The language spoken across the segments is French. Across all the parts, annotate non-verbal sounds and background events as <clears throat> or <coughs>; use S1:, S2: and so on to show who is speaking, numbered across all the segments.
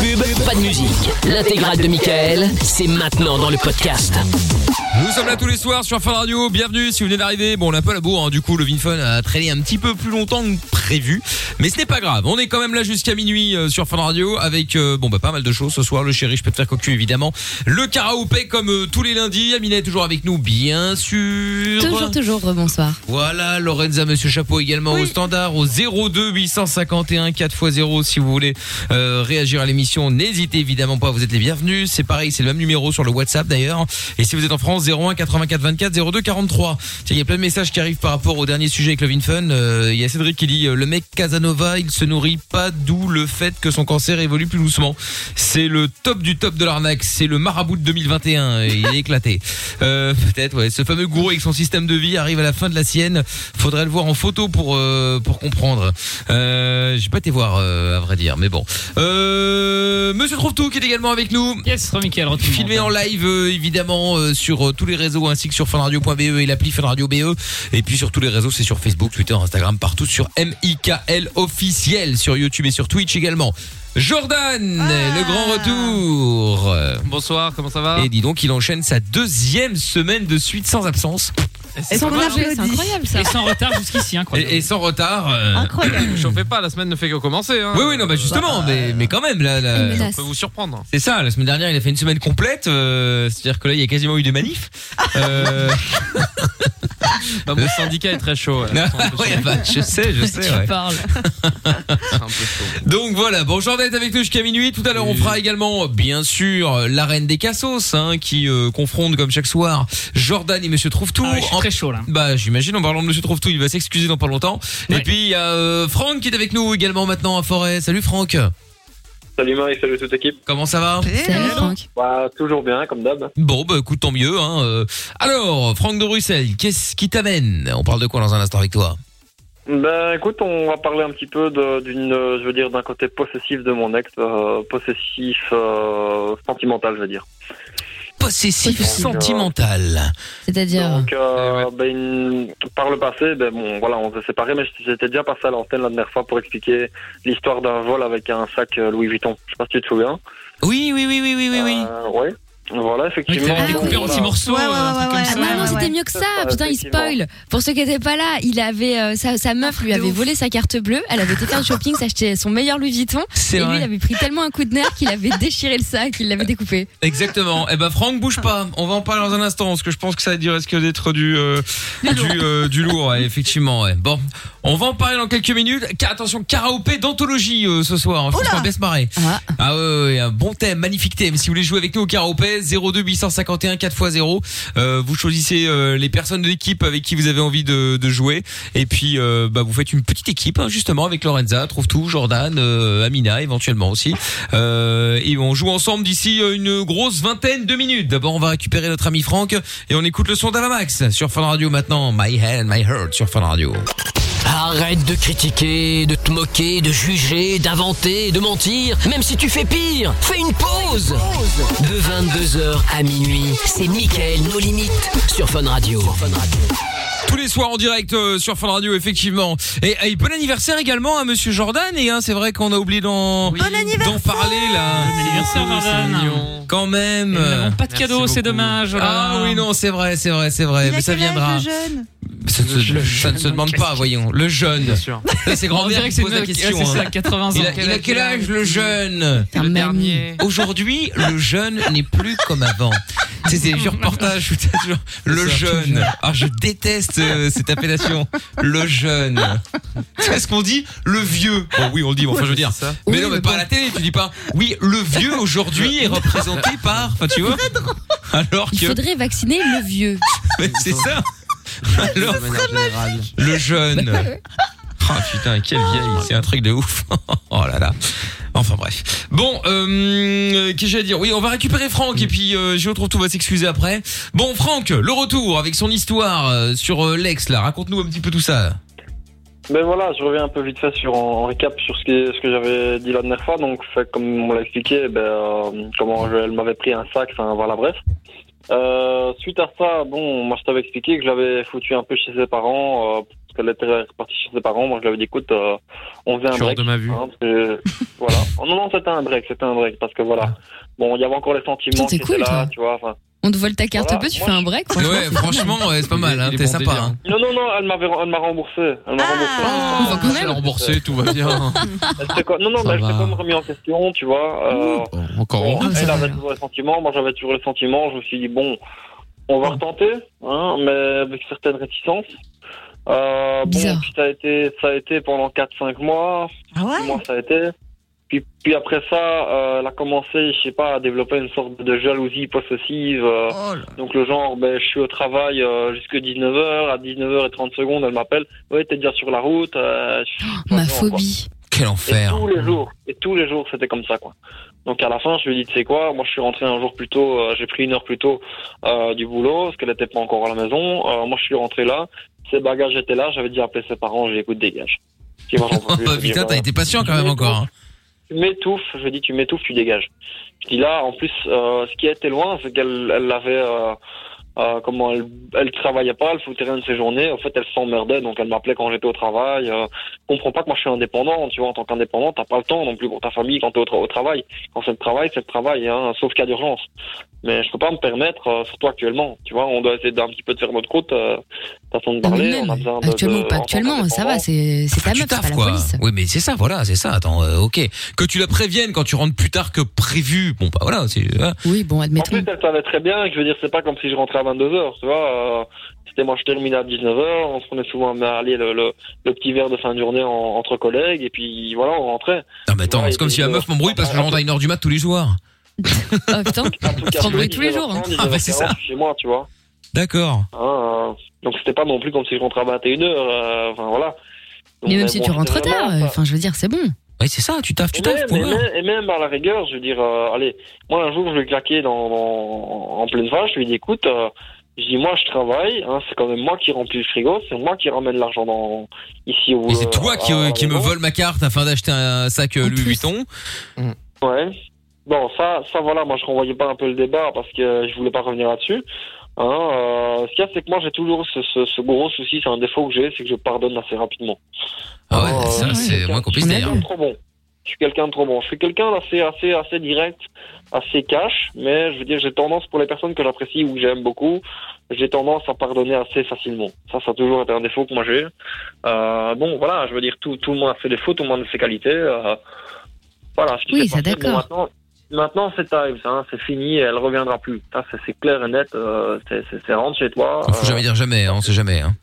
S1: pub, pas de musique. L'intégrale de Michael, c'est maintenant dans le podcast.
S2: Nous sommes là tous les soirs sur Fun Radio, bienvenue si vous venez d'arriver. Bon, on n'a pas la bourre, hein. du coup, le Vinfun a traîné un petit peu plus longtemps que prévu. Mais ce n'est pas grave, on est quand même là jusqu'à minuit euh, sur Fun Radio avec euh, bon, bah, pas mal de choses ce soir. Le chéri, je peux te faire cocu évidemment. Le karaopé comme euh, tous les lundis. Amina est toujours avec nous, bien sûr.
S3: Toujours, hein. toujours, bonsoir.
S2: Voilà, Lorenza, Monsieur Chapeau également au standard au 02 851 4x0 si vous voulez euh, réagir à l'émission. N'hésitez évidemment pas, vous êtes les bienvenus. C'est pareil, c'est le même numéro sur le WhatsApp d'ailleurs. Et si vous êtes en France, 01 84 24 02 43. Tiens, Il y a plein de messages qui arrivent par rapport au dernier sujet avec Love in Fun. Euh, Il y a Cédric qui dit euh, le mec Casanova, il se nourrit pas d'où le fait que son cancer évolue plus doucement. C'est le top du top de l'arnaque, c'est le marabout de 2021 et il est éclaté. Euh, peut-être ouais, ce fameux gourou avec son système de vie arrive à la fin de la sienne. Faudrait le voir en photo pour euh, pour comprendre. Euh, j'ai pas été voir euh, à vrai dire, mais bon. Euh, Monsieur trouve tout qui est également avec nous.
S4: Yes, Michael,
S2: filmé en live euh, évidemment euh, sur euh, tous les réseaux ainsi que sur funradio.be E et l'appli funradio.be et puis sur tous les réseaux c'est sur Facebook, Twitter, Instagram, partout sur MIKL officiel sur YouTube et sur Twitch également. Jordan, le grand retour.
S4: Bonsoir, comment ça va
S2: Et dis donc, il enchaîne sa deuxième semaine de suite sans absence
S4: C'est pas mal.
S3: C'est incroyable ça.
S4: Et sans retard jusqu'ici, incroyable.
S2: et, et sans retard. euh,
S4: Incroyable.
S5: Je fais pas, la semaine ne fait que commencer. Hein.
S2: Oui, oui, non, bah justement, mais, mais quand même, là, là,
S3: Une menace.
S5: On peut vous surprendre.
S2: c'est ça. La semaine dernière, il a fait une semaine complète. euh, C'est-à-dire que là, il y a quasiment eu
S4: <laughs>
S2: des manifs. Euh,
S5: Bah, mon syndicat est très
S2: <laughs>
S5: chaud. ouais.
S2: ouais, bah, je
S4: <laughs>
S2: sais, je sais. ouais. <laughs>
S3: parles.
S5: C'est un peu chaud.
S2: Donc voilà, bon Jordan est avec nous jusqu'à minuit. Tout à l'heure, on fera également, bien sûr, euh, la reine des cassos, hein, qui euh, confronte comme chaque soir Jordan et Monsieur Trouve-Tout.
S4: Ah ouais, je suis
S2: En-
S4: très chaud là.
S2: Bah j'imagine en parlant de Monsieur Trouve-Tout, il va s'excuser dans pas longtemps. Et
S4: Ouais.
S2: puis il y a euh, Franck qui est avec nous également maintenant à Forêt. Salut Franck,
S6: Salut Marie, salut toute l'équipe.
S2: comment ça va
S3: Salut Franck.
S6: Bah, toujours bien, comme d'hab.
S2: Bon bah écoute tant mieux. Hein, euh. Alors Franck de Bruxelles, qu'est-ce qui t'amène On parle de quoi dans un instant avec toi
S6: Ben écoute, on va parler un petit peu de- d'une, euh, je veux dire, d'un côté possessif de mon ex, euh, possessif euh, sentimental, je veux dire.
S2: Possessif
S3: Possessif.
S2: sentimental.
S3: C'est-à-dire.
S6: Donc, euh,
S5: Eh ouais.
S6: ben, une- par le passé, ben bon, voilà, on s'est séparés, mais j'étais déjà passé à l'antenne la dernière fois pour expliquer l'histoire d'un vol avec un sac euh, Louis Vuitton. Je sais pas si tu te souviens.
S2: Oui oui oui oui oui oui oui.
S6: Euh, ouais. Voilà,
S4: Oui,
S6: effectivement.
S4: tu l'avais
S3: Ah,
S4: découpé en
S6: Voilà.
S4: petits morceaux,
S7: Ouais, ouais,
S4: un truc
S7: ouais,
S4: comme
S7: ouais,
S4: ça.
S3: Ah non,
S7: ouais.
S3: c'était mieux que ça.
S6: Ça,
S3: Putain, il
S6: effectivement.
S3: spoil. Pour ceux qui n'étaient pas là, il avait euh, sa, sa meuf lui
S7: de
S3: avait
S7: ouf.
S3: volé sa carte bleue. Elle avait été faire du shopping, <laughs> s'acheter son meilleur Louis Vuitton.
S2: C'est
S3: Et lui,
S2: vrai.
S3: il avait pris tellement un coup de nerf qu'il avait déchiré le sac, il l'avait découpé.
S2: Exactement. Eh ben Franck bouge pas. On va en parler dans un instant parce que je pense que ça risque d'être du euh, du, euh, du lourd. ouais, effectivement. ouais. Bon, on va en parler dans quelques minutes. Car attention, karaopé d'anthologie euh, ce soir. hein. Je pense qu'on va bien se marrer.
S3: Ah.
S2: Ah ouais, ouais, ouais, un bon thème, magnifique thème. Si vous voulez jouer avec nous au karaopé, 02 851 4x0. Euh, vous choisissez euh, les personnes de l'équipe avec qui vous avez envie de, de jouer. Et puis, euh, bah, vous faites une petite équipe, hein, justement, avec Lorenza, Trouve Tout, Jordan, euh, Amina, éventuellement aussi. Euh, et on joue ensemble d'ici euh, une grosse vingtaine de minutes. D'abord, on va récupérer notre ami Franck et on écoute le son d'Avamax sur Fun Radio maintenant. My Hand, My Heart sur Fun Radio.
S1: Arrête de critiquer, de te moquer, de juger, d'inventer, de mentir. Même si tu fais pire, fais une pause. De 22h à minuit, c'est Michael, nos limites, sur Fun Radio.
S2: Tous les soirs en direct euh, sur Fun Radio, effectivement. Et, et bon anniversaire également à Monsieur Jordan. Et hein, c'est vrai qu'on a oublié d'en d'en parler là.
S4: Anniversaire, Jordan.
S2: Quand
S4: Et
S2: même.
S4: Nous n'avons pas de
S5: Merci
S4: cadeau, c'est
S5: beaucoup.
S4: dommage. oh là
S2: Ah
S4: là.
S2: oui non c'est vrai c'est vrai c'est vrai
S7: Il a
S2: mais ça
S7: quel âge,
S2: viendra
S7: le jeune
S2: ça, ne se-
S5: Le
S2: ça ne se demande pas voyons le jeune
S5: Bien sûr.
S2: Ça, c'est
S4: On
S2: grand mère
S4: dirait que
S2: qui
S4: c'est
S2: pose
S4: une
S2: la
S4: ouais,
S2: question
S4: c'est ça,
S2: hein.
S4: 80 ans.
S2: il a, il a quel âge le jeune
S3: Un
S5: Le
S3: mamie.
S5: dernier.
S2: aujourd'hui le jeune n'est plus comme avant c'est des vieux reportages où t'as toujours le jeune ah je déteste euh, cette appellation le jeune est-ce qu'on dit le vieux bon oui on le dit mais enfin je veux dire
S5: C'est ça.
S2: Mais
S3: Oui,
S2: non, mais,
S3: mais
S2: pas
S3: bon.
S2: à la télé, tu dis pas. Oui, le vieux aujourd'hui est représenté par. Enfin, tu vois. Alors
S3: Il
S2: que.
S3: faudrait vacciner le vieux.
S2: Mais c'est <laughs> ça. Alors,
S5: De manière générale.
S2: le jeune. Ah putain, quelle vieille. C'est un truc de ouf. <laughs> Oh là là. Enfin bref. Bon, euh, qu'est-ce que j'ai à dire Oui, on va récupérer Franck et puis euh, je retrouve tout va s'excuser après. Bon, Franck, le retour avec son histoire euh, sur euh, l'ex là. Raconte-nous un petit peu tout ça.
S6: Ben voilà, je reviens un peu vite fait sur en, en récap sur ce que, ce que j'avais dit la dernière fois. Donc, fait, comme on l'a expliqué, ben, euh, comment je- elle m'avait pris un sac, enfin voilà, bref. Euh, suite à ça, bon, moi je t'avais expliqué que je l'avais foutu un peu chez ses parents euh, parce que l'été est reparti chez ses parents. Moi, je lui avais dit, écoute, euh, on faisait un
S5: Tu hors
S6: break.
S5: de ma vue.
S6: hein, parce que- <laughs> voilà. Oh, non, non, c'était un break, c'était un break, parce que
S5: Ah.
S6: voilà. Bon, il y avait encore les sentiments
S3: Putain, t'es
S6: qui étaient
S3: cool,
S6: là,
S3: toi.
S6: tu vois. enfin.
S3: On te vole ta carte
S6: Voilà,
S3: bleue, tu
S6: moi,
S3: fais un break. franchement,
S2: Ouais,
S3: c'est pas mal.
S2: franchement, ouais, c'est pas mal, hein,
S5: Il est
S2: t'es
S5: bon
S2: sympa.
S5: délire.
S2: Hein.
S6: Non, non, non, elle m'avait, elle m'a remboursé. Elle m'a
S3: Ah,
S6: remboursé.
S3: bah, quand même.
S2: remboursé, tout va bien.
S6: Elle s'est quand- non, non,
S2: Ça
S6: mais elle s'est
S2: va. Mmh.
S6: quand même remis en question, tu vois. euh,
S2: Bon, encore
S6: Bon,
S2: heureux.
S3: ça
S6: elle
S3: va
S6: avait
S3: alors.
S6: toujours les sentiments, moi j'avais toujours les sentiments. Je me suis dit, bon, on va retenter, hein, mais avec certaines réticences. Euh, bon,
S3: Bizarre.
S6: puis ça a été, ça a été pendant 4-5 mois.
S7: Ah
S6: six
S7: ouais
S6: mois, ça a été. Puis, puis après ça, euh, elle a commencé, je sais pas, à développer une sorte de jalousie possessive. euh,
S7: Oh là.
S6: donc le genre, ben, je suis au travail euh, jusque 19h, à 19h30 secondes, elle m'appelle. Ouais, t'es déjà sur la route. euh, je-
S7: Oh,
S3: Ma
S6: Franchement, quoi.
S3: phobie.
S2: Quel
S6: et
S2: enfer.
S6: tous les jours, et tous les jours, c'était comme ça, quoi. Donc à la fin, je lui ai dit, tu sais quoi, moi je suis rentré un jour plus tôt, euh, j'ai pris une heure plus tôt euh, du boulot, parce qu'elle n'était pas encore à la maison. Euh, moi je suis rentré là, ses bagages étaient là, j'avais déjà appelé ses parents, j'ai dit, écoute, dégage. Je dis, moi, j'en peux
S2: <laughs> Oh,
S6: plus.
S2: bah,
S6: Je dis,
S2: putain,
S6: voilà.
S2: t'as été patient quand même encore. hein.
S6: Tu m'étouffes, je lui ai dit, tu m'étouffes, tu dégages. Je dis là, en plus, euh, ce qui était loin, c'est qu'elle elle avait... euh, euh, comment elle, elle travaillait pas, elle foutait rien de ses journées. En fait, elle s'emmerdait, donc elle m'appelait quand j'étais au travail. Euh, comprends pas que moi je suis indépendant, tu vois, en tant qu'indépendant, t'as pas le temps non plus pour ta famille quand t'es au, tra- au travail. Quand c'est le travail, c'est le travail, hein, sauf cas d'urgence. Mais je peux pas me permettre, euh, surtout actuellement, tu vois, on doit essayer d'un petit peu de faire notre route, euh, façon de
S3: Non, mais
S6: parler, on a
S3: même,
S6: besoin de...
S3: actuellement
S6: de-
S3: ou pas
S6: en tant
S3: actuellement, ça
S6: qu'indépendant.
S3: va, c'est c'est ta
S2: Tu
S3: meuf, c'est
S2: taffes,
S3: pas la
S2: quoi.
S3: police.
S2: Oui, mais c'est ça, voilà, c'est ça. Attends, euh, ok. Que tu la préviennes quand tu rentres plus tard que prévu. Bon, bah voilà, c'est. hein.
S3: Oui, bon,
S6: En plus,
S3: admettons.
S6: elle savait très bien que je veux dire, c'est pas comme si je rentrais à 22h, tu vois. euh, c'était moi, je terminais à 19h, on se prenait souvent à aller le, le, le petit verre de fin de journée en- entre collègues, et puis voilà, on rentrait.
S2: Non, mais attends, c'est comme si la meuf m'embrouille parce que je rentre à 1h du mat tous les
S3: <laughs>
S2: soirs.
S3: Oh putain,
S6: Tu
S3: t'embrouilles tous les jours, hein.
S2: Ah, bah, c'est ça.
S6: Chez moi, tu vois.
S2: D'accord.
S6: Hein, euh, donc c'était pas non plus comme si je rentrais à 21h, euh, enfin voilà. Donc,
S3: mais même si
S6: bon,
S3: tu
S6: c'était
S3: rentres
S6: vraiment
S3: tard,
S6: ça.
S3: enfin, je veux dire, c'est bon.
S2: Oui, c'est ça, tu taffes, tu hein.
S6: Et
S2: taffes,
S6: même,
S2: point
S6: et,
S2: barre.
S6: même, et même à la rigueur, je veux dire, euh, allez, moi un jour je lui ai claqué dans, dans- en pleine face, je lui ai dit écoute, euh, je dis moi je travaille, hein, c'est quand même moi qui remplis le frigo, c'est moi qui ramène l'argent dans ici au.
S2: Et c'est
S6: euh,
S2: toi qui, euh,
S6: à-
S2: qui
S6: à la
S2: me
S6: maison.
S2: vole ma carte afin d'acheter un sac euh,
S3: En
S2: Louis
S3: plus.
S2: Vuitton.
S6: Mm. Ouais. Bon, ça, ça voilà, moi je renvoyais pas un peu le débat parce que je voulais pas revenir là-dessus. Hein, euh, ce qu'il y a, c'est que moi j'ai toujours ce, ce, ce gros souci, c'est un défaut que j'ai, c'est que je pardonne assez rapidement.
S2: Ah ouais,
S6: Oh,
S2: ça,
S3: ouais,
S2: c'est moins
S6: Je
S2: compliqué. hein.
S6: suis
S3: d'ailleurs.
S6: quelqu'un de trop bon. Je suis quelqu'un de trop bon. Je suis quelqu'un d'assez assez, assez direct, assez cash, mais je veux dire, j'ai tendance pour les personnes que j'apprécie ou que j'aime beaucoup, j'ai tendance à pardonner assez facilement. Ça, ça a toujours été un défaut que moi j'ai. Euh, bon, voilà, je veux dire, tout, tout le monde a ses défauts, tout le monde a ses qualités. euh, voilà, ce qui
S3: Oui,
S6: s'est
S3: ça,
S6: passé.
S3: d'accord.
S6: maintenant, maintenant c'est Times, hein, c'est fini, elle reviendra plus. Ça, c'est- c'est clair et net, euh, c'est- c'est c'est rentre chez toi.
S2: Faut
S6: euh,
S2: jamais dire jamais, hein, on sait jamais. hein.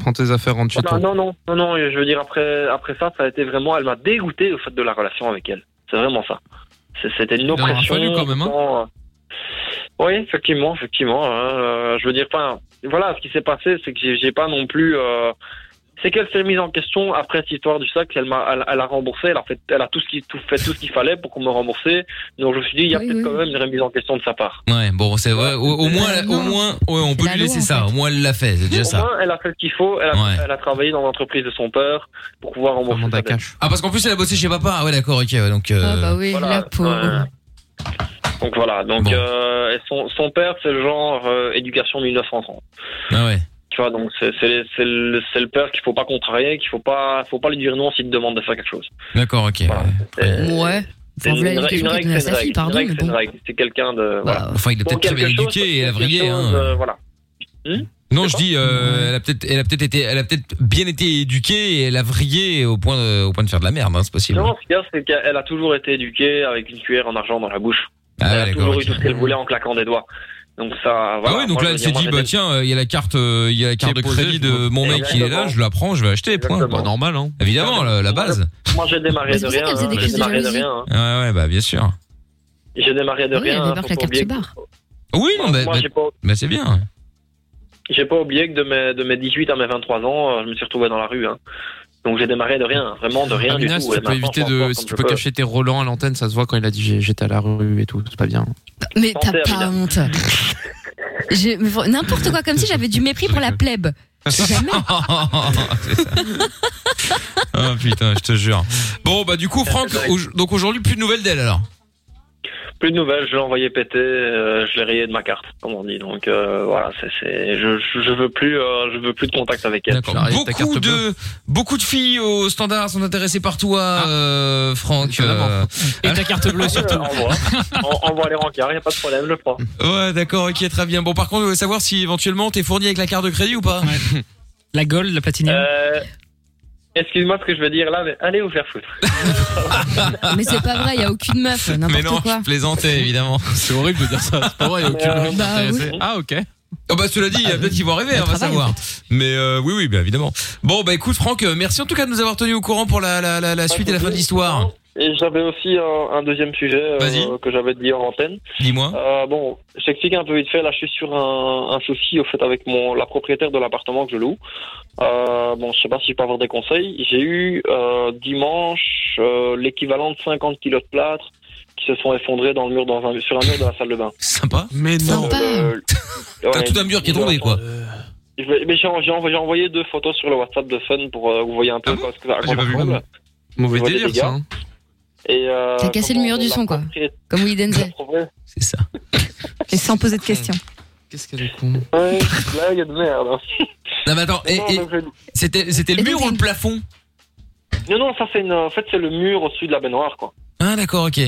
S5: Prends tes affaires, rentre chez
S6: ah
S5: toi.
S6: non, non, non, non, je veux dire, après, après ça, ça a été vraiment, elle m'a dégoûté au fait de la relation avec elle. C'est vraiment ça. C'est- C'était une
S5: en aura
S6: oppression.
S5: fallu quand même, hein.
S6: dans, euh, Oui, effectivement, effectivement. hein, euh, je veux dire, enfin, voilà, ce qui s'est passé, c'est que j'ai- j'ai pas non plus. euh, c'est qu'elle s'est mise en question après cette histoire du sac. Elle m'a, elle, elle a remboursé. Elle a fait, elle a tout ce qui, tout fait tout ce qu'il fallait pour qu'on me rembourse. Donc je me suis dit, il y a
S3: Oui,
S6: peut-être
S3: oui,
S6: quand
S3: oui.
S6: même une remise en question de sa part.
S2: Ouais, bon, c'est vrai. Au, au moins,
S3: Ah, non.
S2: au moins, ouais, on
S3: C'est
S2: peut
S3: la
S2: lui laisser
S3: loi, en
S2: ça.
S3: fait.
S2: Au moins, elle l'a fait, c'est déjà
S6: Au
S2: ça.
S6: moins, elle a fait ce qu'il faut. Elle a,
S2: Ouais.
S6: elle a travaillé dans l'entreprise de son père pour pouvoir rembourser.
S5: Comment
S6: sa
S5: t'as
S6: dette.
S5: cash
S2: Ah, parce qu'en plus, elle a bossé chez papa. Ah ouais, d'accord, ok. ouais, Donc,
S3: Ah
S2: euh,
S3: bah oui,
S6: voilà,
S3: la pauvre.
S6: ouais. Donc voilà, donc
S2: Bon.
S6: euh, et son, son père c'est le genre euh, éducation 1930.
S2: ah ouais.
S6: Tu vois, donc c'est c'est les- c'est le, c'est le père qu'il faut pas contrarier, qu'il faut pas faut pas lui dire non s'il te demande de faire quelque chose.
S2: D'accord, ok.
S6: Voilà.
S2: ouais.
S6: C'est-
S2: Euh,
S3: Ouais.
S6: c'est
S3: Enfin, voilà
S6: une-
S3: l'éducation
S6: une
S3: qu'elle
S6: règle,
S3: donne
S6: c'est
S3: à sa
S6: une
S3: fille,
S6: règle,
S3: pardon,
S6: c'est une
S3: mais bon.
S6: règle, c'est quelqu'un de voilà.
S3: Bah,
S2: Enfin, il a
S6: Bon,
S2: peut-être très bien
S6: quelque chose,
S2: éduqué et elle a
S6: quelque
S2: vrillé.
S6: chose,
S2: hein.
S6: euh, voilà.
S2: Non, je dis, euh, elle a peut-être, elle a peut-être été, elle a peut-être bien été éduquée et elle a vrillé au point de, au point de faire de la merde, hein, c'est possible.
S6: Non, ce qu'il y a, c'est qu'elle a toujours été éduquée avec une cuillère en argent dans la bouche.
S2: Ah
S6: elle
S2: ouais,
S6: a
S2: d'accord.
S6: toujours eu
S2: ok.
S6: tout ce qu'elle voulait en claquant des doigts. Donc ça voilà.
S2: ah oui, donc
S6: Moi,
S2: là,
S6: je
S2: elle
S6: veux
S2: s'est
S6: dire,
S2: dit,
S6: moi,
S2: bah
S6: j'étais-
S2: tiens, euh, il y a la carte, euh, il y a la carte de
S5: posée,
S2: crédit
S5: je
S2: de mon mec, il est là,
S6: Exactement.
S2: je la prends, je vais acheter, point.
S6: Exactement.
S5: Normal, hein.
S2: Évidemment, la, la base.
S6: moi j'ai démarré
S3: C'est
S6: de
S3: pour ça
S6: rien.
S3: qu'elle faisait des
S6: hein, J'ai
S3: crises de
S6: démarré de
S3: jalousie.
S6: rien. hein.
S2: Ah ouais, bah bien sûr. bah,
S6: J'ai démarré de
S3: Oui, elle
S6: rien.
S3: avait
S6: hein,
S3: peur
S6: faut
S3: que la
S6: pas
S3: carte
S6: oublier
S3: se
S6: que-
S3: barre.
S2: Oui, non, bah,
S6: moi,
S2: bah,
S6: j'ai pas,
S2: bah, c'est bien.
S6: j'ai pas oublié que de mes, de mes 18 à mes 23 ans, euh, je me suis retrouvé dans la rue. Hein. Donc j'ai démarré de rien, vraiment de rien
S2: Ah,
S5: Amina,
S6: du
S5: si
S6: tout.
S5: tu
S6: Et
S5: peux
S6: maintenant,
S5: éviter
S6: je m'en sors
S5: de,
S6: comme
S5: si
S6: je
S5: tu peux
S6: peux.
S5: cacher tes relents à l'antenne, ça se voit quand il a dit j'ai- j'étais à la rue et tout, c'est pas bien.
S3: Mais t'as
S6: Santé,
S3: pas honte. J'ai- mais fr- N'importe quoi, comme si j'avais du mépris pour la plèbe. Jamais.
S2: <laughs> C'est
S6: <laughs>
S2: ça. Oh, Ah putain, je te jure. Bon, bah du coup, Franck, au- donc aujourd'hui, plus de nouvelles d'elle alors.
S6: Plus de nouvelles, je l'ai envoyé péter, euh, je l'ai rayé de ma carte, comme on dit. Donc euh, voilà, c'est, c'est, je, je- je veux plus, euh, je veux plus de contact avec elle.
S2: Beaucoup de, beaucoup de filles au standard sont intéressées par toi, euh, Franck. Et ta carte
S3: <laughs>
S6: Ah,
S2: bleue surtout.
S3: hein.
S6: On, hein. envoie les rencarts, y a pas de problème, je le
S2: <laughs>
S6: prends.
S2: Ouais, d'accord, ok, très bien. Bon, par contre, je voulais savoir si éventuellement t'es fourni avec la carte de crédit ou pas.
S4: La gold, la platine.
S6: Euh, <laughs> excuse-moi ce que je veux dire là, mais allez vous faire foutre.
S3: Mais c'est pas vrai, il y a aucune meuf,
S2: Mais
S3: Euh, n'importe
S2: non,
S3: quoi.
S2: je plaisantais <laughs> évidemment. C'est horrible de dire ça. C'est pas vrai,
S3: il y a aucune meuf Bah oui. intéressée.
S2: Ah ok. Oh bah cela dit, il y a peut-être qu'ils vont arriver,
S5: Elle
S2: on va
S5: travaille,
S2: savoir.
S5: en
S2: Mais euh, oui, oui, bien évidemment. Bon bah écoute Franck, euh, merci en tout cas de nous avoir tenus au courant pour la, la, la, la suite et la fin de l'histoire.
S6: Et j'avais aussi un, un deuxième sujet euh, que j'avais dit en antenne.
S2: Dis-moi.
S6: Euh, bon, je t'explique un peu vite fait. Là, je suis sur un, un souci au fait avec mon la propriétaire de l'appartement que je loue. Euh, bon, je sais pas si je peux avoir des conseils. J'ai eu euh, dimanche euh, l'équivalent de 50 kilos de plâtre qui se sont effondrés dans le mur dans un, sur un mur de la salle de bain. Euh,
S2: Sympa. Mais non. euh, T'as tout un mur qui est tombé quoi.
S6: Je vais- mais j'ai, j'ai envoyé, j'ai envoyé deux photos sur le WhatsApp de Fun pour euh, vous voyez
S2: Ah
S6: un peu quoi, ce que ça
S5: pas vu.
S6: ressemble.
S5: Mauvais
S6: Je vois des
S5: délire,
S6: dégâts.
S5: ça, hein.
S6: Et, euh,
S3: T'as cassé le mur du son, quoi. Comme Willy Denzel.
S2: C'est ça.
S3: <laughs> Et sans poser de questions.
S2: Qu'est-ce qu'elle est con.
S6: Ouais, là il y a de merde. hein.
S2: Non mais attends, et- et- c'était c'était le mur ou le plafond
S6: Non, non, ça c'est une. En fait, c'est le mur au-dessus de la baignoire, quoi.
S2: Ah d'accord, ok.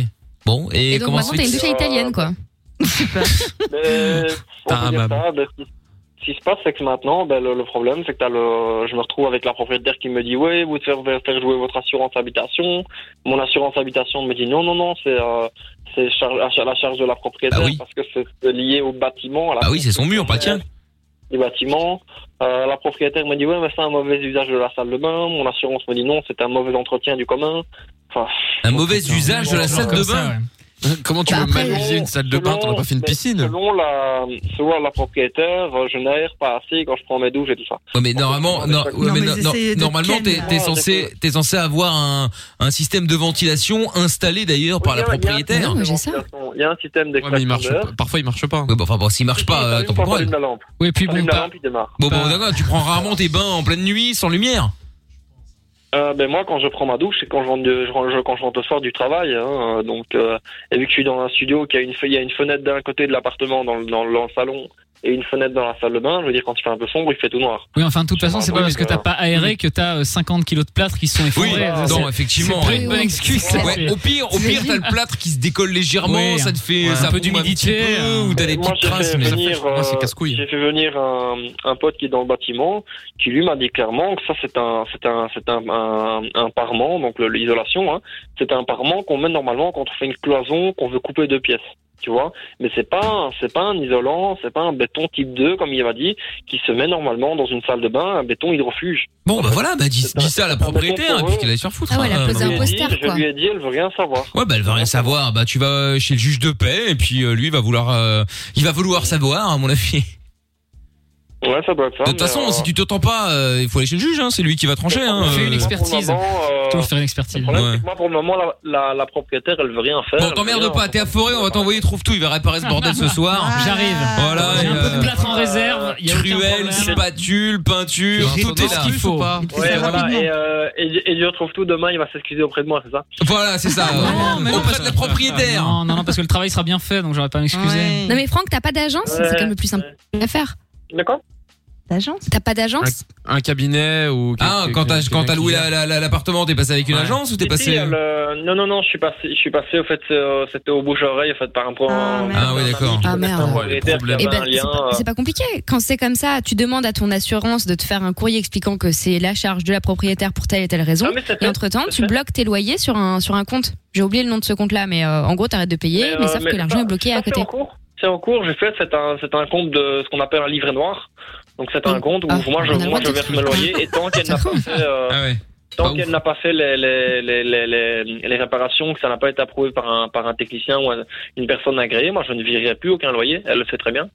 S2: Bon et,
S3: Et, donc,
S2: comment
S3: par contre, t'as une douche à italienne, quoi.
S6: Mais, Euh, on peut
S2: Ah,
S6: dire
S2: bah.
S6: ça, ben, ce qui- ce qui se passe, c'est que maintenant, ben, le, le problème, c'est que t'as le, je me retrouve avec la propriétaire qui me dit Ouais, vous devez faire jouer votre assurance habitation. Mon assurance habitation me dit Non, non, non, c'est euh, c'est char- à char- la charge de la propriétaire parce que c'est c'est lié au bâtiment. À la
S2: Ah Bah oui, c'est son mur, pas tien.
S6: du bâtiment. Euh, la propriétaire m'a dit Ouais, mais c'est un mauvais usage de la salle de bain. Mon assurance me dit Non, c'est un mauvais entretien du commun. Enfin,
S2: Un mauvais usage de la
S6: Bon,
S2: salle de
S6: comme ça,
S2: bain. Comment
S6: tu Bah, veux après, mal user une
S2: salle
S6: de bain T'en as pas fait une piscine Selon la, selon la propriétaire, euh, je n'aère pas assez quand je prends mes douches et tout ça.
S2: Ouais, mais normalement, non, ouais,
S6: Non,
S2: mais
S6: mais
S2: no- no-
S6: essayez de
S2: normalement,
S6: calmer.
S2: t'es t'es
S4: hein,
S6: Ah,
S2: censé, t'es censé avoir un, un système de ventilation installé d'ailleurs par la propriétaire.
S6: Il y a un système d'extraction d'air.
S2: parfois il marche pas. Ouais, bah, enfin bon, s'il marche pas, euh, t'en prends
S6: Quand
S2: pas.
S6: t'allumes la lampe.
S2: Oui, puis
S6: T'allumes
S2: bon,
S6: la
S2: t'as-
S6: lampe, il démarre.
S2: Bon, bon, d'accord, tu prends rarement tes bains en pleine nuit sans lumière.
S6: Euh, ben moi, quand je prends ma douche, c'est quand je rentre, de- je rentre- je- quand je rentre le soir du travail. hein, euh, donc, euh, et vu que je suis dans un studio, qu'il y a une, fe- il y a une fenêtre d'un côté de l'appartement dans, le- dans le dans le salon et une fenêtre dans la salle de bain, je veux dire, quand il fait un peu sombre, il fait tout noir.
S4: Oui, enfin, de toute façon, c'est pas
S6: Oui,
S4: parce que
S6: mais,
S4: t'as pas aéré que t'as euh, 50 kilos de plâtre qui se sont effondrés. Ça,
S2: non,
S4: c'est-
S2: effectivement.
S4: C'est pas
S2: ouais.
S4: une bonne excuse. ça,
S2: Ouais,
S4: c'est-
S2: Au pire, au pire, t'as le plâtre qui se décolle légèrement,
S4: Oui.
S2: ça te fait
S4: Ouais,
S2: ça
S4: un peu
S2: bombe
S4: d'humidité,
S2: petit peu, ou t'as des
S6: Moi,
S2: petites
S6: j'ai
S2: traces.
S6: fait,
S2: mais-
S6: venir, euh, j'ai fait venir un, un pote qui est dans le bâtiment, qui lui m'a dit clairement que ça, c'est un, c'est un, c'est un, un, un parement, donc le- l'isolation, hein, c'est un parement qu'on met normalement quand on fait une cloison, qu'on veut couper deux pièces. Tu vois, mais c'est pas, un- c'est pas un isolant, c'est pas un béton type 2, comme il m'a dit, qui se met normalement dans une salle de bain, un béton hydrofuge.
S2: Bon, bah voilà, bah dis, dis ça à la propriétaire et puis qu'elle aille se faire foutre. hein,
S6: Je lui ai
S2: euh,
S6: dit- Je lui ai dit, elle veut rien savoir.
S2: Ouais, bah elle va rien savoir. Bah tu vas euh, chez le juge de paix et puis euh, lui va vouloir, euh, il va vouloir savoir à mon avis.
S6: Ouais, ça doit être ça.
S2: De toute
S6: mais,
S2: façon,
S6: euh,
S2: si tu t'entends pas, euh, il faut aller chez le juge. Hein, c'est lui qui va trancher. Hein,
S6: Fais une
S2: euh.
S6: expertise. Euh,
S4: Toi, faire une expertise.
S6: Le problème, c'est que moi, pour le moment, la, la, la propriétaire, elle veut rien faire.
S2: Bon, t'emmerdes pas, t'es à forêt, on va t'envoyer trouve tout, il va réparer ce bordel ce soir.
S4: Ah, J'arrive.
S2: Voilà.
S4: J'ai un
S2: et,
S4: peu de
S2: euh,
S4: plâtre en réserve. y a aucun
S2: Truelle,
S4: problème.
S2: spatule, peinture,
S4: J'ai
S2: tout
S4: tout
S2: est
S4: ce
S2: là.
S4: qu'il faut.
S6: Ouais, voilà, et, euh, et, et je retrouve tout demain, il va s'excuser auprès de moi, c'est ça
S2: Voilà,
S6: <laughs>
S2: c'est ça.
S4: Non, mais non,
S2: euh, Auprès de la propriétaire.
S4: Non, non, non, parce que le travail sera bien fait, donc j'aurais pas à m'excuser.
S3: Non, mais Franck, t'as pas d'agence C'est quand même le plus simple à faire.
S6: D'accord.
S3: D'agence T'as pas d'agence
S2: Un cabinet ou. Ah, quand t'as quand t'as loué la- la- la- l'appartement, t'es passé avec une agence ou t'es
S6: Si, si,
S2: passé.
S6: elle, euh, Non, non, non, je suis passé, je suis passé au fait, euh, c'était au bouche-oreille, au fait, par un pro.
S2: Ah oui, d'accord.
S3: Ah, merde.
S6: propriétaire qui
S3: Eh
S6: avait
S3: ben,
S6: un
S3: c'est
S6: lien. euh.
S3: pas- c'est pas compliqué. Quand c'est comme ça, tu demandes à ton assurance de te faire un courrier expliquant que c'est la charge de la propriétaire pour telle et telle raison.
S6: Non, Ah, mais ça fait-
S3: et entre-temps, tu bloques tes loyers sur un, sur un compte. J'ai oublié le nom de ce compte-là, mais euh, en gros, t'arrêtes de payer, mais,
S6: Mais, euh,
S3: sauf
S6: mais
S3: que l'argent
S6: ça-
S3: est bloqué
S6: ça,
S3: à
S6: c'est
S3: côté.
S6: en C'est en cours, j'ai fait, c'est un, c'est un compte de ce qu'on appelle un livret noir. Donc c'est un compte où moi, je,
S5: Oh. Ah, on a le droit
S6: moi je
S5: de
S6: verse
S5: dire ça.
S6: mes loyers et tant
S5: <laughs>
S6: qu'elle n'a pas fait, euh,
S4: Ah
S6: tant qu'elle n'a pas fait les, les, les, les, les, les réparations, que ça n'a pas été approuvé par un, par un technicien ou un- une personne agréée, moi je ne virerai plus aucun loyer, elle le sait très bien.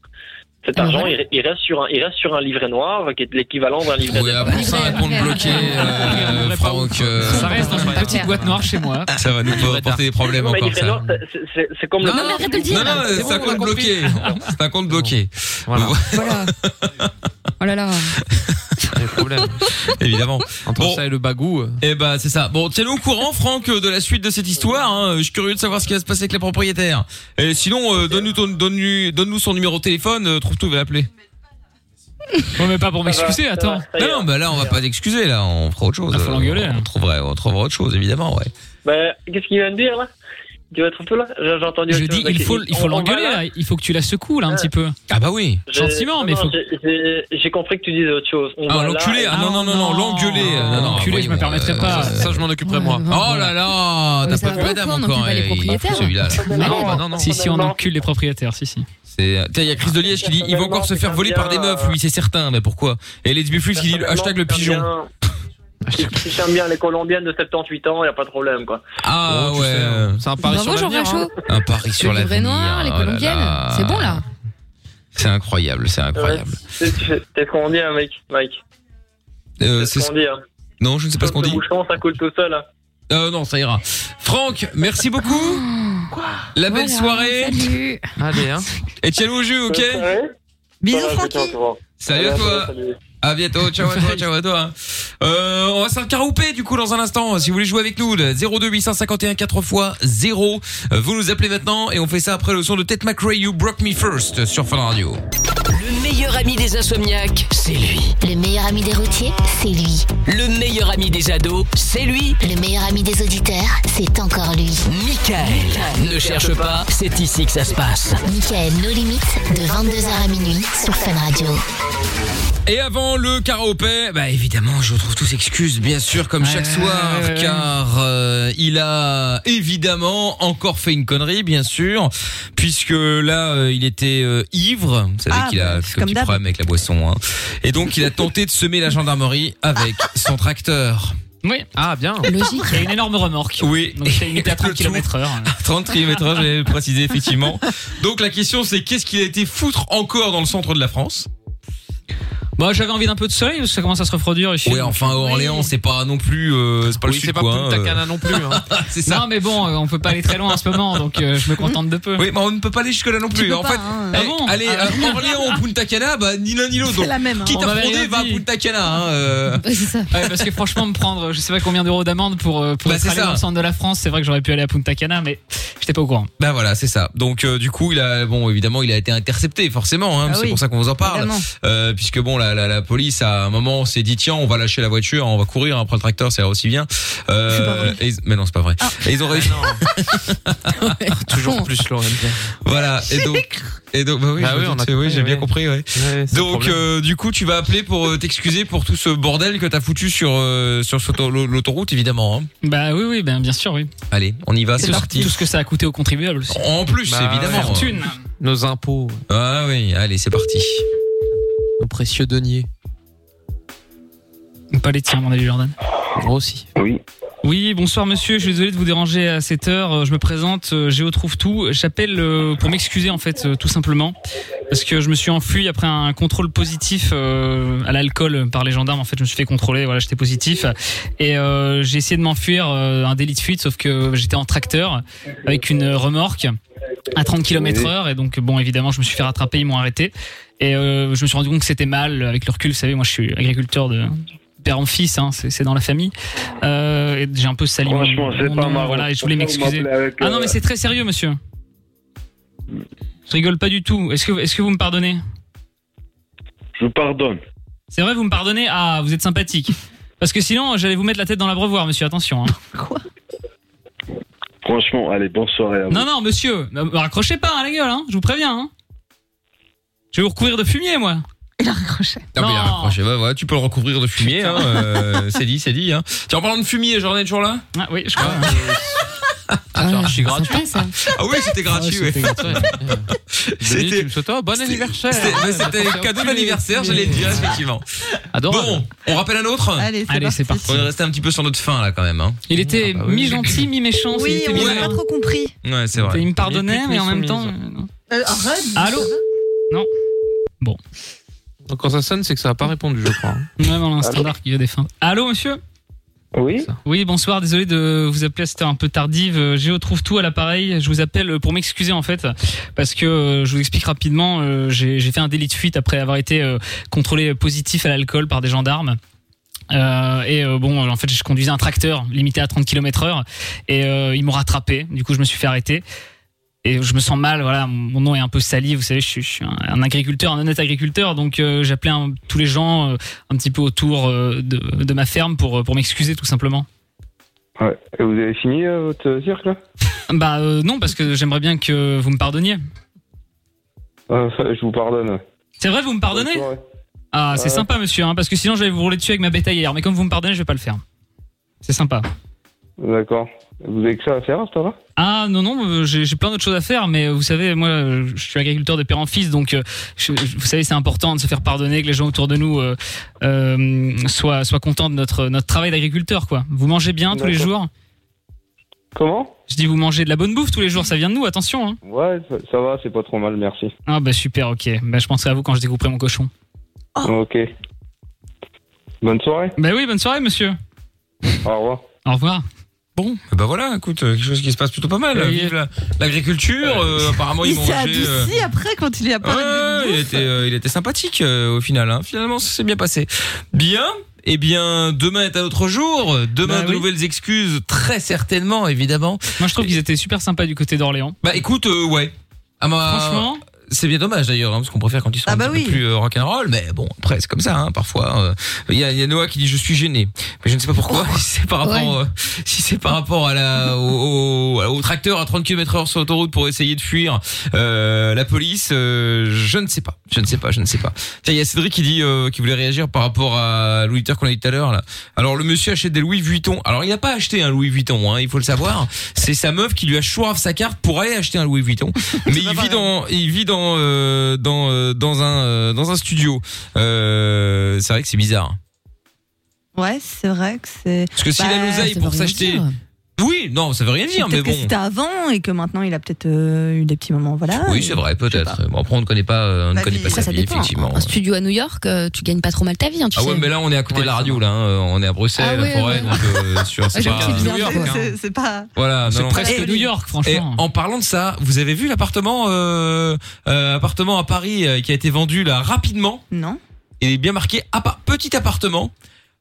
S6: Cet
S5: Ah,
S6: argent, il re- il, reste sur un, il reste sur un livret noir qui est l'équivalent d'un livret
S2: Oui,
S4: ah
S6: noir.
S2: après Bah, ça, un compte bloqué, euh, Franck. euh,
S4: Ça reste Ah, dans une petite boîte noire chez moi.
S2: Ça va nous porter des problèmes
S6: Mais
S2: encore
S6: livret
S2: ça.
S6: noir, c'est- c'est- c'est- c'est comme
S2: Non, mais arrête de le dire. Non, euh, non, Ah,
S4: <laughs>
S2: c'est un compte bloqué. C'est un compte bloqué.
S5: Voilà.
S3: Oh là là.
S5: le problème.
S2: <laughs> Évidemment.
S5: Entre
S2: Bon.
S5: ça et le bagou.
S2: Eh ben c'est ça. Bon, tiens-nous au courant, Franck, euh, de la suite de cette histoire. hein. Je suis curieux de savoir ce qui va se passer avec les propriétaires. Et sinon, euh, donne-nous ton- donne-nous donne-nous son numéro de téléphone. euh, Trouve-tout, va l'appeler.
S4: Non, mais pas pour m'excuser,
S6: ça va,
S4: attends.
S6: ça y est.
S2: Non, non, bah là on va pas t'excuser. Là, on fera autre chose.
S4: Ah, faut
S2: euh,
S4: l'engueuler,
S2: On
S4: hein.
S2: trouvera, on trouvera autre chose, évidemment, ouais.
S6: Bah, qu'est-ce qu'il vient de dire là Tu vas être peu là J'ai j'ai entendu.
S4: Je
S6: autre
S4: dis,
S6: chose.
S4: il
S6: Ok,
S4: faut il faut
S6: on- on va
S4: l'engueuler, hein.
S6: là.
S4: là. Il faut que tu la secoues, là, un petit peu.
S2: Ah bah oui.
S6: J'ai-
S4: Gentiment,
S6: non,
S4: mais
S6: non,
S4: faut-
S6: j'ai- j'ai- J'ai compris que tu disais autre chose. On
S2: Ah
S6: va là,
S2: l'enculé.
S6: et-
S2: Ah non non non non,
S4: non,
S2: l'enculé. euh, non, non,
S4: l'enculé, je me
S2: voyons,
S4: permettrai
S2: euh,
S4: pas.
S2: ça,
S5: Ça, je m'en occuperai
S2: <laughs>
S5: moi.
S3: Ouais,
S2: Oh
S3: ouais.
S2: là là,
S3: Mais
S2: t'as
S3: ça
S2: pas
S3: va
S2: pris madame
S3: pas, on
S2: encore.
S3: n'occupe pas les
S2: il- il-
S3: propriétaires.
S4: hein.
S2: Celui-là.
S6: Non,
S2: là.
S3: Malade.
S6: bah non, non.
S4: Si, si, on encule les propriétaires, si, si.
S2: C'est, euh, tiens, il y a Chris de Liège qui dit, il va encore se faire voler par des meufs, oui, c'est certain, mais pourquoi? Et Let's Be Free qui dit, le hashtag le pigeon.
S6: Personnellement, Si t'aimes bien- si t'aimes bien les Colombiennes de 78 ans, y a pas de problème quoi.
S2: Ah,
S5: Oh, tu
S2: ouais.
S5: sais,
S2: euh,
S5: C'est un pari sur
S3: Bravo Jean
S5: l'avenir. hein.
S3: Rachaud.
S2: Un pari sur oh
S3: Le
S2: la
S3: livret noir, les colombiennes. C'est bon là.
S2: C'est incroyable, c'est incroyable.
S6: Ouais, C'est c'est ce qu'on dit, hein, mec. Mike.
S2: Euh,
S6: C'est ce
S2: c'est-
S6: qu'on dit. Hein.
S2: non, je ne sais pas ce qu'on
S6: Sauf
S2: dit.
S6: le bouchon, ça coule tout seul. hein.
S2: Euh, non, ça ira. Franck, merci beaucoup. La belle
S3: Oh. Voilà,
S2: soirée.
S3: Salut.
S5: Allez, hein.
S2: Et tiens-nous au jeu, ok?
S6: Ouais, ouais.
S7: Bisous,
S6: Ouais,
S7: Francky.
S6: je tiens au courant.
S2: Salut à
S6: Ouais,
S2: toi.
S6: salut, salut.
S2: À bientôt, ciao à toi, ciao à toi. Euh, on va se faire carouper du coup dans un instant. Si vous voulez jouer avec nous, le 02 851 4 x 0. Euh, Vous nous appelez maintenant et on fait ça après le son de Ted McRae, You Broke Me First sur Fun Radio.
S1: Le meilleur ami des insomniaques, c'est lui.
S8: Le meilleur ami des routiers, c'est lui.
S1: Le meilleur ami des ados, c'est lui.
S8: Le meilleur ami des auditeurs, c'est encore lui.
S1: Michael. Ne cherche pas, c'est ici que ça se passe.
S8: Michael, nos limites, de 22h à minuit sur Fun Radio.
S2: Et avant le karaopé, bah évidemment, je retrouve tous excuses, bien sûr, comme chaque
S4: ouais,
S2: soir,
S4: ouais, ouais, ouais.
S2: car euh, il a évidemment encore fait une connerie, bien sûr, puisque là, euh, il était euh, ivre. Vous savez
S7: Ah,
S2: qu'il a
S7: bah,
S2: quelques
S7: comme
S2: petits
S7: d'hab.
S2: problèmes avec la boisson, hein. et donc il a tenté de semer la gendarmerie avec son tracteur.
S4: Oui.
S5: Ah, bien.
S3: Logique.
S4: Il y a une énorme remorque.
S2: Oui.
S4: Donc,
S2: <laughs>
S4: c'est limité à 30
S2: Le tout.
S4: km/h.
S2: <laughs> 30 km/h, j'avais
S4: <laughs>
S2: précisé effectivement. Donc la question, c'est qu'est-ce qu'il a été foutre encore dans le centre de la France
S4: Bon, j'avais envie d'un peu de soleil, parce que ça commence à se refroidir ici.
S2: Ouais, enfin, à Orléans, c'est pas non plus, euh, c'est pas le
S5: Oui,
S2: sud,
S5: c'est pas
S2: quoi. hein,
S5: Punta
S2: euh.
S5: Cana non plus. hein.
S2: <laughs> c'est ça.
S4: Non, mais bon, euh, on peut pas aller très loin en ce moment, donc euh, je me contente de peu.
S2: Oui, mais on ne peut pas aller jusque-là non plus.
S3: peux
S2: en
S3: pas,
S2: fait,
S3: hein.
S2: eh,
S4: Ah bon
S2: allez,
S4: Ah.
S2: euh, Orléans ou Punta Cana, bah, ni l'un ni l'autre.
S7: C'est
S2: Donc,
S7: la même. hein.
S2: Quitte
S4: On
S2: à
S4: avait
S2: fronder,
S4: rien
S2: va à
S4: dit.
S2: Punta Cana. Hein, euh. <laughs>
S3: Ouais, c'est ça.
S4: Ouais, parce que franchement, me prendre euh, je sais pas combien d'euros d'amende pour, euh, pour
S2: Bah,
S4: être
S2: c'est
S4: allé
S2: ça.
S4: dans le centre de la France, c'est vrai que j'aurais pu aller à Punta Cana, mais j'étais pas au courant.
S2: Bah voilà, c'est ça. Donc euh, du coup, il a, bon, évidemment, il a été intercepté, forcément. Hein,
S7: Ah
S2: c'est
S7: oui.
S2: pour ça qu'on vous en parle.
S7: Évidemment.
S2: Euh, puisque bon, la, la, la police à un moment s'est dit tiens, on va lâcher la voiture, on va courir après le tracteur, ça ira aussi bien. Euh,
S7: C'est pas vrai. Ah.
S2: et ils- mais non, c'est pas vrai. Et ils ont réussi.
S5: Ah
S7: <laughs>
S5: Toujours plus, Lorraine.
S2: voilà. Et donc, et donc, bah oui,
S5: Bah
S2: je-
S5: oui, on a
S2: tu-
S5: compris,
S2: j'ai bien
S5: oui.
S2: compris. Ouais. Donc euh, du coup tu vas appeler pour euh, t'excuser pour tout ce bordel que t'as foutu sur euh, sur cette auto- l'autoroute évidemment. hein.
S4: Bah oui, oui, ben, bien sûr, oui.
S2: Allez, on y va,
S4: Tout,
S2: Bah, c'est parti.
S4: tout ce que ça a coûté aux contribuables aussi.
S2: En plus
S5: Bah,
S2: évidemment.
S4: Fortune.
S5: nos impôts,
S2: Ah oui, allez c'est parti.
S5: nos précieux deniers.
S4: Pas les tiens, mon ami Jordan.
S5: Moi aussi.
S4: Oui, bonsoir monsieur, je suis désolé de vous déranger à cette heure. Euh, Je me présente, euh, Géo trouve tout. J'appelle euh, pour m'excuser en fait, euh, tout simplement, parce que je me suis enfui après un contrôle positif euh, à l'alcool par les gendarmes. En fait, je me suis fait contrôler, voilà, j'étais positif et euh, j'ai essayé de m'enfuir euh, un délit de fuite, sauf que j'étais en tracteur avec une remorque à 30 km heure et donc bon évidemment je me suis fait rattraper ils m'ont arrêté et euh, je me suis rendu compte que c'était mal avec le recul vous savez moi je suis agriculteur de père en fils hein, c'est c'est dans la famille euh, et j'ai un peu sali mon-
S9: Franchement, c'est
S4: mon
S9: pas
S4: nom,
S9: marrant.
S4: voilà et je voulais
S9: Franchement,
S4: m'excuser
S9: vous m'appelez avec,
S4: ah non
S9: euh,
S4: mais c'est très sérieux monsieur je rigole pas du tout est-ce que est-ce que vous me pardonnez
S9: Je vous pardonne.
S4: c'est vrai vous me pardonnez ah vous êtes sympathique parce que sinon j'allais vous mettre la tête dans l'abreuvoir monsieur attention hein.
S9: Ah Franchement, allez, bonne soirée à vous.
S4: Non, non, monsieur, ne me raccrochez pas hein, la gueule, hein, je vous préviens. hein. Je vais vous recouvrir de fumier, moi.
S7: Il a raccroché.
S2: Non, mais il a
S4: Non.
S2: raccroché. Ouais, ouais, tu peux le recouvrir de fumier. Hein, euh, c'est dit, c'est dit. Hein. Tiens en parlant de fumier, Jordan est toujours là
S4: Ah, oui, je crois.
S5: Ah, c'est
S3: Voilà.
S5: archi gratuit.
S3: Sympa, ça.
S2: Ah oui, c'était gratuit. ouais. <laughs> C'était-
S5: C'était. Tu me souhaites, oh, bon anniversaire. Ah,
S2: C'était
S5: Ouais,
S2: bah, c'était
S5: pensez au
S2: cadeau
S5: cul,
S2: d'anniversaire,
S5: mais-
S2: j'allais le dire effectivement.
S5: Adorable.
S2: Bon, on rappelle un autre.
S7: Allez, c'est
S4: Allez,
S7: parti.
S4: c'est parti.
S2: On est resté un petit peu sur notre fin là quand même. Hein.
S4: Il était
S5: Ah bah oui. <laughs>
S4: mi-gentil, mi-méchant. il
S7: Oui,
S4: était
S7: on
S2: bien.
S7: n'a
S4: mi-malin.
S7: pas trop compris.
S2: Ouais, c'est vrai.
S4: Il me pardonnait,
S5: Ni
S4: mais en même
S5: pute, ni
S4: temps.
S5: soumise.
S4: euh, non.
S7: Euh, arrête.
S4: Allô
S5: Donc, quand ça sonne, c'est que ça n'a pas répondu, je crois.
S2: Ah,
S4: Ouais, mais on a un standard qui a des fins. Allô, monsieur
S6: Oui.
S4: Oui, bonsoir, désolé de vous appeler à cette heure un peu tardive. Euh, Géo trouve tout à l'appareil. Je vous appelle euh, pour m'excuser en fait, parce que euh, je vous explique rapidement, euh, j'ai j'ai fait un délit de fuite après avoir été euh, contrôlé positif à l'alcool par des gendarmes. Euh, et euh, bon, en fait, je conduisais un tracteur limité à 30 km heure et euh, ils m'ont rattrapé. Du coup, je me suis fait arrêter. Et je me sens mal, voilà, mon nom est un peu sali, vous savez, je suis, je suis un- un agriculteur, un honnête agriculteur, donc euh, j'appelais un- tous les gens euh, un petit peu autour euh, de, de ma ferme pour, euh, pour m'excuser tout simplement.
S9: Ouais. Et vous avez fini euh, votre cirque là
S4: Bah euh, non, parce que j'aimerais bien que vous me pardonniez.
S9: Euh, ça, Je vous pardonne.
S4: C'est vrai, vous me pardonnez
S9: Ouais.
S4: Ah, c'est
S9: Ouais.
S4: sympa monsieur, hein, parce que sinon j'allais vous rouler dessus avec ma bétaillère, mais comme vous me pardonnez, je vais pas le faire. C'est sympa.
S9: D'accord. Vous avez que ça à faire à ce temps-là
S4: Ah non non, euh, j'ai j'ai plein d'autres choses à faire, mais euh, vous savez, moi, euh, je suis agriculteur de père en fils, donc euh, je- je- vous savez, c'est important de se faire pardonner, que les gens autour de nous euh, euh, soient soient contents de notre notre travail d'agriculteur, quoi. Vous mangez bien tous les
S9: D'accord.
S4: jours.
S9: Comment
S4: Je dis vous mangez de la bonne bouffe tous les jours, ça vient de nous, attention. Hein.
S9: Ouais, ça, ça va, c'est pas trop mal, merci.
S4: Ah bah super, ok. Bah je penserai à vous quand je découperai mon cochon.
S10: Oh.
S9: Ok. Bonne
S2: <laughs>
S9: soirée.
S4: Bah oui, bonne soirée, monsieur.
S9: Au revoir.
S4: Au revoir.
S2: Bon, bah voilà, écoute, euh, quelque chose qui se passe plutôt pas mal.
S4: Oui.
S2: Vive la- l'agriculture, euh, apparemment ils
S7: Il s'est
S2: mangeaient. euh,
S7: adouci après quand il y a
S2: Ouais,
S7: parlé de
S2: il,
S7: bouffe.
S2: était, euh, il était sympathique euh, au final. hein. Finalement, ça s'est bien passé. Bien. Eh bien, demain est un autre jour. Demain,
S4: Bah
S2: de
S4: oui.
S2: nouvelles excuses, très certainement, évidemment.
S4: Moi je trouve qu'ils étaient super sympas du côté d'Orléans.
S2: Bah écoute, euh, ouais. Ah, bah,
S4: Franchement,
S2: C'est bien dommage d'ailleurs, hein, parce qu'on préfère quand ils sont
S7: Ah
S2: un
S7: bah
S2: petit peu
S7: oui.
S2: plus euh, rock'n'roll, mais bon, après c'est comme ça, hein, parfois. euh, Il y, a, il y a Noah qui dit je suis gêné, mais je ne sais pas pourquoi. <laughs>
S7: Oh.
S2: si c'est par rapport, euh, si c'est par rapport à la, au, au- au tracteur à 30 km/h sur l'autoroute pour essayer de fuir euh, la police, euh, je ne sais pas, je ne sais pas, je ne sais pas. Tiens, Il y a Cédric qui dit, euh, qui voulait réagir par rapport à l'auditeur qu'on a dit tout à l'heure. Là. Alors le monsieur achète des Louis Vuitton. Alors il n'a pas acheté un Louis Vuitton, hein, il faut le savoir. C'est sa meuf qui lui a chourave sa carte pour aller acheter un Louis Vuitton. Mais il vit dans, il vit dans, euh, dans, euh, dans un, euh, dans un studio. Euh, c'est vrai que c'est bizarre.
S7: <laughs> Ouais, c'est vrai que c'est.
S2: Parce que s'il
S7: Bah,
S2: a l'oseille
S3: ça
S2: pour
S3: veut rien
S2: s'acheter,
S3: dire.
S2: oui, non, ça veut rien dire, mais
S7: Peut-être que
S2: bon.
S7: c'était avant et que maintenant il a peut-être euh, eu des petits moments.
S3: Ah,
S7: Voilà.
S2: Oui, c'est vrai, peut-être. Bon, après, on ne connaît pas, euh, on ne
S7: Ma
S2: connaît
S7: vie.
S2: pas
S3: Bah, Après,
S2: sa
S3: ça
S2: vie,
S3: dépend. hein.
S2: effectivement.
S3: En studio à New York, euh, tu gagnes pas trop mal ta vie, hein, tu
S2: Ah
S3: sais.
S2: ouais, mais là, on est à côté de la radio, là. hein. Euh, On est à Bruxelles,
S3: Ah ouais,
S2: la forêt,
S3: ouais. Ah,
S2: donc, euh, sur- c'est
S3: j'ai
S2: pas
S3: un petit
S2: New
S3: bizarre,
S2: York,
S7: C'est-
S2: hein.
S7: c'est- C'est pas.
S2: Voilà, non,
S4: c'est
S2: non.
S4: presque
S7: Et-
S4: New York,
S2: Et
S4: franchement.
S2: en parlant de ça, vous avez vu l'appartement euh, euh, appartement à Paris euh, qui a été vendu là rapidement
S7: Non.
S2: et bien marqué appa- petit appartement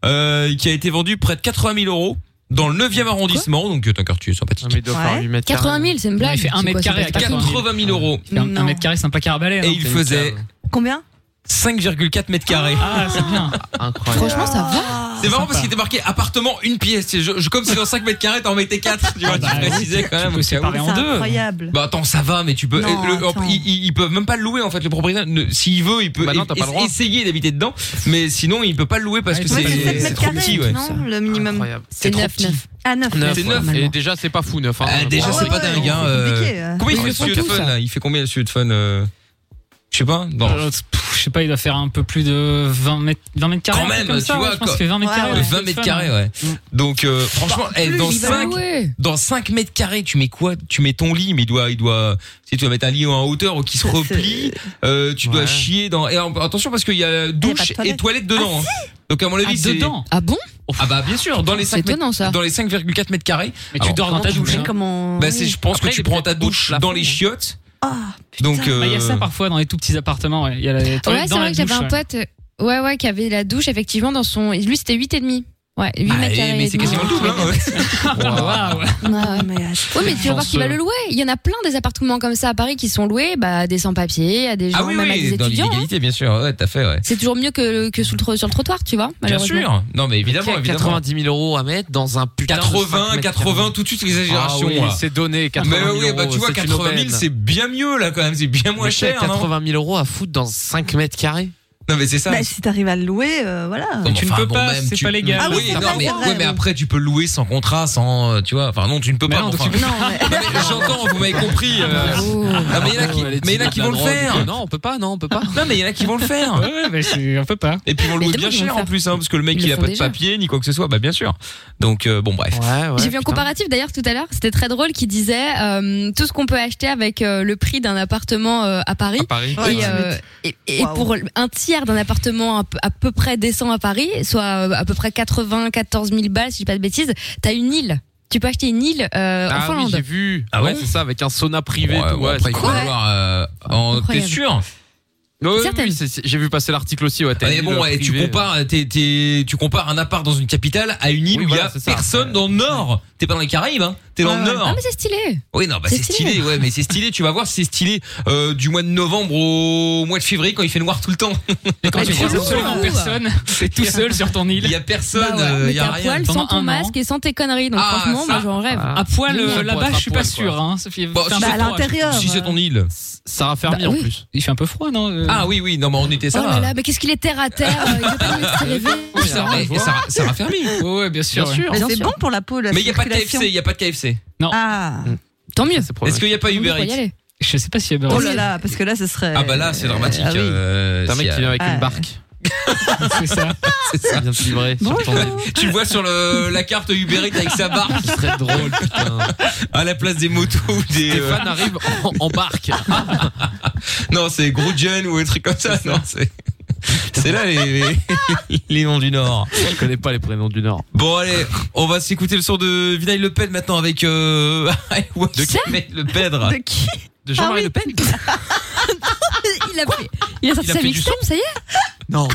S2: euh, qui a été vendu près de 80 000 euros dans le 9e arrondissement, donc qui est un quartier sympathique.
S5: Ah, mais il doit faire
S7: Ouais.
S5: 8 mètres
S3: 80 000, c'est une blague.
S4: Il fait un
S3: C'est
S4: mètre
S3: quoi,
S4: carré
S3: c'est
S4: à
S3: pas
S4: 80 000.
S2: 80 000 euros
S4: Fait un, un
S7: Non.
S4: mètre carré, c'est un hein, pack à balai.
S2: et il faisait
S7: Combien
S2: 5,4 mètres carrés.
S4: Ah, c'est bien.
S5: Incroyable.
S3: Franchement, ça va.
S2: C'est marrant
S4: sympa.
S2: parce qu'il était marqué appartement une pièce. C'est je- je- comme c'est dans 5 mètres carrés, t'en mettais 4. Tu vois,
S4: Ah bah,
S2: tu précisais quand même.
S4: peux
S2: au cas où.
S4: séparer.
S7: C'est
S4: en deux.
S7: incroyable.
S2: Bah attends, ça va, mais tu peux.
S7: Non,
S2: eh, le-
S7: attends.
S2: ils, ils- ils peuvent même pas le louer en fait. Le propriétaire, ne- s'il veut, il peut
S5: Bah non,
S2: e-
S5: t'as pas le droit.
S2: essayer d'habiter dedans, mais sinon il peut pas le louer parce
S5: Ouais,
S2: que
S7: Ouais, c'est
S2: c'est
S7: 7
S2: c'est
S7: mètres
S2: trop
S7: carrés,
S2: petit. Ouais.
S7: non Le minimum.
S5: Incroyable.
S3: C'est
S2: trop
S3: 9,
S2: petit.
S3: 9.
S7: À 9
S5: Neuf,
S2: C'est
S5: ouais.
S2: neuf.
S5: Et déjà, c'est pas fou, 9. Hein,
S2: Ah, déjà
S7: Ah
S2: c'est
S7: ouais,
S2: pas
S7: ouais,
S2: dingue.
S7: ouais,
S2: Hein,
S7: c'est
S2: euh,
S7: compliqué, euh.
S2: Combien il
S3: Ils
S2: fait le
S3: le font
S2: studio de
S3: tous,
S2: fun
S3: ça.
S2: là Il fait combien le studio de fun euh, Je sais pas. Non.
S4: Euh, pff, je sais pas, il doit faire un peu plus de 20 mètres, 20 mètres carrés.
S2: Quand
S4: un truc
S2: même,
S4: comme
S2: tu
S4: ça,
S2: vois,
S4: ouais, je pense
S2: quoi.
S4: qu'il fait 20 mètres
S7: Ouais,
S4: carrés.
S7: ouais.
S4: le
S2: Le 20
S4: Fun, hein.
S2: mètres carrés, ouais. Donc euh, franchement, eh, dans
S7: il va
S2: 5
S3: ouais.
S2: dans 5 mètres carrés, tu mets quoi Tu mets ton lit, mais il doit, il doit, si tu dois mettre un lit en hauteur ou qui se replie, euh, tu dois
S5: Ouais.
S2: chier dans. Et en- attention parce qu'il y a douche
S7: toilette.
S2: et toilette dedans. hein. Donc à mon avis,
S4: Ah,
S2: c'est
S4: dedans.
S3: Ah bon
S2: Ah bah bien sûr, dans les
S3: C'est
S2: 5 mètres-
S3: étonnant, ça.
S2: dans les 5,4 mètres carrés.
S4: Mais
S2: Alors,
S4: tu dors dans ta douche.
S7: Mais
S4: hein.
S7: comment.
S2: Bah c'est, je pense
S5: Après,
S2: que
S5: il
S2: tu
S5: est
S2: prends ta
S5: peut-être au
S2: douche
S5: plafond,
S2: dans les
S5: hein.
S2: chiottes.
S7: Ah, putain.
S2: Donc
S4: Bah, Il y a ça
S2: euh,
S4: parfois dans les tout petits appartements. Ouais, Il y a la
S3: Ouais,
S4: toilette
S3: c'est
S4: dans
S3: vrai
S4: la
S3: que j'avais
S4: douche,
S3: un
S4: ouais.
S3: pote, euh, ouais, ouais, qui avait la douche, effectivement, dans son. Lui, c'était 8,5. Ouais, 8
S2: bah,
S3: mètres
S2: eh,
S3: carrés.
S2: mais
S3: et
S2: c'est
S3: demi.
S2: quasiment le double. Hein,
S4: Ah, waouh.
S3: Ouais, ouais.
S7: mais
S3: Oui, mais tu vas voir qu'il va le
S4: Chanceux.
S3: louer. Il y en a plein des appartements comme ça à Paris qui sont loués bah, à des sans-papiers, à des gens,
S2: Ah oui,
S3: même à des
S2: oui, dans
S3: étudiants. hein.
S2: l'illégalité, bien sûr. Ouais, t'as fait, ouais.
S3: C'est toujours mieux que, que sous le tro- sur le trottoir, tu vois.
S2: Bien
S3: malheureusement.
S2: sûr. Non, mais évidemment, évidemment.
S5: 90 000 euros à mettre dans un putain
S2: 80,
S5: de
S2: 80, tout de suite l'exagération.
S5: Ah oui,
S2: là.
S5: c'est donné. 80
S2: Mais
S5: 000
S2: oui, bah
S5: euros,
S2: tu vois,
S5: c'est une
S2: 80 000,
S5: aubaine.
S2: c'est bien mieux là quand même, c'est bien moins
S5: Mais
S2: cher.
S5: t'as
S2: Non,
S5: 80 000 euros à foutre dans 5 mètres carrés.
S2: non mais c'est ça.
S7: Bah, si t'arrives à le louer, euh, voilà.
S4: tu ne peux pas, c'est pas légal.
S7: Ah oui,
S2: oui,
S7: c'est
S2: non,
S7: pas
S2: mais,
S7: légal,
S2: ouais,
S7: ouais,
S2: mais
S7: oui.
S2: après tu peux louer sans contrat, sans, euh, tu vois. Enfin non, tu ne peux
S4: Mais
S2: pas.
S4: non,
S2: mais
S4: donc
S2: enfin.
S4: tu
S7: Non, mais.
S2: Non, mais J'entends, vous m'avez compris. euh,
S3: Oh.
S2: non, mais il y
S4: Ah,
S2: en a qui,
S5: Ah Ouais, les
S2: mais il y en a
S5: types
S2: qui
S5: de la
S2: vont le
S5: drogue, euh,
S2: faire.
S5: Non, on peut pas, non, on peut
S4: <laughs>
S5: pas.
S2: Non, mais il y en a qui vont le faire.
S4: Ouais, ouais, mais c'est- on peut pas.
S2: Et puis ils vont le
S3: Mais
S2: louer
S3: demain,
S2: bien
S3: ils
S2: cher
S3: vont le
S2: en
S3: faire.
S2: plus, hein, parce que le mec
S3: Ils
S2: il
S3: le
S2: a
S3: font
S2: pas de
S3: déjà.
S2: papier ni quoi que ce soit. Bah bien sûr. Donc euh, bon, bref.
S5: Ouais, ouais.
S3: J'ai vu un
S5: putain.
S3: comparatif d'ailleurs tout à l'heure, c'était très drôle, qui disait euh, tout ce qu'on peut acheter avec euh, le prix d'un appartement euh, à Paris.
S5: À Paris.
S7: Ouais,
S3: et
S7: tu
S3: euh, et- et
S7: Waouh.
S3: pour un tiers d'un appartement à, peu- à peu près décent à Paris, soit euh, à peu près 80, 14 000 balles, si je dis pas de bêtises, t'as une île. Tu peux acheter une île euh, en
S5: Ah oui,
S3: Finlande.
S5: j'ai vu. Ah ouais, c'est ça, avec un sauna privé.
S2: Ouais,
S5: tout,
S2: ouais,
S5: ouais,
S2: après, il
S5: c'est-
S2: faut avoir, euh, en- T'es
S3: Incroyable.
S2: sûr
S5: Ouais, ouais,
S3: Certaines.
S5: oui, c'est- c'est- j'ai vu passer l'article aussi. Ouais, t'as
S2: Mais
S5: une
S2: bon,
S5: île
S2: ouais, tu
S5: privée.
S2: compares, t'es- t'es- tu compares un appart dans une capitale à une île
S5: euh. Oui,
S2: où il
S5: voilà,
S2: y a
S5: c'est ça.
S2: personne dans le nord. T'es pas dans les Caraïbes, hein T'es dans
S7: Ouais,
S2: le
S7: ouais.
S2: nord.
S3: Ah mais c'est stylé.
S2: Oui, non, bah
S3: C'est
S2: c'est stylé,
S3: stylé.
S2: ouais, mais c'est stylé. Tu vas voir, c'est stylé euh, du mois de novembre au mois de février quand il fait noir tout le temps. Ah,
S4: Et quand
S3: Mais
S4: tu
S3: c'est
S4: croises
S3: lourd.
S4: absolument personne, t'es tout seul sur ton
S2: Il
S4: île. Bah,
S2: y a personne,
S3: Bah ouais,
S2: euh, il
S3: mais
S2: y
S3: t'es
S2: a
S3: à
S2: rien.
S3: poil, sans
S4: pendant
S3: ton
S4: un an.
S3: masque et sans tes conneries. Donc
S2: Ah,
S3: franchement,
S2: ça.
S3: moi j'en rêve.
S5: Ah.
S4: À poil
S5: Génial.
S4: euh,
S5: Pour
S4: là-bas,
S5: être
S4: je
S5: à
S4: suis pas
S5: poil,
S4: sûr.
S5: quoi.
S4: Hein. Ça fait-
S2: Bon,
S4: fait un
S2: si
S7: Bah,
S4: peu
S7: à
S4: froid.
S7: l'intérieur.
S2: Si c'est ton île.
S5: Ça raffermit
S3: Bah
S5: en
S3: oui.
S5: plus.
S4: Il fait un peu froid, non euh,
S2: Ah oui, oui, non, mais on était ça.
S3: oh
S2: va.
S3: là là, mais qu'est-ce qu'il est terre à terre. euh, il veut pas nous laisser
S2: <laughs>
S3: rêver.
S2: Oui, ça,
S4: Ah,
S2: et- et ça, ça raffermit.
S4: Ouais, ouais, bien sûr.
S5: Bien
S4: ouais.
S7: Mais
S3: Bien
S7: c'est
S3: sûr.
S7: bon pour la peau, la
S2: Mais il n'y a pas de
S7: circulation.
S2: KFC, il n'y a pas de KFC.
S7: Ah,
S3: Tant mieux.
S5: C'est
S2: Mm. Est-ce qu'il n'y a pas
S3: Tant mieux
S2: Uber
S3: pour y
S2: Eats
S3: aller.
S4: Je sais pas s'il y a
S7: oh
S4: Uber
S7: là
S4: Eats.
S7: là, parce que là, ce
S3: Euh,
S7: serait.
S2: Ah bah là, c'est dramatique.
S7: Ah oui.
S2: euh,
S5: T'as un
S2: s'il
S5: mec
S2: y a-
S5: qui vient avec
S7: Ah.
S5: une barque.
S4: <laughs> C'est ça.
S2: c'est ça.
S5: Il vient de se livrer. sur
S7: Bonjour.
S5: ton île.
S2: Tu le vois sur le, la carte Uber Eats avec sa barque.
S5: Ce serait drôle, putain.
S2: À la place des motos ou des. euh,
S5: Stéphane arrive en, en barque.
S2: <laughs> Non, c'est Gros John ou un truc comme ça. Non, c'est. C'est là les,
S5: <laughs>
S2: les, les noms du Nord.
S5: Je connais pas les prénoms du Nord.
S2: Bon allez, on va s'écouter le son de Vinay Le Pen maintenant avec euh... <laughs> I want
S3: De qui
S2: Ahmed Le
S3: euh,
S2: <laughs> Pedre.
S7: De qui
S5: De Jean-Marie
S7: Ah
S5: Le Pen
S3: <laughs> Il a, fait- il a sorti
S2: Il a
S3: sa
S2: fait du
S3: mixtape, ça y est
S5: Non.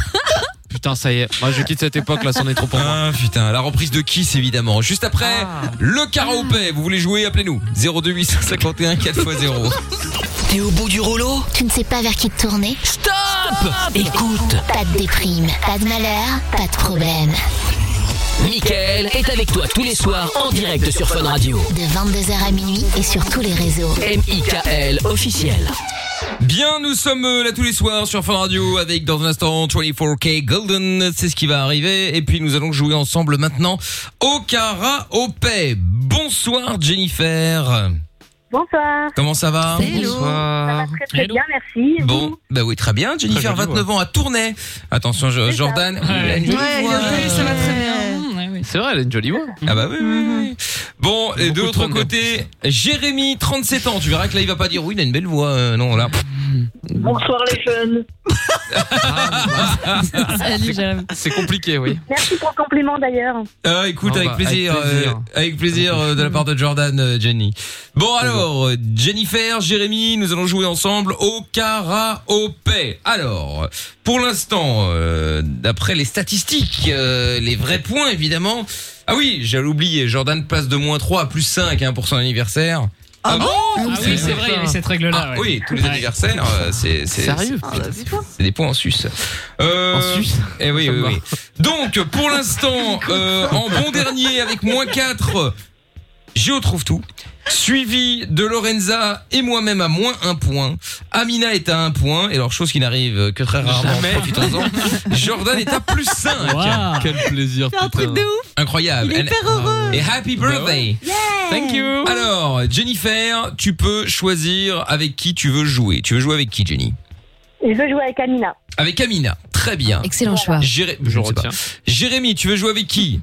S5: Putain, ça y est. Moi, je quitte cette époque là, c'en est trop pour moi. Ah.
S2: Ah putain, la reprise de Kiss évidemment. Juste après, le karaopé. Vous voulez jouer, appelez-nous. 02851 4x0.
S1: T'es au bout du rouleau
S8: Tu ne sais pas vers qui te tourner
S1: Stop Écoute,
S8: Pas de déprime, pas de malheur, pas de problème.
S1: Michael est avec toi tous les soirs en direct sur Fun Radio.
S8: De 22h à minuit et sur tous les réseaux.
S1: M.I.K.L. officiel.
S2: Bien, nous sommes euh, là tous les soirs sur Fun Radio avec dans un instant 24K Golden, c'est ce qui va arriver et puis nous allons jouer ensemble maintenant au karaopé. Bonsoir Jennifer.
S10: Bonsoir.
S2: Comment ça va
S3: Hello.
S5: Bonsoir.
S10: Très très
S4: Hello.
S10: bien, merci.
S2: Bon, bah oui, très bien. Jennifer,
S5: Très joli,
S2: 29 ans à Tournai. Attention Jo- Jordan. il a une
S7: Ouais,
S2: jolie
S7: il
S2: voix.
S7: a joué, ça va très bien.
S4: Mmh, ouais, ouais.
S5: C'est vrai, elle a une jolie voix.
S2: Ah bah oui, oui, oui. Bon, et de
S5: Beaucoup de
S2: l'autre
S5: Tournai.
S2: côté, Jérémy, 37 ans. Tu verras que là, il va pas dire oui, il a une belle voix. Euh, non, là.
S10: Bonsoir les jeunes.
S3: <laughs> Salut, j'aime.
S5: <laughs> C'est compliqué, oui.
S10: Merci pour le compliment d'ailleurs.
S2: Euh, écoute,
S5: Ah
S2: avec,
S5: bah,
S2: plaisir,
S5: avec
S2: euh,
S5: plaisir.
S2: avec plaisir, euh, de la part de Jordan, euh, Jenny. Bon alors, euh, Jennifer, Jérémy, nous allons jouer ensemble au karaopé. Alors, pour l'instant, euh, d'après les statistiques, euh, les vrais points évidemment. Ah oui, j'allais oublier, Jordan passe de moins 3 à plus 5 hein, pour son anniversaire.
S7: Ah
S2: bon
S4: Ah oui, c'est vrai, il y avait cette règle-là.
S2: Ah
S4: ouais.
S2: oui, tous les
S4: Ouais.
S2: anniversaires, euh, c'est c'est-
S5: Sérieux
S7: Ah, bah, putain.
S2: c'est des points en sus. Euh,
S5: En Suisse
S2: eh oui,
S5: Ça
S2: oui,
S5: me
S2: oui. Donc,
S5: <laughs>
S2: pour l'instant, euh, en bon dernier, avec moins 4, Gio trouve tout. Suivi de Lorenza et moi-même à moins 1 point. Amina est à 1 point. Et alors, chose qui n'arrive que très rarement,
S5: Jamais. <laughs>
S2: profitons-en. Jordan est à plus 5.
S4: Waouh.
S5: Quel plaisir. Bah
S7: C'est un truc de ouf.
S2: Incroyable.
S7: Il est
S2: Elle-
S7: hyper heureux.
S2: Et happy birthday.
S5: Thank you.
S2: Alors, Jennifer, tu peux choisir avec qui tu veux jouer. Tu veux jouer avec qui, Jenny
S10: Je veux jouer avec Amina.
S2: Avec Amina. Très bien.
S3: Excellent choix.
S2: Jéré- je
S5: Je
S2: ne sais pas.
S5: retiens.
S2: Jérémy, tu veux jouer avec qui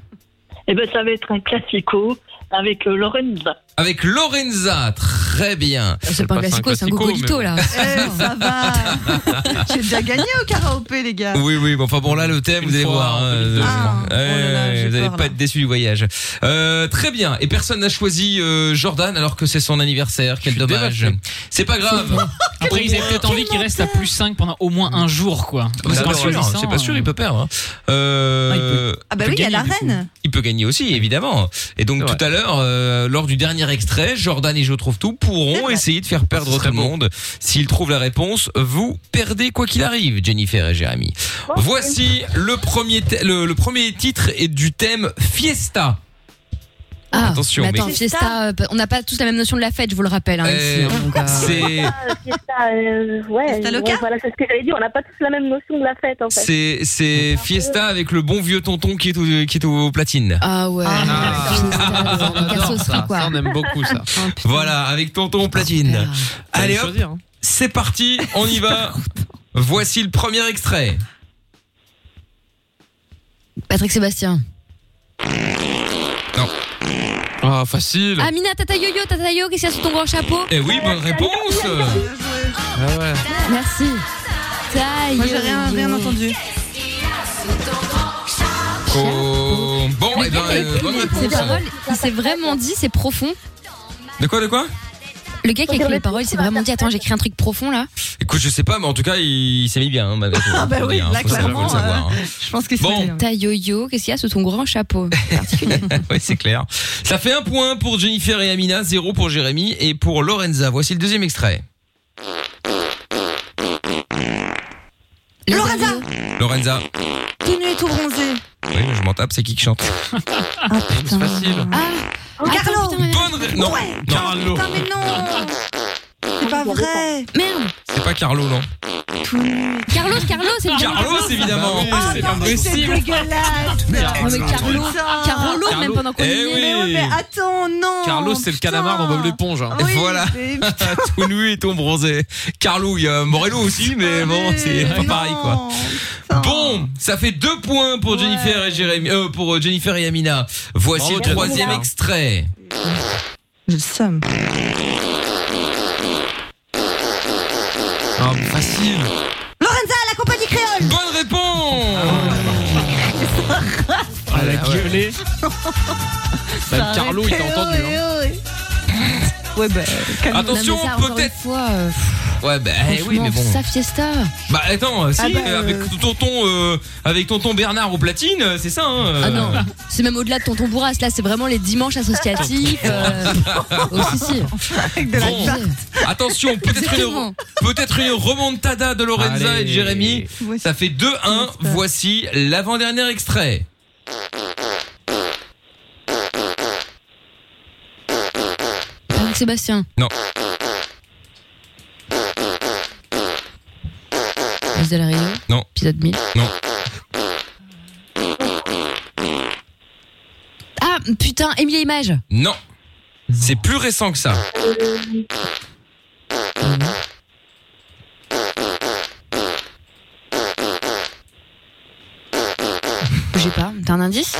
S10: Eh ben ça va être un classico avec euh, Lorenza.
S2: Avec Lorenza, très bien.
S3: Euh, C'est pas un
S5: pas
S3: classico, c'est un cocolito,
S5: mais
S3: là.
S7: <laughs> Eh, ça va. <laughs> J'ai déjà gagné au karaopé, les gars.
S2: <laughs> Oui, oui, mais enfin bon là le thème,
S5: Une
S2: vous allez
S5: fois, hein.
S2: voir. hein,
S5: en 2002,
S7: Ah,
S2: Ouais,
S7: oh là là,
S2: ouais,
S7: j'ai
S2: vous n'allez
S7: peur,
S2: pas
S7: là.
S2: être déçu du voyage. Euh, très bien. Et personne n'a choisi euh, Jordan alors que c'est son anniversaire. Quel dommage. C'est pas grave.
S4: Après, ils avaient peut-être envie qu'il reste à plus 5 pendant au moins un jour,
S5: Ah,
S4: quoi.
S2: C'est
S4: En
S5: bah,
S2: pas sûr.
S4: choisissant,
S2: Ah, C'est pas sûr. Il peut perdre. hein. Euh,
S7: Ah bah
S2: il peut
S7: oui, il y a
S2: gagner,
S7: la
S2: du coup.
S7: reine.
S2: Il peut gagner aussi, évidemment. Et donc
S5: C'est vrai.
S2: tout à l'heure, euh, lors du dernier extrait, Jordan et Je trouve tout
S7: C'est
S2: pourront
S7: vrai. Ah,
S2: essayer de faire perdre
S5: Ce
S2: tout
S5: serait
S2: le
S5: beau.
S2: monde. S'ils trouvent la réponse, vous perdez quoi qu'il arrive, Jennifer et Jérémy. Voici le premier, thè- le, le premier titre est du thème Fiesta.
S3: Ah,
S2: Attention,
S3: mais attends,
S7: mais-
S3: fiesta, euh, on n'a pas tous la même notion de la fête, je vous le rappelle. hein,
S2: Euh,
S3: ici, hein, donc, euh,
S2: C'est
S10: Ah, Fiesta, euh, ouais,
S7: Fiesta Loca
S10: ouais, voilà, c'est ce que j'avais dit. On n'a pas tous la même notion de la fête en fait.
S2: c'est c'est Fiesta avec le bon vieux tonton qui est au, qui est au platine.
S3: Ah ouais,
S5: Ah.
S3: fiesta,
S5: On adore
S3: cassos
S5: ça.
S3: frites, quoi.
S5: Ça, on aime beaucoup ça.
S3: Ah,
S2: Voilà, avec tonton au platine. Allez hop, c'est parti, on
S3: <laughs>
S2: y va. Voici le premier extrait.
S3: Patrick Sébastien.
S5: Ah, facile.
S3: Ah, Mina, tata yo-yo, tata yo, qu'est-ce qu'il y a sous ton grand chapeau
S2: Eh oui, bonne réponse
S5: Ah ouais.
S3: Merci. Taille.
S7: Moi, j'ai rien- rien entendu.
S2: Oh, Bon, et ben, euh, bonne
S3: Ces
S2: réponse.
S3: paroles, il s'est vraiment dit, c'est profond.
S2: De quoi, de quoi
S3: Le gars qui a écrit les paroles, il s'est vraiment dit, attends, j'écris un truc profond là.
S2: Écoute, je sais pas, mais en tout cas, il, il s'est mis bien. hein, avec-
S3: Ah bah
S2: faut
S3: oui,
S2: dire, hein,
S3: là,
S2: faut savoir- faut le
S3: clairement, euh.
S2: savoir, hein. <laughs>
S3: Je pense que
S2: c'est Bon. bien.
S3: Ta yo-yo, qu'est-ce qu'il y a sous ton
S2: <laughs>
S3: grand chapeau
S2: ouais, c'est clair. Ça fait un point pour Jennifer et Amina, zéro pour Jérémy et pour Lorenza. Voici le deuxième extrait.
S7: Lorenza
S2: Lorenza.
S7: Tout nu et tout bronzé.
S2: Oui, je m'en tape, c'est qui qui chante <laughs>
S7: Ah putain.
S2: Facile.
S7: Oh, Carlo
S2: Bonne Non, Carlo.
S7: Putain, mais non C'est pas vrai
S3: Merde
S2: C'est pas Carlo, non
S3: Carlos, Carlos, c'est bien.
S2: Carlos, évidemment.
S7: Ah, non, mais c'est dégueulasse
S2: Mais
S3: Oh, mais Carlo,
S7: Putain.
S3: Carolo, même pendant qu'on y
S2: Eh
S3: est.
S2: oui.
S7: Mais ouais, mais attends, non
S2: Carlos, c'est le calamar dans Bob l'éponge. hein. voilà. <laughs> tout nu et tout bronzé. Carlo, il y a Morello aussi, mais bon, c'est pas pareil, quoi. Bon, ça fait deux points pour Jennifer et Jérémy, euh, pour euh, Jennifer et Amina. Voici
S7: Bravo,
S2: le troisième
S7: Jennifer.
S2: extrait.
S7: J'ai le seum.
S2: Ah, facile.
S7: Lorenza, la compagnie créole
S2: Bonne
S7: réponse
S2: ah,
S5: Elle a gueulé.
S7: Bah,
S5: Carlo, il t'a entendu,
S2: hein.
S7: Ouais, bah, calme-
S2: Attention,
S3: Non, mais ça, encore
S2: peut-être-
S3: une fois, euh,
S2: Ouais, bah eh oui,
S3: franchement,
S2: mais bon.
S3: Sa fiesta.
S2: Bah attends, si,
S3: Ah bah,
S2: euh, avec tonton, euh, avec tonton Bernard au platine, euh, c'est ça. Hein, euh.
S3: Ah
S2: <laughs>
S3: non, c'est même au-delà de Tonton Bourras. Là, c'est vraiment les dimanches associatifs. euh, oh, si, si.
S2: Bon, attention, peut-être une,
S3: Exactement.
S2: peut-être une remontada de Lorenza et de Jérémy. Ça fait 2-1. Voici l'avant-dernier extrait.
S3: Franck Sébastien.
S2: Non.
S3: Place de la Rio.
S2: Non.
S3: Épisode 1000.
S2: Non.
S3: Ah, putain, Émilie Image.
S2: Non. C'est plus récent que ça.
S3: J'ai pas. T'as un indice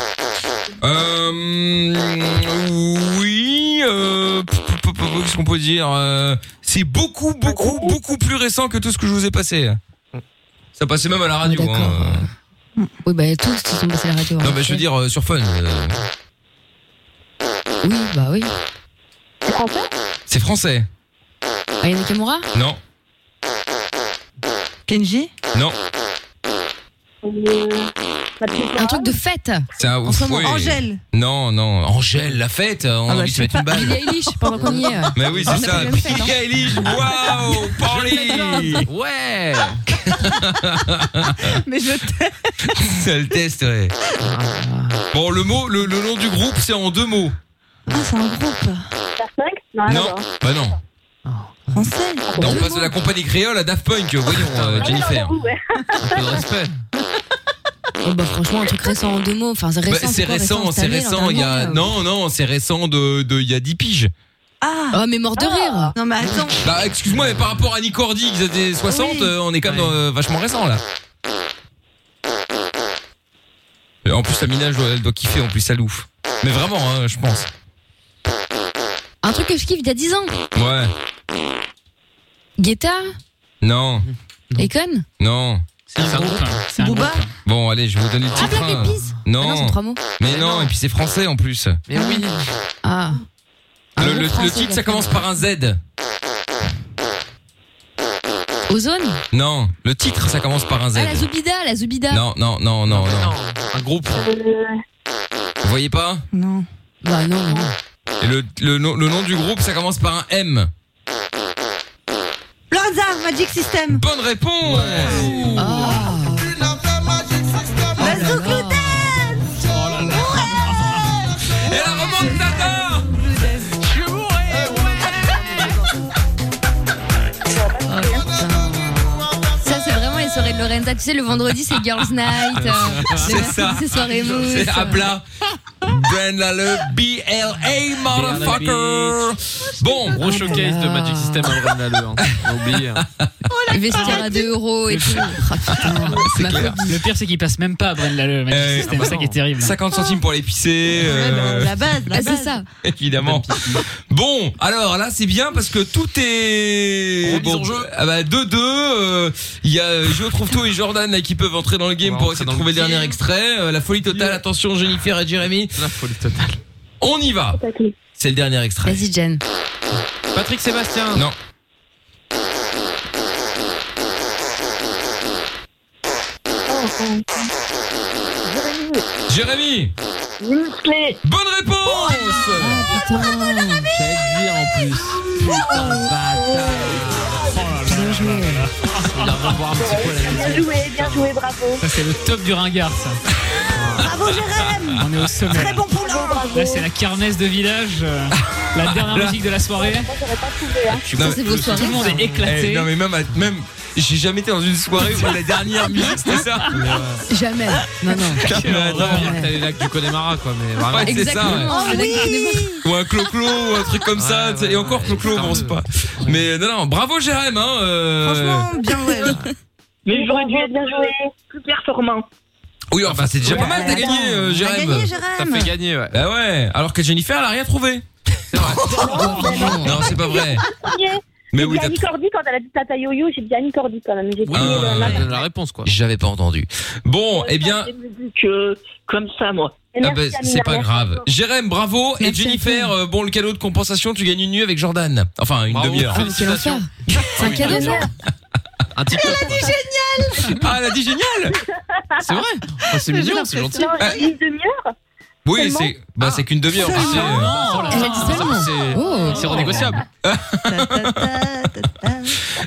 S2: Euh, oui. Euh, p- p- p- Qu'est-ce qu'on peut dire Euh, C'est beaucoup, beaucoup, beaucoup plus récent que tout ce que je vous ai passé. Ça passait même à
S3: Ah,
S2: la radio. hein.
S3: Oui, bah tous qui sont passés à la radio. hein.
S2: Non, mais je veux dire euh, sur Fun. euh.
S3: Oui, bah oui.
S2: C'est français.
S3: Ayana Nakamura
S2: Non.
S7: Kenji
S2: Non.
S3: Un truc de fête.
S2: C'est un ouf, ouais. Non, non. Angèle, la fête. On
S3: Ah bah,
S2: a envie de se mettre une balle.
S3: Billie Eilish, pendant qu'on y est.
S2: <laughs> Mais oui,
S3: On a Ah,
S2: c'est ça.
S3: pas même fait,
S2: Billie Eilish,
S1: <laughs>
S2: waouh, Pauli. Ouais.
S7: Mais je
S2: C'est le test, ouais. Bon, le mot, le, le nom du groupe, c'est en deux mots.
S7: Ah, c'est un groupe.
S2: Non. Bah non.
S7: Français.
S2: Non, on passe de la compagnie créole à Daft Punk. Voyons, euh, Jennifer. Un peu de respect.
S3: Oh, bah franchement, un truc récent en deux mots. Enfin, c'est récent.
S2: Bah, c'est
S3: quoi,
S2: récent,
S3: cette
S2: c'est
S3: année, euh,
S2: récent. Il y a
S3: l'an dernier,
S2: non, non, c'est récent de, de, il y a 10 piges.
S7: Ah
S3: Oh, mais mort de rire
S7: Non, mais attends.
S2: Bah, excuse-moi, mais par rapport à Nicordi qui des 60, euh, on est quand même dans, euh, vachement récent là. Et En plus, Amina, elle doit, elle doit kiffer, en plus, ça louf. Mais vraiment, hein, je pense.
S3: Un truc que je kiffe il y a 10 ans.
S2: Ouais.
S3: Guetta
S2: Non,
S3: Econ
S2: non.
S4: C'est un groupe. hein. C'est un
S3: Booba
S2: Bon, allez, je vais vous donner le
S3: Ah,
S2: titre.
S3: Black
S2: hein.
S3: Eyed Peas Ah non,
S2: Non.
S3: c'est trois mots.
S2: mais non, et puis c'est français en plus.
S5: Mais oui.
S3: Ah.
S2: le, Euh, le- le
S3: français,
S2: titre, ça
S3: d'accord.
S2: commence par un Z.
S3: Ozone
S2: Non, le titre, ça commence par un Z.
S3: Ah, la Zubida, la Zubida.
S2: Non, non, non, non, non. Un groupe. Vous voyez pas
S7: Non.
S3: Bah non, non.
S2: Et le, le nom- le nom du groupe, ça commence par un M.
S3: Oh
S7: Lorenza, Magic System.
S2: Bonne réponse
S3: Ah.
S7: La Zouklouten
S2: Et la remontada
S3: Ça, c'est vraiment les soirées de Lorenza. Tu sais, le vendredi,
S2: <laughs>
S3: c'est Girls Night. euh, le
S2: C'est
S3: mercredi,
S2: ça.
S3: C'est soirée mousse.
S2: C'est à plat. Brenda le BLA, motherfucker Bon,
S5: Gros showcase de Magic System à Brenda Le. hein. On oublie. hein.
S7: Oh la
S3: Vestiaire à 2 euros et tout. Ah, putain, ma faute.
S4: Le pire, c'est qu'il passe même pas à Braine l'Alleud. Magic
S2: Euh,
S4: System, c'est ça qui est terrible.
S2: 50 centimes pour l'épicer.
S3: Ah, bah,
S2: euh,
S3: base, la base. C'est ça.
S2: <laughs> Évidemment. Bon, alors là c'est bien parce que tout est bon. Ah bah 2-2. euh, Il y a Jo trouve tout et Jordan là, qui peuvent entrer dans le game pour essayer de trouver le dernier extrait. Euh, la folie totale. Attention Jennifer et Jérémy. La folie totale. On y va. C'est le dernier extrait.
S3: Vas-y, Jen.
S2: Patrick Sébastien. Non. Jérémy. Bonne réponse.
S3: Ah,
S5: J'allais te dire en plus. Putain, bâtard. Bien joué.
S4: On va revoir un petit peu la
S10: Bien
S4: musique.
S10: joué, bien joué, bravo.
S4: Ça, c'est le top du ringard, ça.
S10: Bravo, Jérém
S4: On est au sommet.
S10: Très
S4: là.
S10: bon poulain
S4: Là, c'est la carnesse de village. euh,
S2: <laughs>
S4: La dernière
S2: Là.
S4: musique de la soirée.
S2: Non, mais-
S4: Tout le monde est éclaté.
S2: Eh, non mais même, à- même j'ai jamais été dans une soirée où la dernière musique
S4: <laughs>
S2: c'était ça.
S3: Jamais. Non,
S2: <laughs>
S3: non.
S2: Putain, mais attends.
S5: T'as les lacs du Connemara, quoi, mais vraiment.
S2: Ouais, c'est ça. ouais.
S3: Exactement.
S7: Oh oui
S2: Ah Ou un clo-clo, ou un truc comme ça. tu sais. et encore clo-clo, bon, c'est pas. Mais non, non, bravo Jérém, hein. euh,
S7: Franchement, bien ouais.
S10: Mais j'aurais dû être bien joué, plus performant.
S2: Oui, enfin, c'est déjà pas mal, t'as gagné, euh,
S7: T'as
S2: Jérém.
S7: gagné,
S5: T'as
S7: Jérém
S5: fait gagner, ouais.
S2: Bah ouais, alors que Jennifer, elle a rien trouvé. C'est vrai. non, c'est
S10: <laughs>
S2: pas vrai. Mais
S10: J'ai
S2: oui,
S10: dit
S2: t'as
S10: Annie Cordy quand elle a dit Tata Yo-Yo, j'ai dit Annie Cordy quand même. J'ai dit euh, le
S2: ouais.
S5: Elle
S10: matin.
S5: donne la réponse, quoi.
S2: Ah, euh, J'avais pas entendu. Bon, eh bien,
S10: Des musiques, euh, comme ça, moi. Et
S2: ah
S10: merci,
S2: bah,
S10: Amina,
S2: c'est pas
S10: merci
S2: grave.
S10: encore.
S2: Jérém, bravo. Et
S3: Merci à
S2: Jennifer, euh, bon, le cadeau de compensation, tu gagnes une nuit avec Jordan. Enfin, une
S5: Bravo.
S2: demi-heure.
S3: Ah, mais quel enfer. C'est un cadeau, ça
S5: Un
S10: Oh
S5: TikTok.
S2: Ah, elle a dit génial!
S5: C'est vrai.
S2: Ah,
S5: Oh, c'est mignon, c'est gentil.
S10: Non, une demi-heure
S2: Oui,
S10: Seulement
S2: c'est, bah, c'est qu'une demi-heure. tu sais, euh,
S3: Elle a dit seulement. Oh.
S5: C'est renégociable.
S7: Ta, ta, ta, ta, ta.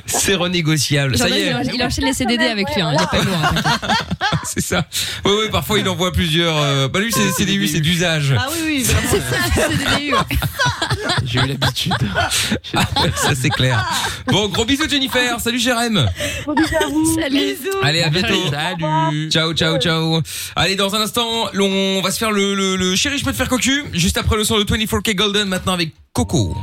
S2: C'est renégociable. Ça
S3: Jordan,
S2: y est,
S3: il enchaîne- il enchaîne les CDD avec lui, hein, il est pas lourd. hein, t'inquiète.
S2: <laughs> c'est ça. Oui, oui, parfois il envoie plusieurs. euh, Bah lui, c'est c'est des huit, c'est d'usage.
S7: Ah oui, oui, vraiment.
S3: C'est ça, le CDD, ouais.
S5: J'ai eu
S2: <laughs>
S5: l'habitude.
S2: Ah, Ça c'est clair. Bon, gros bisous Jennifer. Salut Jérém.
S10: Gros bisous à vous.
S3: Salut.
S2: Allez, à bientôt.
S5: Salut.
S2: Ciao, ciao, ciao. Allez, dans un instant, on va se faire le, le, le chéri, je peux te faire cocu. Juste après le son de 24K Golden, maintenant avec Coco.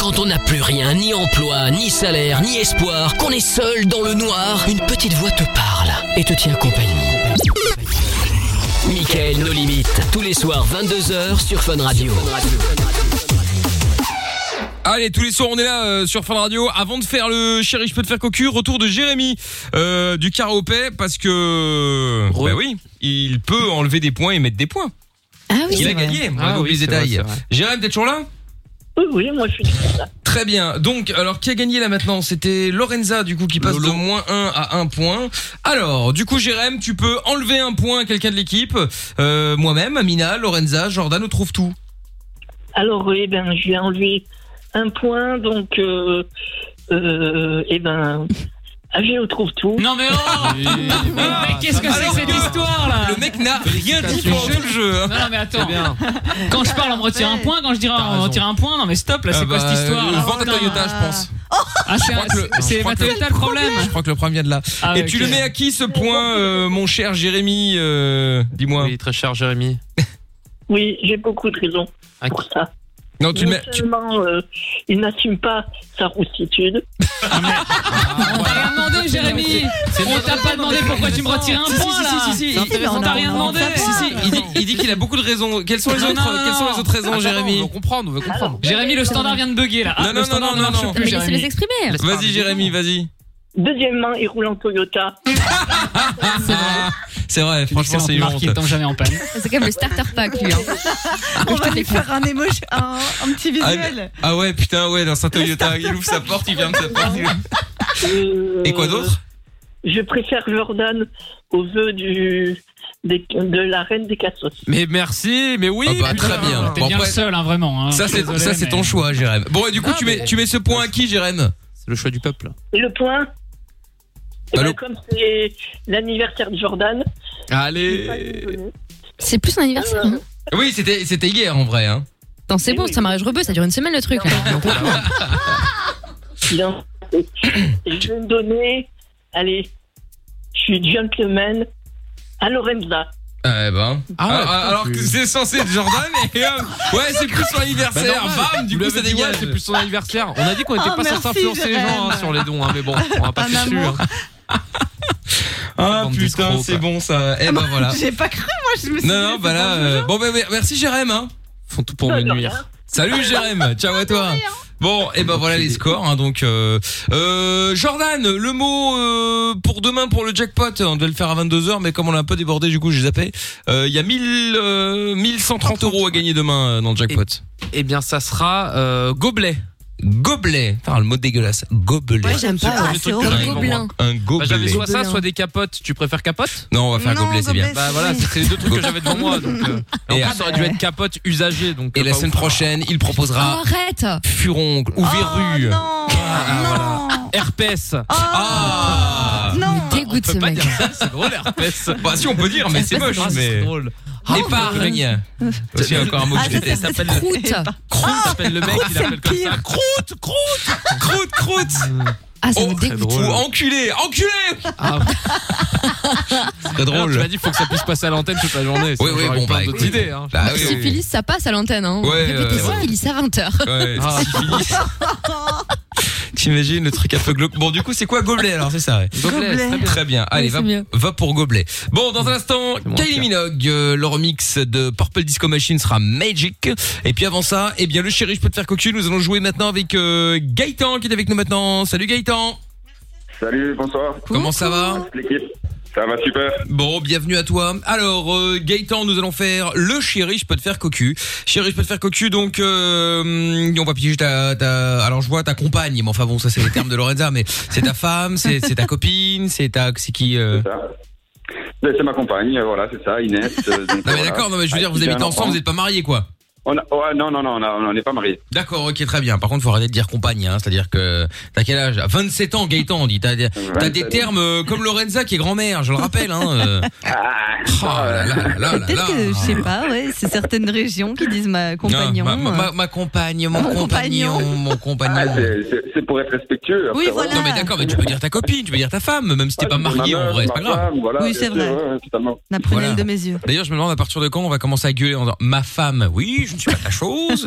S1: Quand on n'a plus rien, ni emploi, ni salaire, ni espoir, qu'on est seul dans le noir, une petite voix te parle et te tient compagnie. Michael, nos limites, tous les soirs 22h sur Fun Radio.
S2: Allez, tous les soirs, on est là euh, sur Fun Radio. Avant de faire le chéri, je peux te faire cocu, retour de Jérémy euh, du karaopé parce que bah oui, il peut enlever des points et mettre des points.
S3: Ah oui,
S2: Il
S3: c'est
S2: a
S3: vrai.
S2: gagné. On
S5: Ah
S2: oublie
S5: oui,
S2: les
S5: c'est vrai,
S2: détails.
S5: c'est vrai.
S2: Jérémy, t'es toujours là
S10: Oui, oui, moi je suis là.
S2: Très bien. Donc, alors qui a gagné là maintenant C'était Lorenza du coup qui passe de moins 1 à 1 point. Alors, du coup, Jérém, tu peux enlever un point à quelqu'un de l'équipe. Euh, Moi-même, Amina, Lorenza, Jordan, on trouve tout.
S10: Alors, eh ben, je vais enlever un point, donc, euh, euh, eh ben, je trouve tout.
S4: Non, mais oh <laughs> Mais qu'est-ce que c'est
S2: Alors
S4: que cette
S2: que-
S4: histoire là
S2: Le mec n'a rien dit pendant tout le jeu. hein.
S4: Non, non, mais attends.
S5: C'est bien.
S4: <laughs> Quand je parle, on me retire un point. Quand je dirai, on me
S5: raison.
S4: retire un point. Non, mais stop là, c'est
S2: Ah
S4: quoi
S2: bah,
S4: cette histoire
S2: euh,
S4: là
S2: Vente à
S4: Putain.
S2: Toyota, je pense.
S4: Ah, c'est
S2: crois que le-
S4: c'est-
S2: je
S4: c'est
S2: crois
S4: ma
S2: que le-
S4: Toyota le problème
S2: Je crois que le premier vient de là.
S4: Ah,
S2: Et
S4: ouais,
S2: tu
S4: ok.
S2: le mets à qui ce point, euh, mon cher Jérémy euh, Dis-moi.
S5: Oui, très cher Jérémy.
S10: Oui, j'ai beaucoup de raisons
S5: Ah,
S10: pour ça.
S2: Non, tu le
S10: non
S2: mets. tu-
S10: seulement euh, il n'assume pas sa roussitude,
S4: On t'a rien demandé, Jérémy On t'a pas demandé pourquoi tu me retires un point là
S2: Si, si, si, si,
S7: si, mais
S4: On
S7: on
S4: t'a
S7: a-
S4: rien
S7: on a
S4: demandé
S7: un point.
S2: Si, si, il dit- il dit qu'il a beaucoup de raisons. Quelles sont les
S4: Non,
S2: autres
S4: non, non,
S2: Quelles sont
S4: non.
S2: les autres raisons,
S5: On veut
S2: Jérémy
S5: comprendre, on veut comprendre.
S4: Jérémy, le standard vient de bugger là. Ah,
S2: Non, non,
S4: le standard
S2: non,
S4: ne
S2: non,
S4: marche
S2: non.
S4: plus,
S3: Mais laissez-les
S4: Jérémy.
S3: s'exprimer.
S5: Laisse parler.
S2: Vas-y, Jérémy, vas-y.
S10: deuxièmement, il roule en Toyota,
S2: Ah, <laughs> C'est vrai, franchement, c'est une
S4: marque
S2: honte.
S4: qui tombe jamais en panne.
S3: C'est quand même le starter pack, lui. hein.
S7: On va lui faire un émoji, un, un petit visuel.
S2: Ah ouais, putain, ouais, dans sa Toyota, il ouvre sa porte, il vient de sa porte. il-
S10: Euh,
S2: Et quoi d'autre
S10: Je préfère Jordan au vœu du des- de la reine des cassos.
S5: Mais merci, mais oui.
S2: Ah bah,
S5: putain.
S2: très bien.
S4: T'es
S2: Bon,
S4: bien le
S2: après,
S4: seul, hein, vraiment. hein.
S2: Ça, c'est
S4: Désolé,
S2: ça, c'est
S4: mais-
S2: ton choix, Jérémy. Bon, et du coup,
S5: Ah,
S2: tu mets
S5: mais-
S2: tu mets ce point à qui, Jérémy
S5: C'est le choix du peuple.
S10: Et le point eh ben,
S2: Allô
S10: comme c'est l'anniversaire de Jordan, je vais pas lui
S5: Allez.
S10: donner.
S3: C'est plus un anniversaire. hein.
S2: Oui, c'était c'était hier en vrai. Hein.
S3: Non, c'est
S10: Eh
S3: bon,
S10: oui.
S3: c'est un mariage rebeu, ça dure une semaine le truc. là.
S10: il en-
S2: Mmh.
S10: je vais me donner, allez, je suis gentleman à Lorenza.
S2: Eh ben.
S5: Ah ouais,
S2: <laughs> Ah,
S5: putain,
S2: alors
S5: tu- Bah,
S2: que c'est censé être Jordan et euh, ouais, c'est plus son anniversaire.
S5: normal.
S2: Bam, du
S5: Vous
S2: coup
S5: l'avez
S2: ça
S5: dit, ouais,
S2: dégage.
S5: c'est plus son anniversaire. On a dit qu'on était
S2: Ah,
S5: pas censé
S2: merci,
S5: influencer les
S2: Jérém.
S5: gens hein, sur les dons, hein, mais bon, on va pas hein.
S2: Un
S5: faire sûr.
S2: amour. Ah putain, c'est bon ça. Eh ben voilà.
S7: J'ai pas cru, moi, je me suis
S2: Non non, bah là euh, bon ben merci Jérém hein. Font tout pour me nuire. Salut Jérém, ciao à toi. Bon, et ben voilà les scores. hein, donc, euh, euh, Jordan, le mot euh, pour demain pour le jackpot. On devait le faire à 22 h mais comme on a un peu débordé, du coup, j'ai zappé. Euh, Il y a 1000, euh, 1130 euros à gagner demain euh, dans le jackpot.
S5: Eh bien, ça sera euh, gobelet.
S2: Gobelet. Putain, le mot dégueulasse. Gobelet.
S5: Ouais, j'aime pas,
S2: le
S5: c'est
S2: truc
S5: horrible.
S2: que j'aime
S5: Gobelin.
S2: pour moi. Un gobelet.
S5: Bah, j'avais soit ça, soit des capotes. Tu préfères capote
S2: Non, on va faire un gobelet, c'est bien.
S5: Bah voilà, c'est c'est les deux trucs que j'avais devant moi. Donc, euh, et en
S2: Et
S5: plus,
S2: à-
S5: ça aurait dû être capote usagée. Donc, euh,
S2: Et la semaine prochaine, il proposera Ah,
S3: Arrête
S2: furoncle ou
S5: Oh,
S2: verrue.
S5: herpès.
S3: Non Dégoûte ce mec.
S5: C'est drôle, herpès.
S2: Ah. Bah si on peut dire, mais c'est moche.
S5: Ah, c'est
S2: mais...
S5: drôle.
S2: Épargne. Aussi encore un mot que je déteste.
S5: Ah, s'appelle Ah,
S3: Croûte
S5: Croûte, s'appelle le mec, il appelle comme ça. Croûte, croûte,
S2: croûte, croûte.
S3: Ah, ça
S5: me dégoûte.
S2: Ou enculé, enculé C'est
S5: drôle. Ah, Tu m'as dit, faut que ça puisse passer à l'antenne toute la journée.
S2: Oui, oui, bon, bah,
S5: d'autres
S2: écoute.
S5: idées. Hein.
S2: Bah, oui, oui.
S3: Syphilis, ça passe à l'antenne. Hein.
S2: Ouais,
S3: Répétez
S2: ouais, ouais.
S3: syphilis à 20h.
S2: Ouais,
S4: Ah,
S2: syphilis. Ah. <laughs> T'imagines le truc un peu glauque. Bon, du coup, c'est quoi gobelet alors C'est ça, ouais.
S5: Gobelet, c'est très bien.
S2: Très bien. Allez,
S5: Oui, c'est
S2: va,
S5: mieux.
S2: va pour gobelet. Bon, dans un instant, Kylie Minogue, euh, leur mix de Purple Disco Machine sera Magic. Et puis avant ça, eh bien, le chéri, je peux te faire cocu. Nous allons jouer maintenant avec euh, Gaëtan qui est avec nous maintenant. Salut Gaëtan.
S11: Salut, bonsoir.
S2: Comment ça va
S11: L'équipe. Ça va super.
S2: Bon, bienvenue à toi. Alors, euh, Gaëtan, nous allons faire le chéri, je peux te faire cocu. Chéri, je peux te faire cocu, donc euh, hum, on va piéger ta, ta- Alors, je vois ta compagne, mais enfin bon, ça c'est le terme de Lorenza, mais c'est ta femme, c'est c'est ta copine, c'est ta... C'est qui euh,
S11: Ben, C'est ma compagne, euh, voilà, c'est ça, Inès.
S2: Non mais d'accord, non mais je veux dire, vous habitez ensemble, vous n'êtes pas mariés quoi
S11: on a- ouais, non, non, non, on a- on n'est pas mariés.
S2: D'accord, ok, très bien. Par contre, faut arrêter de dire compagne, hein, c'est-à-dire que t'as quel âge 27 ans, Gaëtan, on dit. T'as t'as des
S11: 27 ans.
S2: termes euh, comme Lorenza qui est grand-mère, je le rappelle. Hein, euh. Oh là là là là là.
S7: Peut-être que, je sais pas, ouais, c'est certaines régions qui disent ma compagnon.
S2: Non, ma, ma-
S7: euh.
S2: ma- ma compagne, mon,
S7: Mon
S2: compagnon,
S7: compagnon.
S2: mon compagnon.
S11: Ah, c'est- c'est- c'est pour être respectueux.
S7: Oui,
S11: après, Ah,
S7: voilà.
S2: Non mais d'accord, mais tu peux dire ta copine, tu peux dire ta femme, même si t'es pas
S11: Ma
S2: marié en
S11: mère,
S2: vrai, c'est
S11: ma
S2: pas grave.
S11: femme, voilà,
S7: Oui, c'est
S11: bien
S7: vrai.
S11: sûr, ouais, ouais, totalement.
S7: La prunelle
S2: Voilà.
S7: de mes yeux.
S2: D'ailleurs, je me demande à partir de quand on va commencer à gueuler en disant ma femme. Oui, je ne suis pas ta
S7: <laughs>
S2: chose.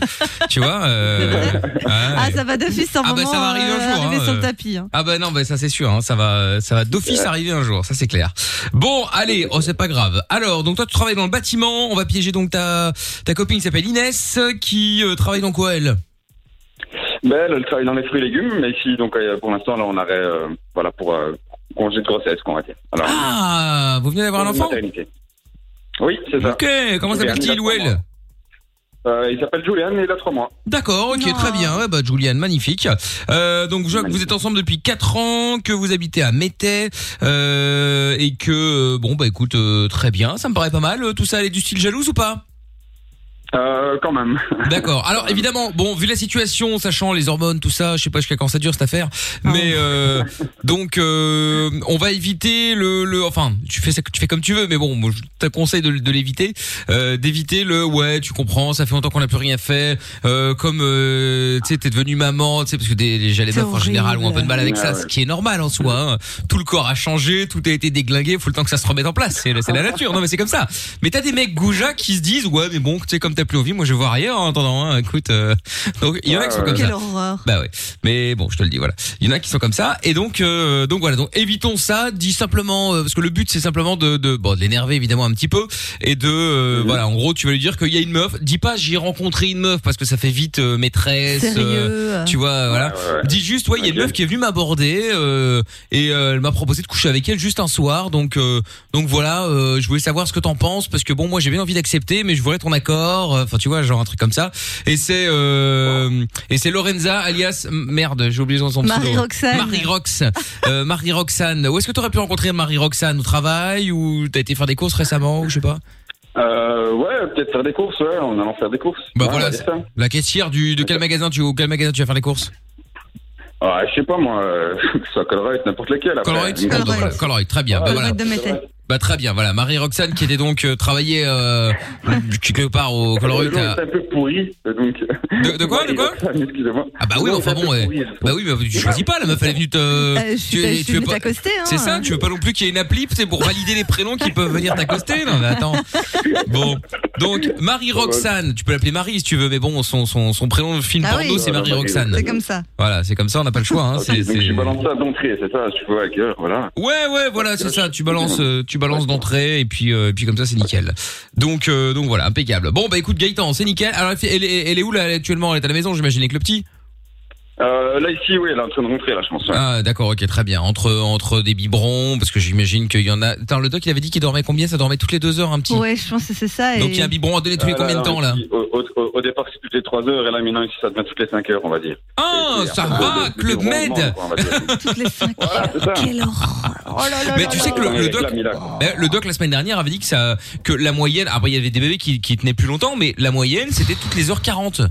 S2: tu vois euh,
S7: Ah,
S2: ouais.
S7: ça va d'office, c'est un
S2: Ah, bah,
S7: moment
S2: ça va arriver un
S7: euh,
S2: jour,
S7: arriver
S2: hein,
S7: sur
S2: euh.
S7: le tapis. hein.
S2: Ah bah non, bah ça c'est sûr, hein, ça va, ça va d'office arriver un jour, ça c'est clair. Bon, allez, oh c'est pas grave. Alors, donc toi tu travailles dans le bâtiment, on va piéger donc ta ta copine qui s'appelle Inès, qui euh, travaille dans quoi elle
S11: Ben, elle, elle travaille dans les fruits et légumes, mais ici, donc, euh, pour l'instant, là, on arrête, euh, voilà, pour euh, congé de grossesse, qu'on va dire. Alors,
S2: Ah, vous venez d'avoir un
S11: congé de
S2: enfant
S11: maternité. Oui, c'est ça.
S2: Ok, comment
S11: Julian, il a
S2: s'appelle-t-il ou
S11: trois
S2: elle
S11: mois. Euh, Il s'appelle Julian et il a trois mois.
S2: D'accord, ok, très bien. Ouais, bah, Julianne, magnifique. Euh, donc, je vois que vous êtes ensemble depuis 4 ans, que vous habitez à Mété, euh, et que, euh, bon, bah écoute, euh, très bien, ça me paraît pas mal. Euh, Tout ça, elle est du style jalouse ou pas
S11: Euh, quand même. <laughs>
S2: D'accord. Alors évidemment, bon, vu la situation, sachant les hormones, tout ça, je sais pas jusqu'à quand ça dure cette affaire, mais euh, donc euh, on va éviter le, le, enfin, tu fais ça, tu fais comme tu veux, mais bon, moi, je te conseille de, de l'éviter, euh, d'éviter le, ouais, tu comprends, ça fait longtemps qu'on n'a plus rien fait, euh, comme euh, tu sais, t'es devenu maman, tu sais, parce que des, les, les meufs en général ont un peu de mal avec ça,
S11: Ah Ouais, ouais.
S2: ce qui est normal en soi. hein. Tout le corps a changé, tout a été déglingué, faut le temps que ça se remette en place. C'est c'est la nature. Non mais c'est comme ça. Mais t'as des mecs goujats qui se disent ouais mais bon tu sais comme t'as plus envie, moi je vais voir ailleurs en attendant. hein, écoute, euh, donc il y en a qui sont comme
S7: Quelle
S2: ça.
S7: horreur.
S2: Bah ouais. Mais bon, je te le dis, voilà. Il y en a qui sont comme ça. Et donc, euh, donc voilà. Donc évitons ça. Dis simplement, euh, parce que le but c'est simplement de, de, bon, de l'énerver évidemment un petit peu et de, euh, voilà. En gros, tu vas lui dire qu'il y a une meuf. Dis pas j'ai rencontré une meuf parce que ça fait vite euh, maîtresse.
S5: Sérieux,
S2: euh, tu vois, voilà. Dis juste, ouais, il y a une meuf qui est venue m'aborder euh, et euh, elle m'a proposé de coucher avec elle juste un soir. Donc, euh, donc voilà. euh, je voulais savoir ce que t'en penses parce que bon, moi j'ai bien envie d'accepter, mais je voudrais ton accord. euh, Enfin, tu vois, genre un truc comme ça. Et c'est euh, et c'est Lorenza alias merde, j'ai oublié son pseudo.
S7: Marie-Roxane.
S2: Marie Rox. Euh, Marie Roxane. Où est-ce que t'aurais pu rencontrer Marie Roxane au travail ou t'as été faire des courses récemment ou je sais pas.
S11: Euh, ouais, peut-être faire des courses, ouais, en allant faire des courses.
S2: Bah
S11: Ouais, on
S2: voilà.
S11: va dire ça.
S2: La caissière du de quel magasin tu au quel magasin tu vas faire les courses?
S11: Ah, je sais pas moi, euh, <laughs> que ce soit Colruyt, n'importe lequel. après.
S2: Colruyt,
S11: Une
S2: Colruyt,
S11: grosse-
S2: Colruyt, très bien. Bah, voilà.
S7: Arrête de m'éteindre.
S2: Bah très bien, voilà. Marie-Roxane qui était donc euh, travaillée euh, <laughs> quelque part au
S11: Le
S2: Colruyt.
S11: nom
S2: à-
S11: est un peu pourri, donc.
S2: De, de
S11: <laughs>
S2: quoi De quoi
S11: Excusez-moi.
S2: Ah bah oui, mais enfin bon, ouais. bah oui, mais tu choisis pas, la meuf elle est venue te.
S7: Euh, je suis- je suis
S2: veux
S7: venue t'accoster, hein.
S2: C'est ça, tu veux pas non plus qu'il y ait une appli, c'est pour valider les prénoms qui peuvent venir t'accoster. Non, mais attends. Bon, donc Marie Roxane, tu peux l'appeler Marie si tu veux, mais bon, son son son prénom de film
S7: Ah oui.
S2: porno c'est Marie Roxane.
S7: C'est comme ça.
S2: Voilà, c'est comme ça, on n'a pas le choix.
S11: <laughs>
S2: Hein.
S11: Ok,
S2: c'est-
S11: donc
S2: c'est-
S11: tu balances ça d'entrée, c'est ça, tu vois, à cœur, voilà.
S2: Ouais, ouais, voilà, c'est ça. Tu balances, euh, tu balances d'entrée et puis, euh, et puis comme ça, c'est nickel. Donc, euh, donc voilà, impeccable. Bon, bah écoute, Gaëtan, c'est nickel. Alors, elle fait- elle, est- elle est où là elle est actuellement Elle est à la maison, j'imagine, avec le petit.
S11: Euh, là, ici, oui, elle est en train de rentrer, là, je pense. ouais.
S2: Ah, d'accord, ok, très bien. Entre, entre des biberons, parce que j'imagine qu'il y en a. Attends, le doc, il avait dit qu'il dormait combien Ça dormait toutes les deux heures, un petit.
S7: Ouais, je pense que c'est ça.
S2: Donc,
S7: et-
S2: il y a un biberon à donner tous les
S11: Euh,
S2: combien de
S11: non,
S2: temps Ah, là
S11: ici, au, au- au départ, c'est toutes les 3 heures, et là, maintenant, ici, ça devient toutes les 5 heures, on va dire.
S2: Ah, ça va, Club Med <laughs>
S7: Toutes les 5
S11: heures.
S7: Quelle horreur. Oh là là
S2: Mais
S7: là
S2: tu
S7: là
S2: sais
S7: là
S2: que
S7: là.
S2: le, le doc, Ben, le doc la semaine dernière avait dit que ça, que la moyenne, après il y avait des bébés qui, qui tenaient plus longtemps, mais la moyenne c'était toutes les heures 40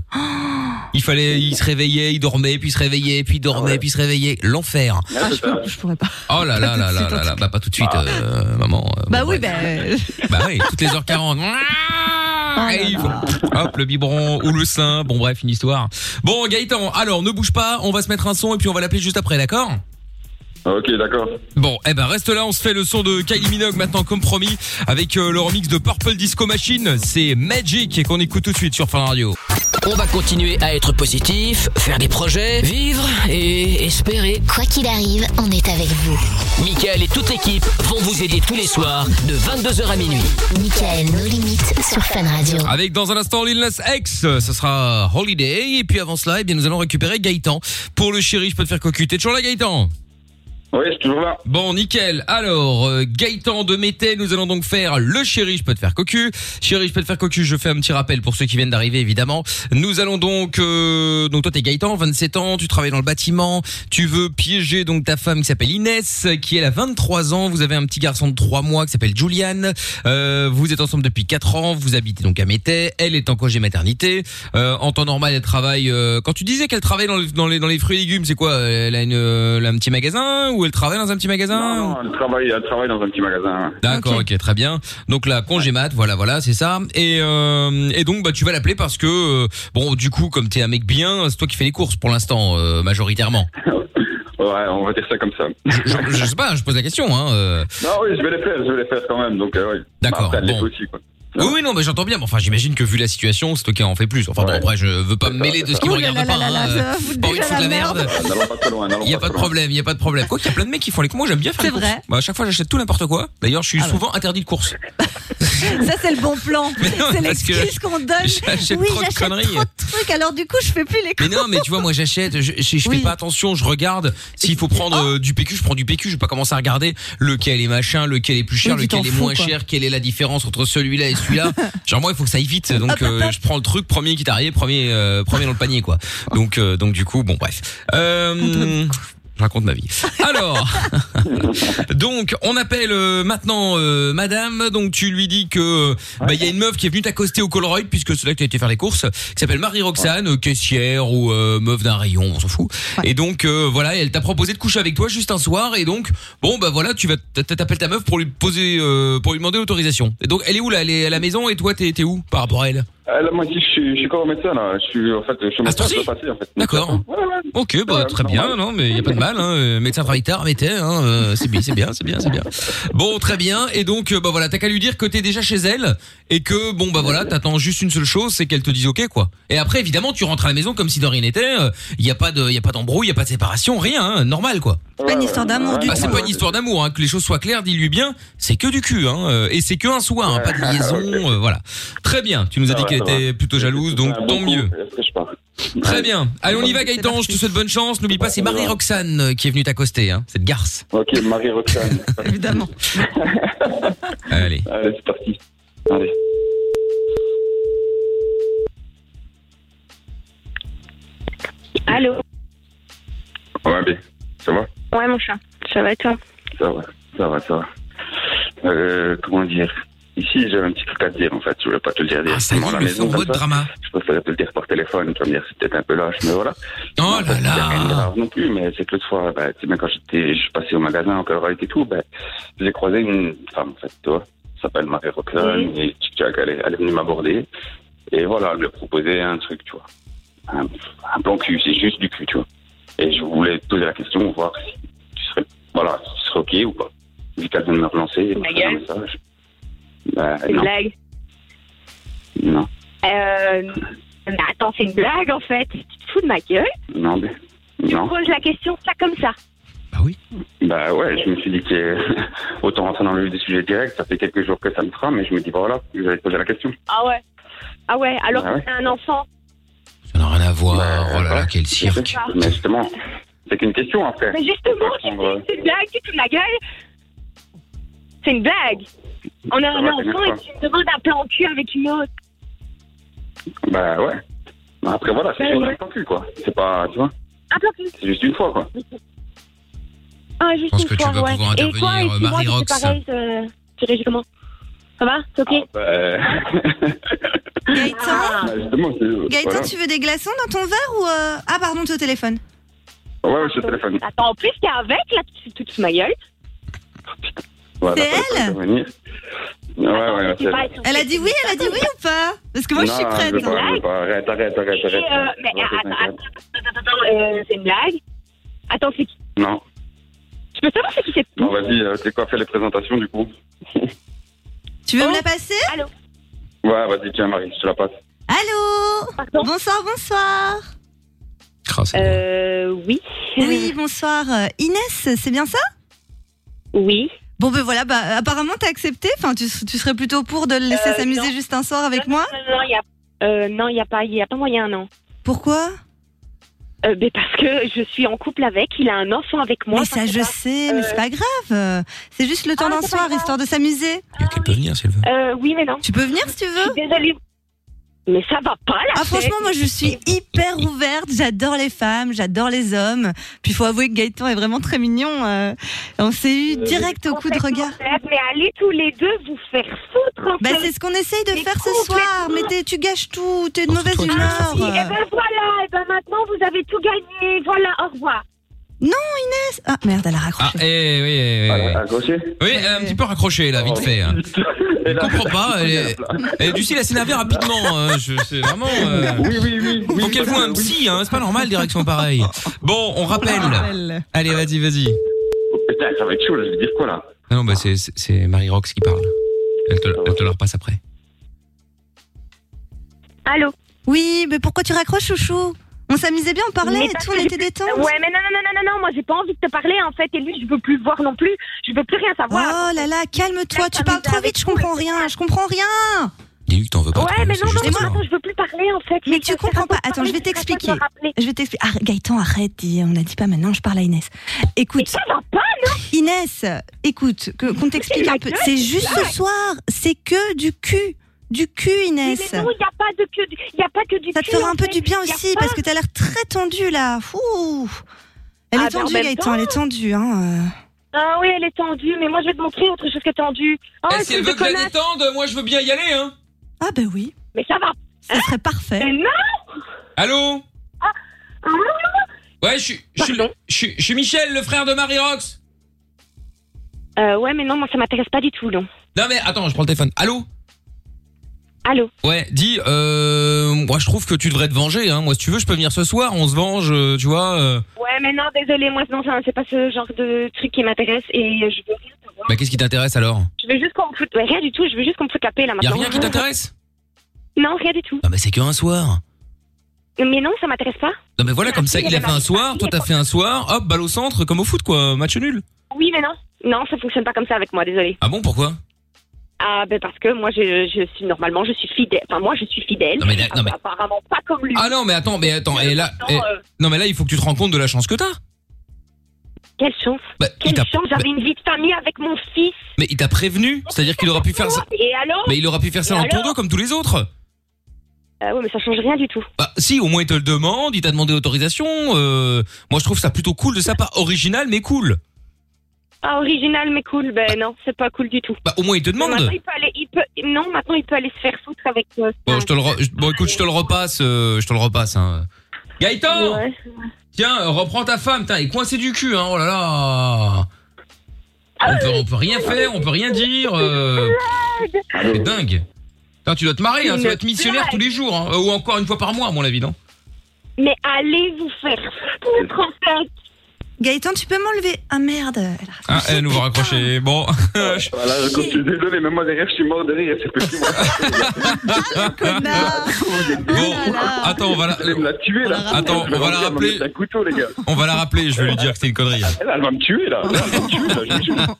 S2: Il fallait, il se réveillait, il dormait, puis il se réveillait, puis il dormait, puis il se réveillait. L'enfer.
S7: Ah, je, pourrais, je pourrais pas.
S2: Oh là là là
S7: Pas tout Ah.
S2: là
S7: de suite,
S2: là
S7: en
S2: là, bah pas tout de suite, euh, maman. euh,
S7: Bah oui, ben.
S2: Bah oui, toutes les heures
S7: <laughs>
S2: 40
S7: Ah
S2: Et il faut- Hop, le biberon ou le sein. Bon bref, une histoire. Bon Gaëtan, alors ne bouge pas, on va se mettre un son et puis on va l'appeler juste après, d'accord
S11: Ok, d'accord.
S2: Bon, eh ben reste là, on se fait le son de Kylie Minogue maintenant comme promis avec euh, le remix de Purple Disco Machine, c'est Magic et qu'on écoute tout de suite sur Fun Radio.
S1: On va continuer à être positif, faire des projets, vivre et espérer.
S8: Quoi qu'il arrive, on est avec vous.
S1: Michael et toute l'équipe vont vous aider tous les soirs de 22h à minuit.
S8: Michael, nos limites sur Fun Radio.
S2: Avec dans un instant Lil Nas X, ce sera Holiday et puis avant cela, eh bien nous allons récupérer Gaëtan pour le chéri, je peux te faire cocuter. Toujours là Gaëtan
S11: Oui, je suis toujours là.
S2: Bon, nickel. Alors, euh, Gaëtan de Mété, nous allons donc faire le chéri, je peux te faire cocu. Chéri, je peux te faire cocu, je fais un petit rappel pour ceux qui viennent d'arriver, évidemment. Nous allons donc... euh, donc toi, t'es Gaëtan, 27 ans, tu travailles dans le bâtiment, tu veux piéger donc ta femme qui s'appelle Inès, euh, qui elle a 23 ans, vous avez un petit garçon de 3 mois qui s'appelle Julian, Euh, vous êtes ensemble depuis 4 ans, vous habitez donc à Mété, elle est en congé maternité, Euh, en temps normal, elle travaille... euh, quand tu disais qu'elle travaille dans, le- dans, les, dans les fruits et légumes, c'est quoi Elle a, une, euh, elle a un petit magasin ou elle travaille dans un petit magasin
S11: Non, non, elle travaille, elle travaille dans un petit magasin. ouais.
S2: D'accord, Ah. ok, très bien. Donc là, congé mat, voilà, voilà, c'est ça. Et, euh, et donc, bah, tu vas l'appeler parce que, euh, bon, du coup, comme t'es un mec bien, c'est toi qui fais les courses pour l'instant, euh, majoritairement.
S11: Ouais, on va dire ça comme ça.
S2: Je, je sais pas, je pose la question. Hein, euh.
S11: Non, oui, je vais les faire, je vais les faire quand même, donc, euh, oui.
S2: D'accord,
S11: Après, elle les
S2: bon.
S11: fait aussi, quoi.
S2: Oui, oui, non, mais j'entends bien. Mais enfin, j'imagine que vu la situation, c'est toi qui en fais plus. Enfin, bon, après, je veux pas me mêler de ce qui me
S7: Ouh là
S2: regarde
S7: là
S2: pas.
S7: là là,
S2: hein,
S7: ça
S2: euh. <laughs>
S7: va foutre
S2: Bon, il
S7: déjà
S2: faut de la
S7: la
S2: merde.
S11: <laughs> N'allons pas trop loin, n'allons
S2: Il y a
S11: pas
S2: pas de
S11: trop loin.
S2: problème, il y a pas de problème. Quoi qu'il y a plein de mecs qui font les courses. Moi, j'aime bien faire les courses. Bah, à chaque fois, j'achète tout n'importe quoi. D'ailleurs, je
S7: Ah
S2: suis souvent interdit de
S7: <laughs>
S2: courses.
S7: Ça, c'est le bon plan.
S2: <laughs> non,
S7: C'est
S2: parce que
S7: l'excuse qu'on donne.
S2: <laughs> j'achète
S7: oui,
S2: trop de
S7: j'achète
S2: conneries.
S7: trop de trucs, alors du coup, je fais plus les
S2: Mais non, mais tu vois, moi j'achète, je, je, je
S7: Oui. Ah.
S2: fais pas attention, je regarde. S'il faut prendre euh, du PQ, je prends du PQ. Je vais pas commencer à regarder lequel est machin, lequel est plus cher,
S7: Oui, tu
S2: lequel
S7: t'en
S2: est
S7: fous,
S2: moins
S7: quoi.
S2: cher, quelle est la différence entre celui-là et celui-là. Genre moi, il faut que ça aille vite, donc euh, je prends le truc premier qui t'arrive, premier, euh, premier dans le panier, quoi. Donc, euh, donc du coup, bon, bref. Euh, je raconte ma vie. Alors, <laughs> donc on appelle euh, maintenant euh, Madame. Donc tu lui dis que euh, bah il y a une meuf qui est venue t'accoster au Colruyt puisque c'est là que tu as été faire les courses. Qui s'appelle Marie Roxane, euh, caissière ou euh, meuf d'un rayon, on s'en fout. Et donc euh, voilà, elle t'a proposé de coucher avec toi juste un soir. Et donc bon bah voilà, tu vas t- t'appelles ta meuf pour lui poser, euh, pour lui demander l'autorisation. Et donc elle est où là Elle est à la maison et toi t'es t'es où par rapport à elle
S11: Euh, là, moi, je suis, je suis encore au médecin, là. Je suis, en fait, je suis au médecin, je dois passer, en fait.
S2: D'accord. Ok, bah très bien, non, mais il y a pas de mal. Hein. euh, Médecin travaille tard, mettez, hein, euh, c'est bien, c'est bien, c'est bien, c'est bien. Bon, très bien. Et donc, euh, bah voilà, t'as qu'à lui dire que t'es déjà chez elle et que bon, bah voilà, t'attends juste une seule chose, c'est qu'elle te dise ok, quoi. Et après, évidemment, tu rentres à la maison comme si de rien n'était. Il y a pas de, il y a pas d'embrouille, il y a pas de séparation, rien, hein, normal, quoi.
S7: C'est pas une histoire d'amour du
S2: Bah, c'est
S7: tout.
S2: pas une histoire d'amour, hein, que les choses soient claires, dis-lui bien, c'est que du cul, hein, euh, et c'est que un soir, hein, pas de liaison, euh, voilà. Très bien, tu nous as dit
S11: Ah ouais,
S2: qu'elle
S11: ça va.
S2: était plutôt jalouse, donc tant mieux.
S11: Est-ce que je pars
S2: Très bien. Allez, on y va, Gaëtan. Je te souhaite bonne chance. N'oublie pas, c'est Marie-Roxane euh, qui est venue t'accoster, hein. Cette garce.
S11: Ok, Marie-Roxane.
S7: Évidemment.
S2: Allez.
S11: Allez, c'est parti. Allez.
S12: Allô
S11: Ouais, bien. Ça va
S12: Ouais, mon chat. Ça va et toi
S11: Ça va, ça va, ça va. Euh, comment dire Ici, j'avais un petit truc à te dire, en fait. Je voulais pas te le dire
S2: Ah, ça y
S11: directement
S2: est,
S11: à la
S2: le
S11: maison.
S2: fourreau
S11: comme
S2: de
S11: ça.
S2: drama.
S11: Je préférais te le dire par téléphone. Tu vas me dire, c'est peut-être un peu lâche, mais voilà.
S2: Oh là là
S11: rien de grave non plus, mais c'est que l'autre fois, bah, tu sais, ben, quand j'étais, je suis passé au magasin en Colorado et tout, ben, j'ai croisé une femme, en fait, toi, qui s'appelle Marie Rockland, et tchic tchac, elle est, elle est venue m'aborder, et voilà, elle me proposait un truc, tu vois. Un, un plan cul, c'est juste du cul, tu vois. Et je voulais te poser la question, voir si tu serais, voilà, si tu serais ok ou pas. Vu qu'elle vient de me relancer, elle m'a fait un
S12: gueule.
S11: message. Ben,
S10: Euh,
S12: C'est une
S11: non.
S12: blague.
S11: Non.
S12: Euh, mais attends, c'est une blague en fait. Tu te fous de ma gueule
S11: Non, mais.
S12: Tu
S11: Non.
S12: poses la question ça comme ça.
S11: Bah ouais, je me suis dit que <laughs> autant rentrer dans le vif du sujet direct, ça fait quelques jours que ça me trame, mais je me dis bah voilà, je vais te poser la question.
S12: Ah ouais. Ah ouais, alors
S11: Ah
S12: que
S11: ouais.
S12: c'est un enfant.
S2: Rien à voir,
S11: Bah,
S2: oh là là, quel cirque.
S11: Mais justement, c'est qu'une question après.
S12: Mais justement, tu dis que c'est une blague, tu te fous de ma gueule. C'est une blague. On a
S11: Ça
S12: un
S11: va,
S12: enfant et
S11: t'énerve
S12: tu me demandes un plan cul avec une autre.
S11: Bah ouais. Mais Après voilà, c'est
S12: Ouais,
S11: juste
S12: ouais.
S11: un plan cul quoi. C'est pas, tu vois,
S12: Un plan cul.
S11: c'est juste une fois quoi.
S12: Ah, juste
S11: Je pense
S12: une
S11: que tu
S12: fois,
S11: vas
S12: ouais.
S11: pouvoir
S12: Et toi,
S11: intervenir,
S12: et puis moi,
S11: Marie
S12: c'est
S11: Rox.
S12: pareil, euh, tu réagis comment Ça va C'est ok
S11: Bah, <laughs> euh,
S12: Ah.
S11: bah, justement, c'est.
S7: Gaëtan,
S11: voilà.
S7: tu veux des glaçons dans ton verre ou. euh, Ah, pardon, t'es au téléphone.
S11: Ouais, ouais, je suis au téléphone.
S7: Ah,
S12: Attends, en plus, t'es avec, là, tu te fous de ma gueule.
S11: Voilà,
S7: C'est
S11: faut
S7: elle
S11: intervenir. Ouais,
S12: Ah,
S11: ouais, ouais, c'est elle.
S7: Elle a dit oui, elle a dit oui ou pas Parce que moi, je suis
S11: Euh, Non,
S7: prête.
S11: veux pas,
S7: hein.
S11: je veux pas. Arrête, arrête, arrête,
S12: Et,
S11: arrête.
S12: euh, mais
S11: Ouais,
S12: attends,
S11: t'inquiète.
S12: attends, attends, attends, euh, c'est une blague Attends, c'est qui
S11: Non.
S12: Tu peux savoir c'est qui c'est
S11: Bon, vas-y, euh, c'est quoi, fais les présentations du coup
S7: Tu veux me la passer
S12: Oh. Allô
S11: Ouais, vas-y, tiens, Marie, je te la passe.
S7: Allô Bonsoir, bonsoir.
S12: Euh, oui.
S7: Oui, bonsoir. Euh, Inès, c'est bien ça
S12: Oui.
S7: Bon, ben voilà, bah, apparemment, t'as accepté. Enfin, tu, tu serais plutôt pour de le laisser
S12: Euh,
S7: s'amuser
S12: non.
S7: juste un soir avec
S12: Non,
S7: moi
S12: Non, il y a, euh, non, y a pas, y a pas moyen, non.
S7: Pourquoi
S12: euh, ben parce que je suis en couple avec, il a un enfant avec moi.
S7: Mais ça, je sais, mais c'est pas grave. Euh, C'est juste
S12: Ah,
S7: le temps d'un soir, histoire de s'amuser.
S2: Elle peut venir si elle veut.
S12: Euh, oui, mais non.
S7: Tu peux venir si tu veux.
S12: Je suis désolée. Mais ça va pas, la
S7: Ah,
S12: fête.
S7: franchement, moi, je suis hyper ouverte. J'adore les femmes, j'adore les hommes. Puis, il faut avouer que Gaëtan est vraiment très mignon. euh, on s'est eu
S12: Euh,
S7: direct au coup de regard.
S12: Mais allez tous les deux vous faire foutre.
S7: Bah, c'est ce qu'on essaye de faire ce soir. Mais t'es- tu gâches tout, t'es de mauvaise
S12: Ah,
S7: humeur.
S12: oui, et ben voilà, et ben maintenant vous avez tout gagné. Voilà, au revoir.
S7: Non, Inès Ah, merde, elle a raccroché.
S2: Ah, eh, oui, eh, oui, oui. Oui, elle a un petit peu raccroché, là,
S11: Oh.
S2: vite fait.
S11: <laughs>
S2: hein. Je comprends pas. Elle est... elle est du style à s'énerver rapidement. hein. Je sais vraiment. euh.
S11: Oui, oui, oui.
S2: Faut qu'elle voit un psy, hein. c'est pas normal, direction pareille. Bon, on rappelle. Allez, vas-y, vas-y.
S11: Oh, Putain, ça va être chaud, là, je vais dire quoi là
S2: Ah non, bah c'est- c'est c'est Marie Rox qui parle. Elle te, elle te la repasse après.
S12: Allô
S7: Oui, mais pourquoi tu raccroches, chouchou On s'amusait bien, on parlait
S12: Mais
S7: et
S12: parce
S7: tout, on
S12: que
S7: était
S12: j'ai-
S7: détente.
S12: Ouais, mais non, non, non, non, non, non, moi j'ai pas envie de te parler en fait. Et lui, je veux plus le voir non plus. Je veux plus rien savoir.
S7: Oh là là, calme-toi, tu parles trop vite, je comprends rien, je comprends rien
S2: Dis-lui que t'en veux pas.
S12: Ouais, mais non, non,
S7: juste
S12: non,
S7: ça.
S12: attends, je veux plus parler en fait.
S7: Mais tu comprends pas, attends, je vais t'expliquer. Je vais t'expliquer. Arrête, Gaëtan, arrête, dis- on a dit pas maintenant, je parle à Inès. Écoute. Inès, écoute, que- qu'on t'explique un peu.
S12: gueule,
S7: C'est
S12: c'est
S7: juste
S12: blague.
S7: ce soir, Ah, c'est que du cul. Du cul,
S12: Mais
S7: Inès.
S12: non, il n'y a pas de que du, y a pas que du
S7: Ça te
S12: cul,
S7: fera un
S12: en
S7: peu
S12: fait.
S7: du bien
S12: Y a
S7: aussi,
S12: pas-
S7: parce que t'as l'air très tendue là. Ouh.
S12: Ah,
S7: Elle est
S12: mais en
S7: tendue,
S12: même
S7: Gaëtan,
S12: temps-
S7: elle est tendue. Hein.
S12: Ah oui, elle est tendue, mais moi je vais te montrer autre chose que tendue. Oh,
S2: Eh, si elle veut que la détende, moi je veux bien y aller. Hein.
S7: Ah bah oui.
S12: Mais ça va.
S7: Ça serait parfait.
S12: Mais non
S2: Allô Ouais, je suis- je suis- je suis je suis Michel, le frère de Marie Rox.
S12: Euh, ouais, mais non, moi ça m'intéresse pas du tout, non.
S2: Non, mais attends, je prends le téléphone. Allô
S12: Allô
S2: Ouais, dis, euh, moi je trouve que tu devrais te venger. Hein. Moi, si tu veux, je peux venir ce soir, on se venge, euh, tu vois. euh.
S12: Ouais, mais non, désolé, moi non, ça- c'est pas ce genre de truc qui m'intéresse et je veux,
S2: Bah, qu'est-ce qui t'intéresse alors
S12: je veux juste qu'on me foute. ouais, rien du tout, je veux juste qu'on me foute la paix là
S2: Y a
S12: maintenant.
S2: rien qui t'intéresse Ah,
S12: Non, rien du tout.
S2: Non, mais Bah, c'est qu'un soir.
S12: Mais non, ça m'intéresse pas.
S2: Non, mais voilà, comme ça, il a fait un soir, toi t'as fait un soir, hop, balle au centre, comme au foot, quoi, match nul.
S12: Oui, mais non. Non, ça fonctionne pas comme ça avec moi, désolé.
S2: Ah bon, pourquoi
S12: Ah ben parce que moi je, je suis normalement je suis fidèle. Enfin moi je suis fidèle.
S2: Non, mais là- non, mais-
S12: Apparemment pas comme lui.
S2: Ah non, mais attends, mais attends, et là.
S12: Non,
S2: eh,
S12: euh,
S2: Non, mais là, il faut que tu te rends compte de la chance que t'as.
S12: Quelle chance
S2: Bah, il
S12: Quelle
S2: t'a-
S12: chance J'avais une vie de famille avec mon fils.
S2: Mais il t'a prévenu, c'est-à-dire qu'il aura pu faire ça.
S12: Et alors
S2: Mais il aura pu faire ça
S12: Et
S2: dans le tour
S12: alors
S2: d'eau comme tous les autres.
S12: Ah ouais, mais ça change rien du tout.
S2: Bah si, au moins il te le demande, il t'a demandé autorisation. euh, moi je trouve ça plutôt cool de sa part, original mais cool.
S12: Ah, original, mais cool. Ben non, c'est pas cool du tout.
S2: Bah, au moins, il te demande.
S12: Maintenant, il peut aller, il peut- Non, maintenant, il peut aller se faire foutre avec. euh,
S2: Bon, je te le re- je- bon, écoute, je te le repasse, euh, je te le repasse. hein. Gaëtan,
S12: Ouais.
S2: tiens, euh, reprends ta femme, Putain, il est coincé du cul, hein, oh là
S12: Ah
S2: là. On peut, on peut rien faire, on peut rien dire. euh, C'est dingue. Putain, tu dois te marrer, hein, tu
S12: Une
S2: dois être missionnaire
S12: blague.
S2: tous les jours, hein, ou encore une fois par mois, à mon avis, non
S12: Mais allez vous faire foutre, en fait.
S7: Gaëtan, tu peux m'enlever Ah merde elle a-
S2: Ah, elle nous va raccrocher. Bon.
S11: <laughs> Voilà, je je suis désolé, mais moi derrière, je suis mort de rire. C'est plus moi.
S12: Ah,
S2: Bon,
S11: <laughs>
S2: attends, on va la.
S11: tuer, là.
S2: Attends, on va la rappeler.
S11: Un couteau, les gars.
S2: On va la rappeler, je vais lui dire que c'est une connerie. hein.
S11: Elle, elle va me tuer, là. Elle va me tuer, là, je vous jure.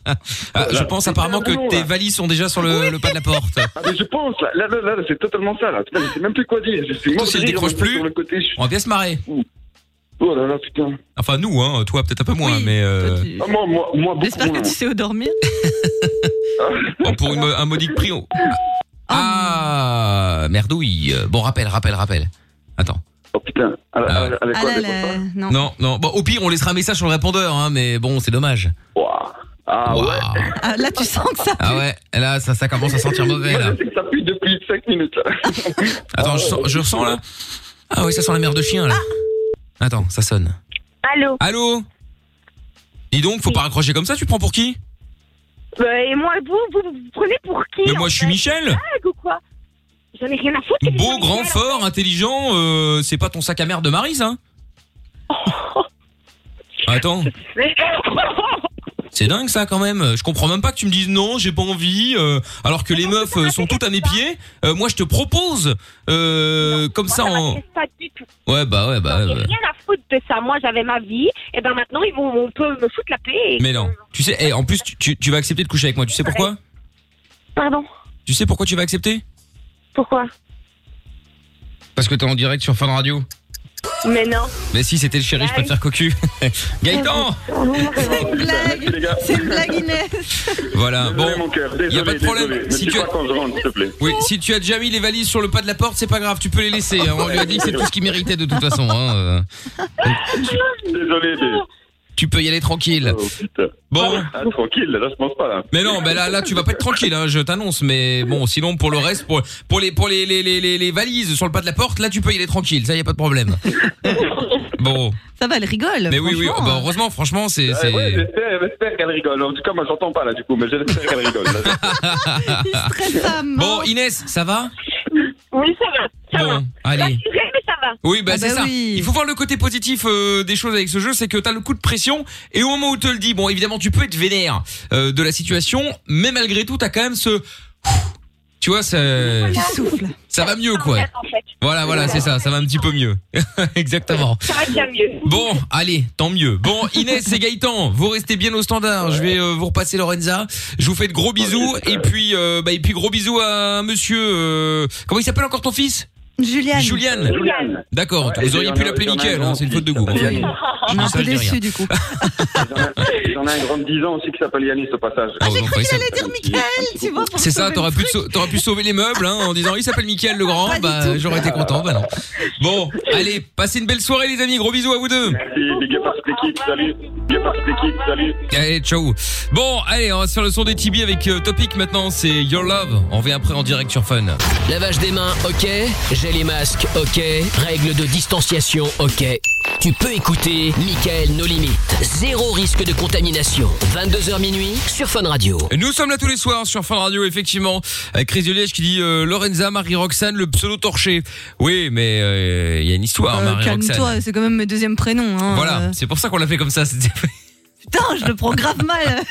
S2: Ah, je pense apparemment que tes valises sont déjà sur le, le pas de la porte.
S11: Ah, mais je pense, là, là, là, là, c'est totalement ça, là. Putain, je sais même plus quoi dire. Je suis mort
S2: si
S11: de
S2: elle
S11: rire,
S2: décroche
S11: en même temps,
S2: plus,
S11: sur le côté, je suis-
S2: On va bien se marrer.
S11: Oh là là, putain.
S2: Enfin, nous, hein, toi, peut-être un peu moins, mais. euh,
S11: Ah, moi, moi, moi, beaucoup
S7: J'espère que
S11: moins.
S7: tu sais où dormir.
S2: bon, Oh, pour une mo- un modique prix, on- Ah, merdouille. Bon, rappel, rappel, rappel. Attends.
S11: Oh putain, elle, elle- elle est quoi,
S7: Ah,
S11: elle est quoi,
S7: là, là, non.
S2: Non, non. Bon, au pire, on laissera un message sur le répondeur, hein, mais bon, c'est dommage.
S11: Ah
S2: ouais.
S7: Ah, là, tu sens que ça.
S2: Ah ouais, là, ça, ça commence à sentir mauvais, là.
S11: ça pue depuis 5 minutes, là.
S2: <laughs> Attends, je, sens, je ressens, là. Ah oui, ça sent la merde de chien, là.
S7: Ah.
S2: Attends, ça sonne.
S12: Allô
S2: Allô Dis donc, faut pas raccrocher comme ça, tu prends pour qui
S12: Ben, Et moi, vous, vous, vous vous prenez pour qui
S2: Mais moi, je suis Michel
S12: blague ou quoi J'en ai rien à foutre.
S2: Beau, grand, fort, intelligent, euh, c'est pas ton sac à merde de Marie, ça Attends,
S10: <laughs>
S2: c'est dingue ça quand même. Je comprends même pas que tu me dises non, j'ai pas envie, euh, alors que les meufs euh, sont toutes à mes pieds. Euh, moi, je te propose, euh, comme ça, en...
S12: C'est pas du tout.
S2: ouais bah ouais bah. ouais, bah.
S12: Rien à foutre de ça. Moi, j'avais ma vie. Et ben maintenant, ils vont, on peut me foutre la paix. et-
S2: Mais non, tu sais, eh, en plus, tu, tu- tu vas accepter de coucher avec moi. Tu sais pourquoi
S12: Pardon
S2: Tu sais pourquoi tu vas accepter
S12: Pourquoi
S2: Parce que t'es en direct sur Fun Radio.
S12: Mais non.
S2: Mais si, c'était le chéri, je préfère cocu. <laughs> Gaëtan
S7: C'est une blague, Inès.
S2: Voilà, bon,
S11: Désolé, mon cœur,
S2: y a
S11: désolé,
S2: pas de problème.
S11: désolé. Ne
S2: Si
S11: dis
S2: tu as-
S11: pas quand je rentre, s'il te plaît.
S2: Oui, si tu as déjà mis les valises sur le pas de la porte, c'est pas grave, tu peux les laisser. hein. On lui a dit que c'est tout ce qu'il méritait de toute façon. hein, euh.
S11: Désolé, Oh, mais...
S2: Tu peux y aller tranquille. Bon.
S11: Ah, tranquille, là, je pense pas, là.
S2: Mais non, mais là, là, tu vas pas être tranquille, hein, je t'annonce. Mais bon, sinon, pour le reste, pour, pour, les, pour les, les, les, les- les valises sur le pas de la porte, là, tu peux y aller tranquille. Ça, y a pas de problème. Bon.
S7: Ça va, elle rigole.
S2: Mais oui, oui.
S7: franchement.
S2: bah, heureusement, franchement, c'est. c'est-
S11: Ouais, ouais, j'espère, j'espère qu'elle rigole. En tout cas, moi, j'entends pas, là, du coup, mais j'espère
S2: <laughs>
S11: qu'elle rigole. là.
S2: bon, Inès, ça va
S12: Oui, ça va. Ça
S2: Bon, allez.
S12: va. Mais ça va.
S2: Oui, bah,
S12: Ah
S2: c'est
S12: bah
S2: ça.
S12: oui.
S2: Il faut voir le côté positif euh, des choses avec ce jeu, c'est que t'as le coup de pression et au moment où te le dis, bon, évidemment, tu peux être vénère euh, de la situation, mais malgré tout, t'as quand même ce, tu vois, ça, ça va mieux quoi.
S12: En fait,
S2: Voilà, voilà, c'est ça, ça va un petit peu mieux. <laughs> Exactement.
S12: ça va bien mieux.
S2: Bon, allez, tant mieux. Bon, Inès et Gaëtan, vous restez bien au standard. Je vais euh, vous repasser Lorenza. Je vous fais de gros bisous et puis euh, bah, et puis gros bisous à monsieur euh, comment il s'appelle encore ton fils
S7: Juliane.
S2: Julian. D'accord,
S11: et
S2: vous
S11: puis
S2: auriez
S11: il y
S2: pu
S11: en a-
S2: l'appeler
S11: il y en a un Ah,
S2: Nickel, hein,
S11: grand
S2: c'est une faute de goût.
S11: qui s'appelle
S12: <laughs>
S2: Enfin,
S11: Yannis.
S2: je dis ça, je dis rien.
S7: du
S11: Ah,
S7: coup.
S11: J'en ai un grand de 10 ans aussi qui s'appelle Yannis au passage.
S2: Ah, j'ai cru qu'il allait
S11: dire
S7: Michael, tu vois, pour
S2: C'est ça,
S7: sauver
S2: t'aurais
S7: le
S2: pu,
S7: truc.
S2: sau- t'aurais pu sauver les meubles hein, en disant il s'appelle Mickaël le Grand, bah j'aurais été content, bah non.
S7: <laughs>
S2: Bon, allez, passez une belle soirée les amis, gros bisous à vous deux.
S11: Merci, big up à toute l'équipe, salut. Big up à toute l'équipe, salut.
S2: Allez, ciao. Bon, allez, on va se faire le son des tibis avec euh, Topic maintenant, c'est Your Love. On revient après en direct sur Fun.
S1: Lavage des mains, ok. Gel et masque, ok. Règles de distanciation, ok. Tu peux écouter Michael No Limites. Zéro risque de contamination. 22h minuit sur Fun Radio.
S2: Nous sommes là tous les soirs sur Fun Radio, effectivement. Avec Chris de Liège qui dit euh, Lorenza, Marie-Roxane, le pseudo torché. Oui, mais euh, il y a une histoire,
S7: Euh,
S2: Marie-Roxane.
S7: Calme-toi, c'est quand même mes deuxièmes prénoms. hein.
S2: Voilà,
S7: Euh,
S2: c'est pour ça qu'on l'a fait comme ça. c'était-
S7: Putain, je le prends grave
S2: <laughs>
S7: mal.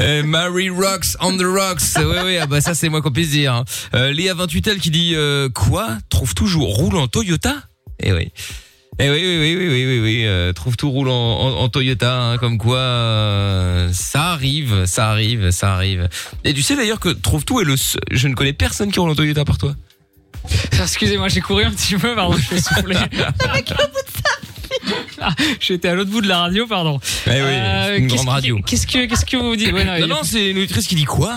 S2: Euh, Marie Rocks on the rocks. Oui, oui, ah bah ça c'est moi qu'on puisse dire. hein. Euh, Léa 28 elle qui dit euh, quoi Trouve toujours roule en Toyota Eh oui. Eh oui, oui, oui, oui, oui, oui, oui. euh, trouve tout roule en, en- en Toyota, hein, comme quoi euh, ça arrive, ça arrive, ça arrive. Et tu sais d'ailleurs que trouve tout est le, seul- je ne connais personne qui roule en Toyota par toi. <clears throat>
S4: Ah, Excusez-moi, j'ai couru un petit peu, pardon, je suis soufflé. Ah, J'étais à l'autre bout de la radio, pardon. Euh,
S2: Eh oui, c'est une
S4: qu'est-ce
S2: grande
S4: que-
S2: radio.
S4: Qu'est-ce que, qu'est-ce que vous dites Ouais,
S2: non,
S4: il-
S2: non, c'est une auditrice qui dit quoi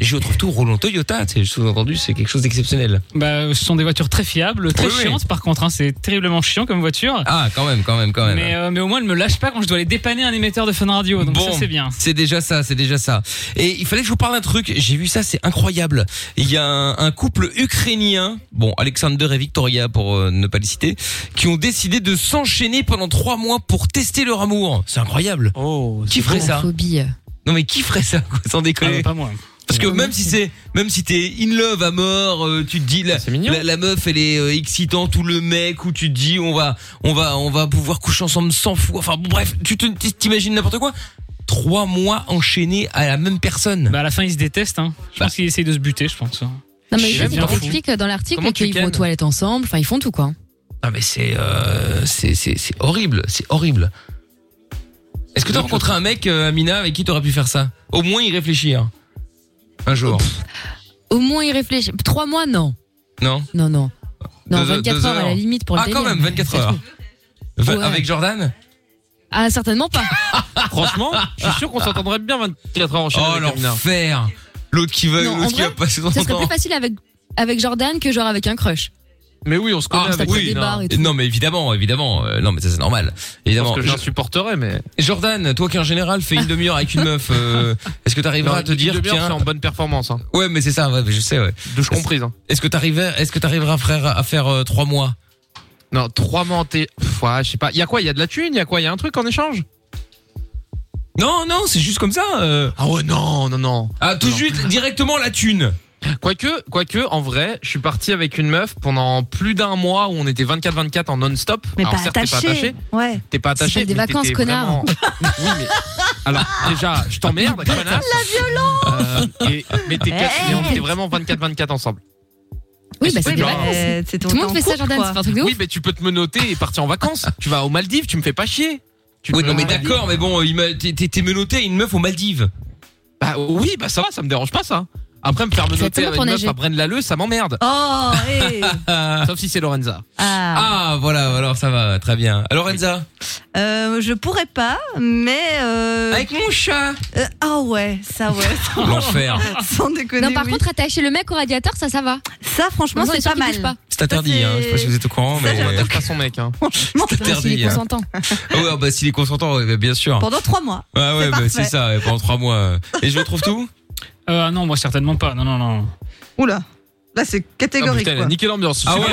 S2: J'y retrouve tout roulant Toyota, c'est sous-entendu, c'est quelque chose d'exceptionnel.
S4: Bah, ce sont des voitures très fiables, très
S2: Oui, oui.
S4: chiantes par contre. hein. c'est terriblement chiant comme voiture.
S2: Ah, quand même, quand même, quand même.
S4: Mais, euh, mais au moins, elle me lâche pas quand je dois aller dépanner un émetteur de fun radio. Donc
S2: Bon,
S4: ça, c'est bien.
S2: C'est déjà ça, c'est déjà ça. Et il fallait que je vous parle d'un truc. J'ai vu ça, c'est incroyable. Il y a un, un couple ukrainien, bon, Alexander et Victoria pour euh, ne pas les citer, qui ont décidé de s'enchaîner pendant trois mois pour tester leur amour. C'est incroyable.
S4: Oh,
S2: qui ferait ça
S3: Phobie.
S2: Non mais qui ferait ça quoi, Sans déconner.
S4: Ah, pas moi.
S2: Parce que même si c'est, même si t'es in love à mort, euh, tu te dis la, la, la meuf elle est euh, excitante ou le mec où tu te dis on va, on va, on va pouvoir coucher ensemble sans fou. Enfin bon, bref, tu te- tu t'imagines n'importe quoi. Trois mois enchaînés à la même personne.
S4: Bah à la fin ils se détestent. Hein. Je
S2: Bah.
S4: pense qu'ils essayent de se buter, je pense. hein.
S3: Non, mais
S4: Je suis
S3: il
S4: bien fou.
S3: t'explique dans l'article
S4: Comment tu
S3: qu'ils vont aux
S4: calmes
S3: toilettes ensemble. Enfin, ils font tout, quoi.
S2: Ah mais c'est, euh, c'est, c'est, c'est horrible, c'est horrible. Est-ce que t'as rencontré un mec, euh, Amina, avec qui t'aurais pu faire ça Au moins y réfléchir. Un jour.
S3: Au moins, ils réfléchissent. Trois mois, non.
S2: Non
S3: Non, non. Non,
S2: Deux heures-
S3: 24
S2: deux
S3: heures à la limite pour le
S2: Ah quand
S3: délire,
S2: même,
S3: mais
S2: 24
S3: ça se
S2: heures.
S3: trouve.
S2: Va-
S3: <laughs> Ouais.
S2: Avec Jordan
S3: Ah,
S2: <laughs>
S3: certainement pas.
S2: Franchement,
S4: je suis sûr qu'on s'entendrait
S2: bien 24 heures enchaînées. Oh l'enfer L'autre qui va,
S3: Non, en
S2: l'autre qui
S3: vrai,
S2: va passer son
S3: Ça serait
S2: temps.
S3: plus facile avec, avec Jordan que genre avec un crush.
S2: Mais oui, on se
S3: connaît avec- oui,
S2: non.
S3: des bars et tout.
S2: non, mais évidemment, évidemment. euh, non, mais ça c'est normal. Évidemment.
S13: que je
S2: supporterais, mais. Jordan, toi qui en général fais une demi-heure avec une meuf, euh, est-ce que t'arriveras
S13: Non,
S2: à te
S13: une
S2: dire
S13: demi-heure,
S2: tiens
S13: c'est en
S2: bonne hein. performance. Ouais, mais c'est ça. ouais, je sais. Ouais. Douche comprise.
S13: hein.
S2: Est-ce que t'arriveras, est-ce que t'arriveras, frère, à faire euh, trois mois
S13: Non, trois mois en T. Pff, ouais, je sais pas. Il y a quoi Il y a de la thune Il y a quoi Il y a un truc en échange
S2: Non, non, c'est juste comme ça. euh.
S13: Ah ouais, non, non, non.
S2: Ah, tout de suite, directement la thune.
S13: Quoique, quoique, en vrai, je suis parti avec une meuf pendant plus d'un mois où on était 24-24 en non-stop.
S7: Mais
S13: Alors,
S7: pas
S13: certes, t'es
S7: attaché. Ouais.
S13: T'es pas
S7: Ça
S13: attaché.
S7: s'appelle des
S13: mais
S7: vacances,
S13: t'étais
S7: connard.
S13: vraiment-
S3: <laughs>
S13: Oui, mais. Alors, déjà, je
S7: <laughs>
S13: t'emmerde, connasse. La violence Mais t'es quatre-
S7: Eh,
S13: mais on était vraiment 24-24 ensemble.
S3: Oui, bah c'est des
S13: Genre-
S3: vacances. Tout le monde fait ça, Jordan. C'est un truc de
S13: Oui,
S3: ouf.
S13: mais tu peux te menoter et partir en vacances. <laughs> tu vas aux Maldives, tu me fais pas chier. Tu
S2: Oui,
S13: te
S2: non, mais
S13: menottes.
S2: d'accord, mais bon, il m'a- t'es- t'es t'es menotté à une meuf aux Maldives.
S13: Bah oui, bah ça va, ça me dérange pas ça. Après, me faire menoter
S2: Exactement
S13: avec
S2: pour
S13: une meuf
S2: nager.
S13: à Brenne Lalleux, ça m'emmerde.
S7: Oh, hé.
S13: <laughs> Sauf si c'est Lorenza.
S2: Ah. voilà, alors ça va, très bien. Alors Enza
S7: Euh, je pourrais pas, mais. euh,
S2: Avec mon chat
S7: Ah ouais, ça ouais.
S2: <laughs> L'enfer.
S7: <laughs> Sans déconner.
S3: Non, par contre, attacher le mec au radiateur, ça, ça va.
S7: Ça, franchement, c'est pas mal.
S2: C'est interdit, hein. je sais pas si vous êtes au courant, mais. euh,
S13: j'aime pas son mec, hein.
S2: C'est interdit. hein. Ah <laughs> ouais, bah s'il est consentant, ouais, bah, bien sûr.
S7: Pendant trois mois.
S2: Ah ouais, bah c'est ça, ouais, pendant trois mois. euh. Et je retrouve tout
S4: Euh, non, moi certainement pas. Non, non, non.
S7: Oula. Là, c'est catégorique.
S4: Ah, putain, elle a
S7: quoi.
S4: niqué
S13: l'ambiance.
S7: <laughs>
S2: Ah ouais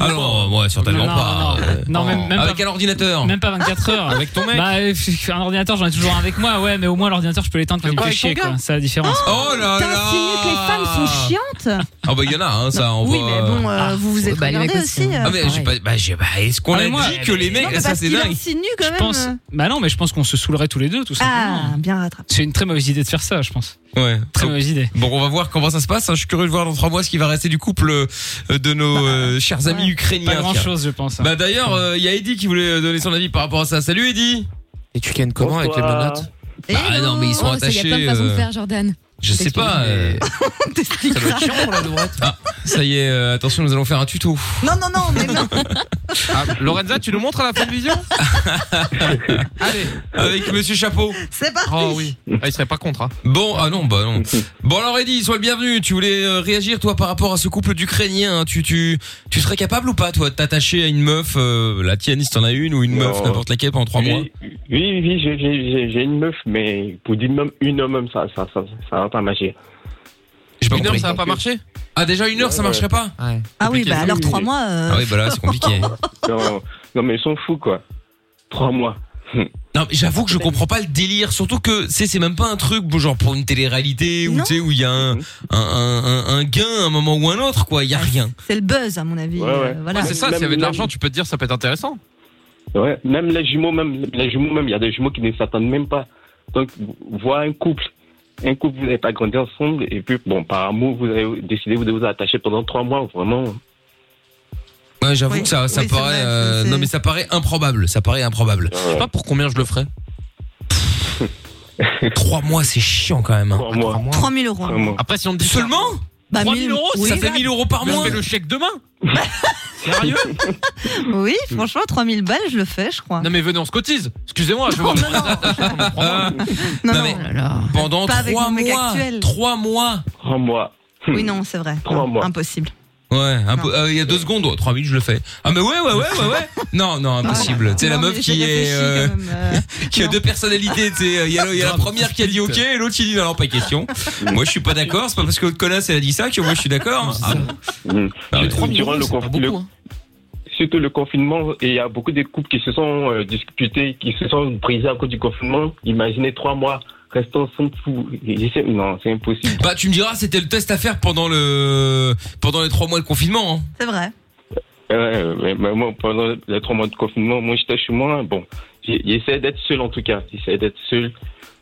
S2: Ah non, moi certainement
S4: Non,
S2: pas. euh,
S4: Non, même, même
S2: Avec
S4: pas,
S2: un ordinateur
S4: Même pas 24 heures.
S2: Avec ton mec
S4: Bah, euh, un ordinateur, j'en ai toujours un avec moi, ouais, mais au moins l'ordinateur, je peux l'éteindre quand il me
S2: pas
S4: fait
S2: avec ton
S4: chier,
S2: gars
S4: quoi. C'est la différence.
S2: Oh là
S7: T'as
S2: là
S7: insinué que les femmes sont chiantes
S2: Ah bah il y en a, hein, ça, on
S7: Oui,
S2: voit.
S7: mais bon, euh, vous vous êtes
S3: bah, les
S7: regardés
S3: mecs aussi,
S7: aussi. euh.
S2: Ah mais j'ai pas. Bah, j'ai- bah, Est-ce qu'on
S4: Ah,
S2: a
S4: mais moi,
S2: dit que les
S7: Non,
S2: mecs.
S7: mais
S2: Ça
S7: parce
S2: c'est
S7: qu'il
S2: dingue
S7: insinue quand même.
S4: pense-
S7: euh.
S4: Bah non, mais je pense qu'on se saoulerait tous les deux, tout simplement.
S7: Ah, bien rattrapé.
S4: C'est une très mauvaise idée de faire ça, je pense.
S2: Ouais.
S4: Très mauvaise idée.
S2: Bon, on va voir comment ça se passe. hein. Je suis curieux de voir dans trois mois ce qui va rester du couple euh, de nos euh, chers amis ukrainiens.
S4: Bah, Pas grand
S2: tiens.
S4: chose, je pense. hein.
S2: Bah d'ailleurs, il y a Eddy qui voulait euh, donner son avis par rapport à ça. Salut Eddy
S13: Et tu gagnes comment avec les menottes
S2: Ah non, mais ils sont
S3: Oh, ça,
S2: attachés.
S3: Il y a plein de façons de
S2: euh,
S3: faire, Jordan.
S2: Je sais pas.
S3: <laughs>
S2: euh,
S7: ça
S13: doit être chiant pour la droite.
S2: Ah, ça y est, euh, attention, nous allons faire un tuto.
S7: Non, non, non, mais non.
S13: Ah, Lorenza, tu nous montres à la fin de vision Allez,
S2: avec Monsieur Chapeau.
S7: <laughs> C'est parti.
S13: Oh oui. Ah, il serait pas contre. Hein.
S2: Bon, ah non, bah non. Bon alors Eddy, sois le bienvenu. Tu voulais euh, réagir toi par rapport à ce couple d'Ukrainiens. hein. Tu tu tu serais capable ou pas toi de t'attacher à une meuf, euh, la tienne si t'en as une ou une meuf
S14: Non.
S2: n'importe laquelle pendant trois
S14: Oui,
S2: mois.
S14: Oui, oui, oui, j'ai- j'ai j'ai- j'ai une meuf, mais pour dire même une homme, même, ça, ça, ça, ça va pas marcher.
S2: J'ai
S13: Une heure, ça va pas marcher
S2: Ah déjà une heure, ça marcherait pas
S7: Ah oui, bah alors trois mois. euh,
S2: Ah oui, bah là, <laughs> c'est compliqué.
S14: <laughs> non, non, mais ils sont fous, quoi. <laughs> Trois mois.
S2: Non, mais j'avoue que je comprends pas le délire. Surtout que, tu sais, c'est même pas un truc, bon, genre pour une télé-réalité ou tu sais, où il y a un,
S14: Mm-hmm.
S2: un, un, un- un gain à un moment ou un autre, quoi. Il y a rien.
S7: C'est le buzz, à mon avis. euh, voilà.
S13: Ouais, c'est ça, s'il y avait de l'argent, tu peux te dire ça peut être intéressant.
S14: Ouais, même les jumeaux, même les jumeaux, même, il y a des jumeaux qui ne s'attendent même pas. Donc, voir un couple, un couple, vous n'avez pas grandi ensemble, et puis, bon, par amour, vous avez décidé de vous attacher pendant trois mois, vraiment.
S2: Ouais, j'avoue que ça, ça
S14: oui, c'est
S2: paraît,
S14: vrai,
S2: euh,
S14: c'est-
S2: non, mais ça paraît improbable. Ça paraît improbable.
S14: Je sais pas
S2: pour combien je le ferais. Trois mois, c'est chiant quand même. hein.
S14: Trois mois.
S7: 3000 euros.
S2: Après, si on dit seulement,
S7: Bah,
S13: 3000
S7: mille-
S13: euros,
S7: oui,
S13: ça fait
S7: bah-
S13: 1000 euros par
S7: Mais je
S13: mois.
S7: fais
S13: le chèque demain. Sérieux
S7: Oui, franchement, 3000 balles, je le fais, je crois.
S13: Non mais venez, on se cotise. Excusez-moi, je vais voir.
S2: Euh, non, mais pendant
S7: Pas avec
S2: trois
S7: mon mec
S2: mois.
S7: actuel.
S2: Trois mois.
S14: Trois mois.
S7: Oui, non, c'est vrai. Non, Oh, Impossible.
S2: Ouais, un peu- euh, il y a deux secondes, oh, trois minutes, je le fais. Ah mais ouais, ouais, ouais, ouais, ouais. Non, non, impossible. C'est la
S7: Non,
S2: meuf
S7: mais
S2: qui
S7: j'ai
S2: est,
S7: réfléchi
S2: euh,
S7: quand même,
S2: <laughs> qui a deux personnalités. tu sais. euh, Il y a, il y a la première qui a dit ok, et l'autre qui dit non, non, pas question. Moi, je suis pas d'accord. C'est pas parce que l'autre connasse elle a dit ça que moi je suis d'accord. Ah bon
S14: Hmm.
S2: Ah ouais.
S14: Durant le conf- le-
S2: hein.
S14: Surtout le confinement, et il y a beaucoup de couples qui se sont euh, disputés, qui se sont brisés à cause du confinement. Imaginez trois mois, restons sans fou. Et c'est- Non, c'est impossible.
S2: Bah, tu me diras, c'était le test à faire pendant le pendant les trois mois de confinement. hein.
S7: C'est vrai.
S14: Euh, mais- mais moi, pendant les trois mois de confinement, moi j'étais chez moi. Bon, j'ai- j'essaie d'être seul en tout cas. J'essaie d'être seul.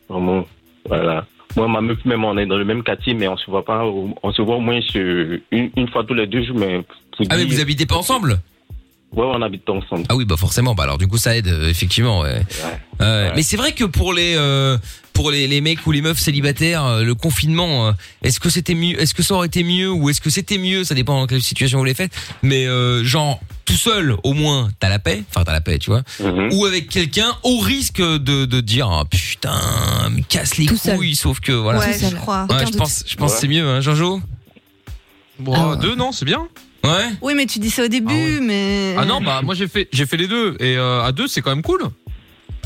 S14: Vraiment, voilà. Moi, ma meuf, même, on est dans le même quartier, mais on se voit pas. au- On se voit au moins sur- une, une fois tous les deux jours. Mais
S2: Ah mais vous habitez pas ensemble
S14: Ouais, on habite ensemble.
S2: Ah oui, bah forcément. Bah alors du coup ça aide euh, effectivement. ouais. Ouais. Mais c'est vrai que pour les euh, pour les, les mecs ou les meufs célibataires, euh, le confinement, euh, est-ce que c'était mieux, est-ce que ça aurait été mieux ou est-ce que c'était mieux, ça dépend dans quelle situation vous les faites. Mais euh, genre tout seul, au moins t'as la paix, enfin t'as la paix, tu vois. Ou avec quelqu'un au risque de, de dire Ah, putain, me casse les couilles, sauf que voilà.
S7: Ouais, je crois.
S2: Ouais,
S7: Aucun
S2: je
S7: doute. Ah
S2: pense, je pense que c'est mieux, hein, Jojo.
S13: Bon, euh, deux non, c'est bien.
S2: Ouais.
S7: Oui, mais tu dis ça au début, mais.
S13: Ah non, bah moi j'ai fait j'ai fait les deux et euh, à deux c'est quand même cool.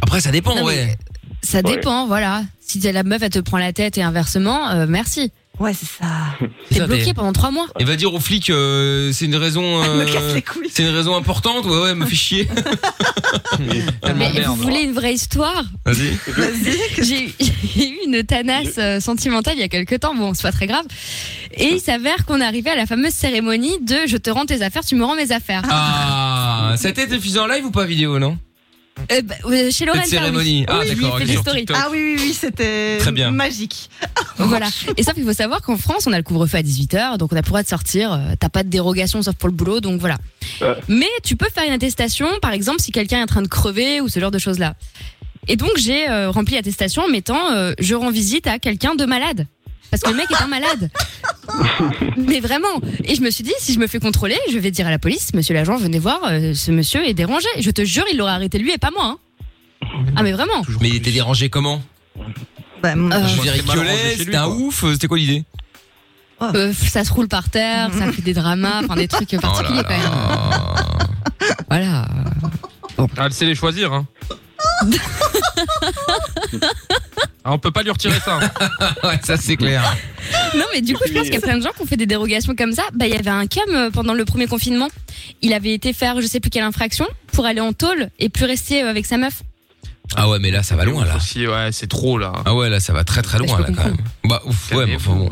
S2: Après ça dépend,
S13: ouais.
S3: Ça
S13: Ouais.
S3: dépend, voilà. Si t'es la meuf, elle te prend la tête et inversement, euh, merci.
S7: Ouais, c'est ça.
S2: Ça,
S3: T'es
S2: t'es-
S3: bloqué pendant trois mois.
S2: Et va dire aux flics, euh, c'est une raison.
S3: <laughs> Elle me
S2: euh,
S3: casse les
S2: c'est une raison importante. Ouais, ouais, elle me fait
S3: <laughs>
S2: chier. <laughs> Ah,
S3: Mais vous voulez une vraie histoire <laughs>
S2: Vas-y.
S3: J'ai j'ai eu <laughs> une tanasse euh, sentimentale il y a quelques temps, bon, c'est pas très grave. Et il s'avère qu'on est arrivé à la fameuse cérémonie de je te rends tes affaires, tu me rends mes affaires.
S2: Ah, ça a été diffusé en live ou pas vidéo, non
S3: Euh, bah, euh, chez Lorraine.
S2: Cette cérémonie. Ah, d'accord, ok. Sur TikTok.
S7: Ah oui, oui, oui, c'était
S2: Très bien.
S7: magique.
S3: <laughs> Voilà. Et sauf qu'il faut savoir qu'en France, on a le couvre-feu à 18h, donc on a le droit de sortir. euh, T'as pas de dérogation sauf pour le boulot, donc voilà. Mais tu peux faire une attestation, par exemple, si quelqu'un est en train de crever ou ce genre de choses-là. Et donc, j'ai euh, rempli l'attestation en mettant euh, je rends visite à quelqu'un de malade. Parce que le mec est un malade. Mais vraiment. Et je me suis dit, si je me fais contrôler, je vais dire à la police, monsieur l'agent, venez voir, euh, ce monsieur est dérangé. Je te jure, il l'aurait arrêté lui et pas moi. hein. Ah, mais vraiment.
S2: Mais il était dérangé comment
S3: Bah,
S2: Je veux dire, il gueulait, c'était un ouf. euh, C'était quoi l'idée
S3: Euh, ça se roule par terre, ça fait des dramas, enfin des trucs particuliers quand même. Voilà.
S13: Ah, elle sait les choisir. Hein. Ah, on peut pas lui retirer ça. hein.
S2: <laughs> ouais, ça c'est clair.
S3: <laughs> Non mais du coup je pense qu'il y a plein de gens qui ont fait des dérogations comme ça. Bah il y avait un cam euh, pendant le premier confinement. Il avait été faire je sais plus quelle infraction pour aller en tôle et plus rester euh, avec sa meuf.
S2: Ah ouais, mais là ça va loin là.
S13: ouais, c'est trop là.
S2: Ah ouais, là ça va très très loin là quand même. Bah ouf, ouais, mais enfin bon.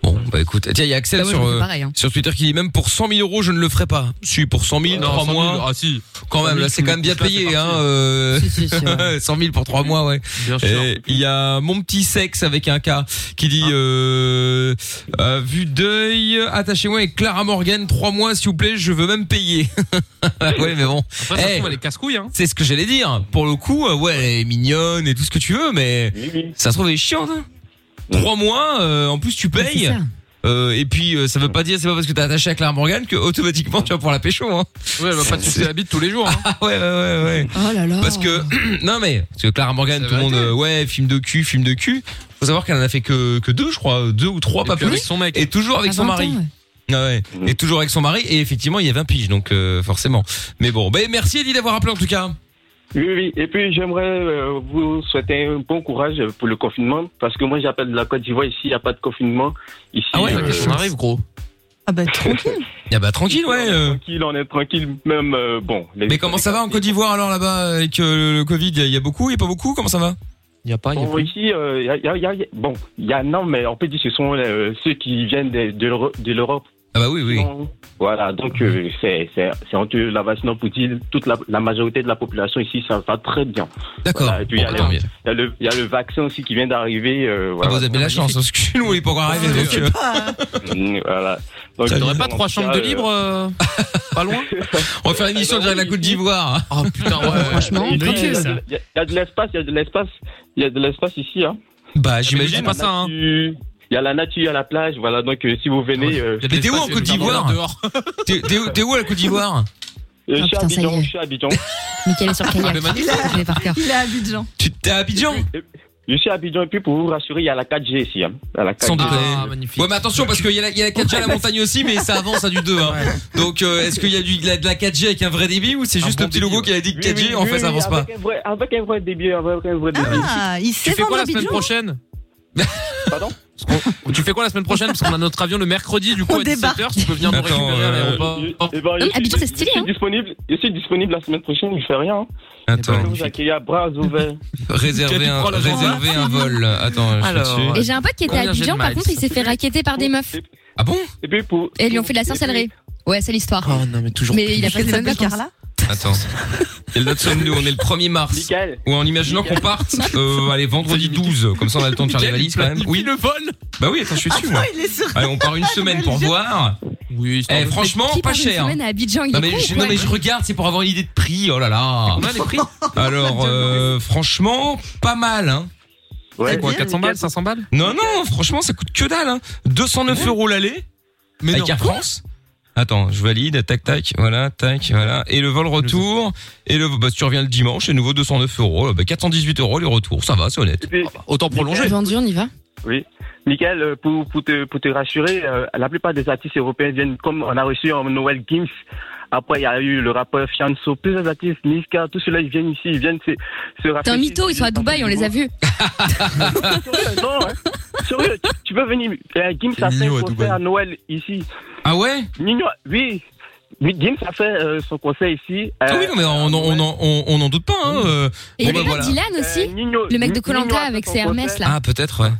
S2: Bon, bah écoute, tiens, il y a Axel
S13: Bah ouais,
S2: sur,
S13: je fais
S2: euh,
S13: pareil, hein.
S2: sur Twitter qui dit même pour 100 000 euros, je ne le ferai pas. Si, pour 100 000,
S13: Non, 100
S2: 3
S13: 000,
S2: mois.
S13: ah si.
S2: Quand
S13: 100
S2: même,
S13: 000,
S2: là, c'est quand même bien
S13: tout ça,
S2: payé,
S13: c'est
S2: hein,
S13: parti.
S2: euh,
S13: Si, si, si,
S2: <laughs> 100 000 pour 3 mois, ouais. Et il y a mon petit sexe avec un cas qui
S13: Ah.
S2: dit, euh, à vue d'œil, attachez-moi avec Clara Morgan, 3 mois, s'il vous plaît, je veux même payer. <laughs> ouais, mais bon.
S13: Après, ça se
S2: Eh,
S13: trouve, elle est casse-couille. Hein.
S2: c'est ce que j'allais dire. Pour le coup, euh, ouais, elle est mignonne et tout ce que tu veux, mais ça se trouve, elle est chiante. hein. Trois mois, euh, en plus, tu
S13: c'est
S2: payes.
S13: ça.
S2: Euh, et puis, euh, ça veut pas dire, c'est pas parce que t'es attaché à Clara Morgan que automatiquement tu vas pouvoir la pécho. Hein.
S13: Ouais, elle va pas te
S2: <laughs>
S13: sucer la bite tous les jours. Hein.
S2: Ah ouais, ouais, ouais, ouais.
S3: Oh là là.
S2: Parce que, <clears throat> non mais, parce que Clara Morgan, tout le monde, euh, ouais, film de cul, film de cul. Faut savoir qu'elle en a fait que, que deux, je crois, euh, deux ou trois, pas
S13: puis
S2: plus.
S13: avec son mec.
S2: Et toujours avec
S13: À
S2: son
S13: 20 ans,
S2: mari.
S13: ouais.
S2: Ah ouais. Et toujours avec son mari. Et effectivement, il y a 20 piges, donc euh, forcément. Mais bon, ben merci Eddie d'avoir appelé en tout cas.
S14: Oui, oui. Et puis, j'aimerais euh, vous souhaiter un bon courage euh, pour le confinement. Parce que moi, j'appelle de la Côte d'Ivoire. Ici, il n'y a pas de confinement. Ici,
S2: Ah ouais,
S14: euh,
S2: qu'est-ce qu'on arrive, gros
S7: Ah bah tranquille.
S2: Ah bah tranquille, ouais. euh.
S14: Tranquille, on est tranquille. Même, euh, bon. les-
S2: Mais comment ça va en Côte d'Ivoire alors là-bas avec euh, le, le Covid Il y, a beaucoup, il y a pas beaucoup Comment ça va
S13: Il y a pas,
S14: Bon, ici, euh, y a- y a- y a- y a- bon, il y a, non, mais on peut dire que ce sont euh, ceux qui viennent de, de l'Euro- de l'Europe.
S2: Ah bah oui, oui.
S14: Voilà, donc euh, c'est c'est- c'est honteux, la vaccination pour dire toute la, la majorité de la population ici, ça va très bien.
S2: D'accord.
S14: Voilà, et puis il y a
S2: Bon, bah,
S14: le-
S2: tant mieux.
S14: il y, a le- il y a le vaccin aussi qui vient d'arriver. euh,
S2: Ah,
S14: voilà.
S2: Vous avez la chance, parce que chez nous, il est pas encore arrivé. donc, euh,
S3: hein.
S14: Mm, voilà. Donc,
S13: T'aurais pas
S14: en
S13: trois
S14: tout
S13: chambres
S14: cas,
S13: de
S14: euh,
S13: libre euh,
S2: Ah,
S13: Pas loin
S2: On va faire l'émission direct de la Côte d'Ivoire.
S13: Oh putain, ouais.
S14: il y a- il y a- il y a de l'espace, il y a de l'espace, il y a de l'espace ici. Hein.
S2: Bah, j'imagine.
S14: Il y en a qui- Il y a la nature, il y a la plage. Voilà, donc euh, si vous venez. euh,
S2: Mais t'es où en Côte d'Ivoire <laughs> T'es t'es où, t'es où à la Côte d'Ivoire
S14: Euh, Je
S3: Ah,
S14: suis à
S3: putain, ça y
S14: Abidjan.
S3: est.
S14: Je suis à Abidjan.
S3: Mickaël est sur kayak.
S14: Ah, bah, magnifique.
S3: Je l'ai par cœur.
S7: Il est à Abidjan.
S2: Tu t'es à Abidjan
S14: Je suis à Abidjan. Et puis pour vous rassurer, il y a la 4G ici. Hein. À la 4G.
S2: Sans doute.
S13: Ah,
S2: Ouais, mais attention, parce qu'il y a la, il y a la 4G à la montagne aussi, mais ça avance à du 2. hein. Donc, euh, est-ce qu'il y a du, de, la, de la 4G avec un vrai débit ou c'est juste le petit logo qui a dit
S14: Oui,
S2: 4G
S14: oui,
S2: En
S14: oui,
S2: fait, ça
S14: oui,
S2: avance pas.
S14: avec Un vrai, avec un vrai débit, avec un vrai débit.
S7: Ah, il sait
S13: Tu fais
S7: vendre
S13: quoi la
S7: Abidjan.
S13: semaine prochaine Pardon Tu fais quoi la semaine prochaine Parce qu'on a notre avion le mercredi, du coup,
S7: On
S13: à 17h, tu peux venir nous récupérer à
S2: euh,
S13: l'aéroport.
S14: Non, Abidjan, c'est stylé. Euh, Je
S3: hein.
S14: suis, disponible, je suis disponible la semaine prochaine, il fait rien.
S2: Attends.
S14: Je peux vous accueillir à bras ouverts.
S2: Réserver un,
S14: prends l'avion
S2: réserver un vol. Attends, je
S13: Alors,
S2: suis dessus.
S3: Et j'ai un pote qui était à
S2: Combien j'ai de
S3: Abidjan, par
S2: miles
S3: contre, il s'est fait raqueter par des meufs.
S2: Ah bon
S14: Et puis pour.
S3: Et ils lui ont fait de la sorcellerie. Ouais, c'est l'histoire.
S2: Oh non, mais toujours
S3: Mais
S2: plus.
S3: il a fait des
S7: Ça
S3: bonnes
S7: s'appelle
S3: vacances.
S7: Carla
S2: Attends. Quelle date sommes-nous On est le 1er mars. Ou en imaginant qu'on parte, euh, allez, vendredi 12. Comme ça, on a le temps de faire les valises quand même. Oui.
S13: le vol
S2: Bah oui, attends, je suis dessus, moi.
S7: Il est sur
S2: Allez, on part une semaine pour voir. Oui, eh, franchement,
S3: Qui
S2: pas
S3: part une
S2: cher. hein.
S3: semaine à Abidjan, il
S2: Non
S3: est
S2: mais,
S3: con,
S2: je,
S3: quoi.
S2: non mais je regarde, c'est pour avoir une idée de prix. Oh là là.
S13: On a les prix
S2: <laughs> Alors euh, franchement, pas mal. Hein.
S13: Ouais, quoi, 400 balles, 500 balles
S2: Non non, franchement ça coûte que dalle. Hein. 209 euros l'aller. Mais avec
S13: non.
S2: Air France. Attends, je valide, tac tac, voilà, tac, voilà. Et le vol retour, et le, bah, si tu reviens le dimanche, et nouveau 209 euros, bah, 418 euros les retours, ça va, c'est honnête. <laughs> Autant prolonger.
S3: Vendu, on y va.
S14: Oui. Michael, euh, pour, pour, te, pour te rassurer, euh, la plupart des artistes européens viennent, comme on a reçu en Noël Gims, après il y a eu le rappeur Fianso, plusieurs artistes, Niska, tous ceux-là, ils viennent ici, ils viennent se, se
S3: T'es un
S14: rafraîchir.
S3: mytho, ils sont à Dubaï, on les a vus.
S14: Non, hein. Sérieux, tu, tu peux venir. euh, Gims a fait un concert à Noël ici.
S2: Ah ouais
S14: Nino, oui. Oui, Gims a fait euh, son concert ici. euh,
S2: Ah oui, non mais on n'en on, en- on, on en doute pas. Hein. euh,
S3: Et il y
S2: bon,
S3: avait
S2: bah,
S3: pas
S2: voilà.
S3: Dylan aussi Le mec de
S14: Nino
S3: Colanta
S14: a
S3: avec
S14: son
S3: ses Hermès
S14: concert.
S3: là.
S2: Ah peut-être, ouais.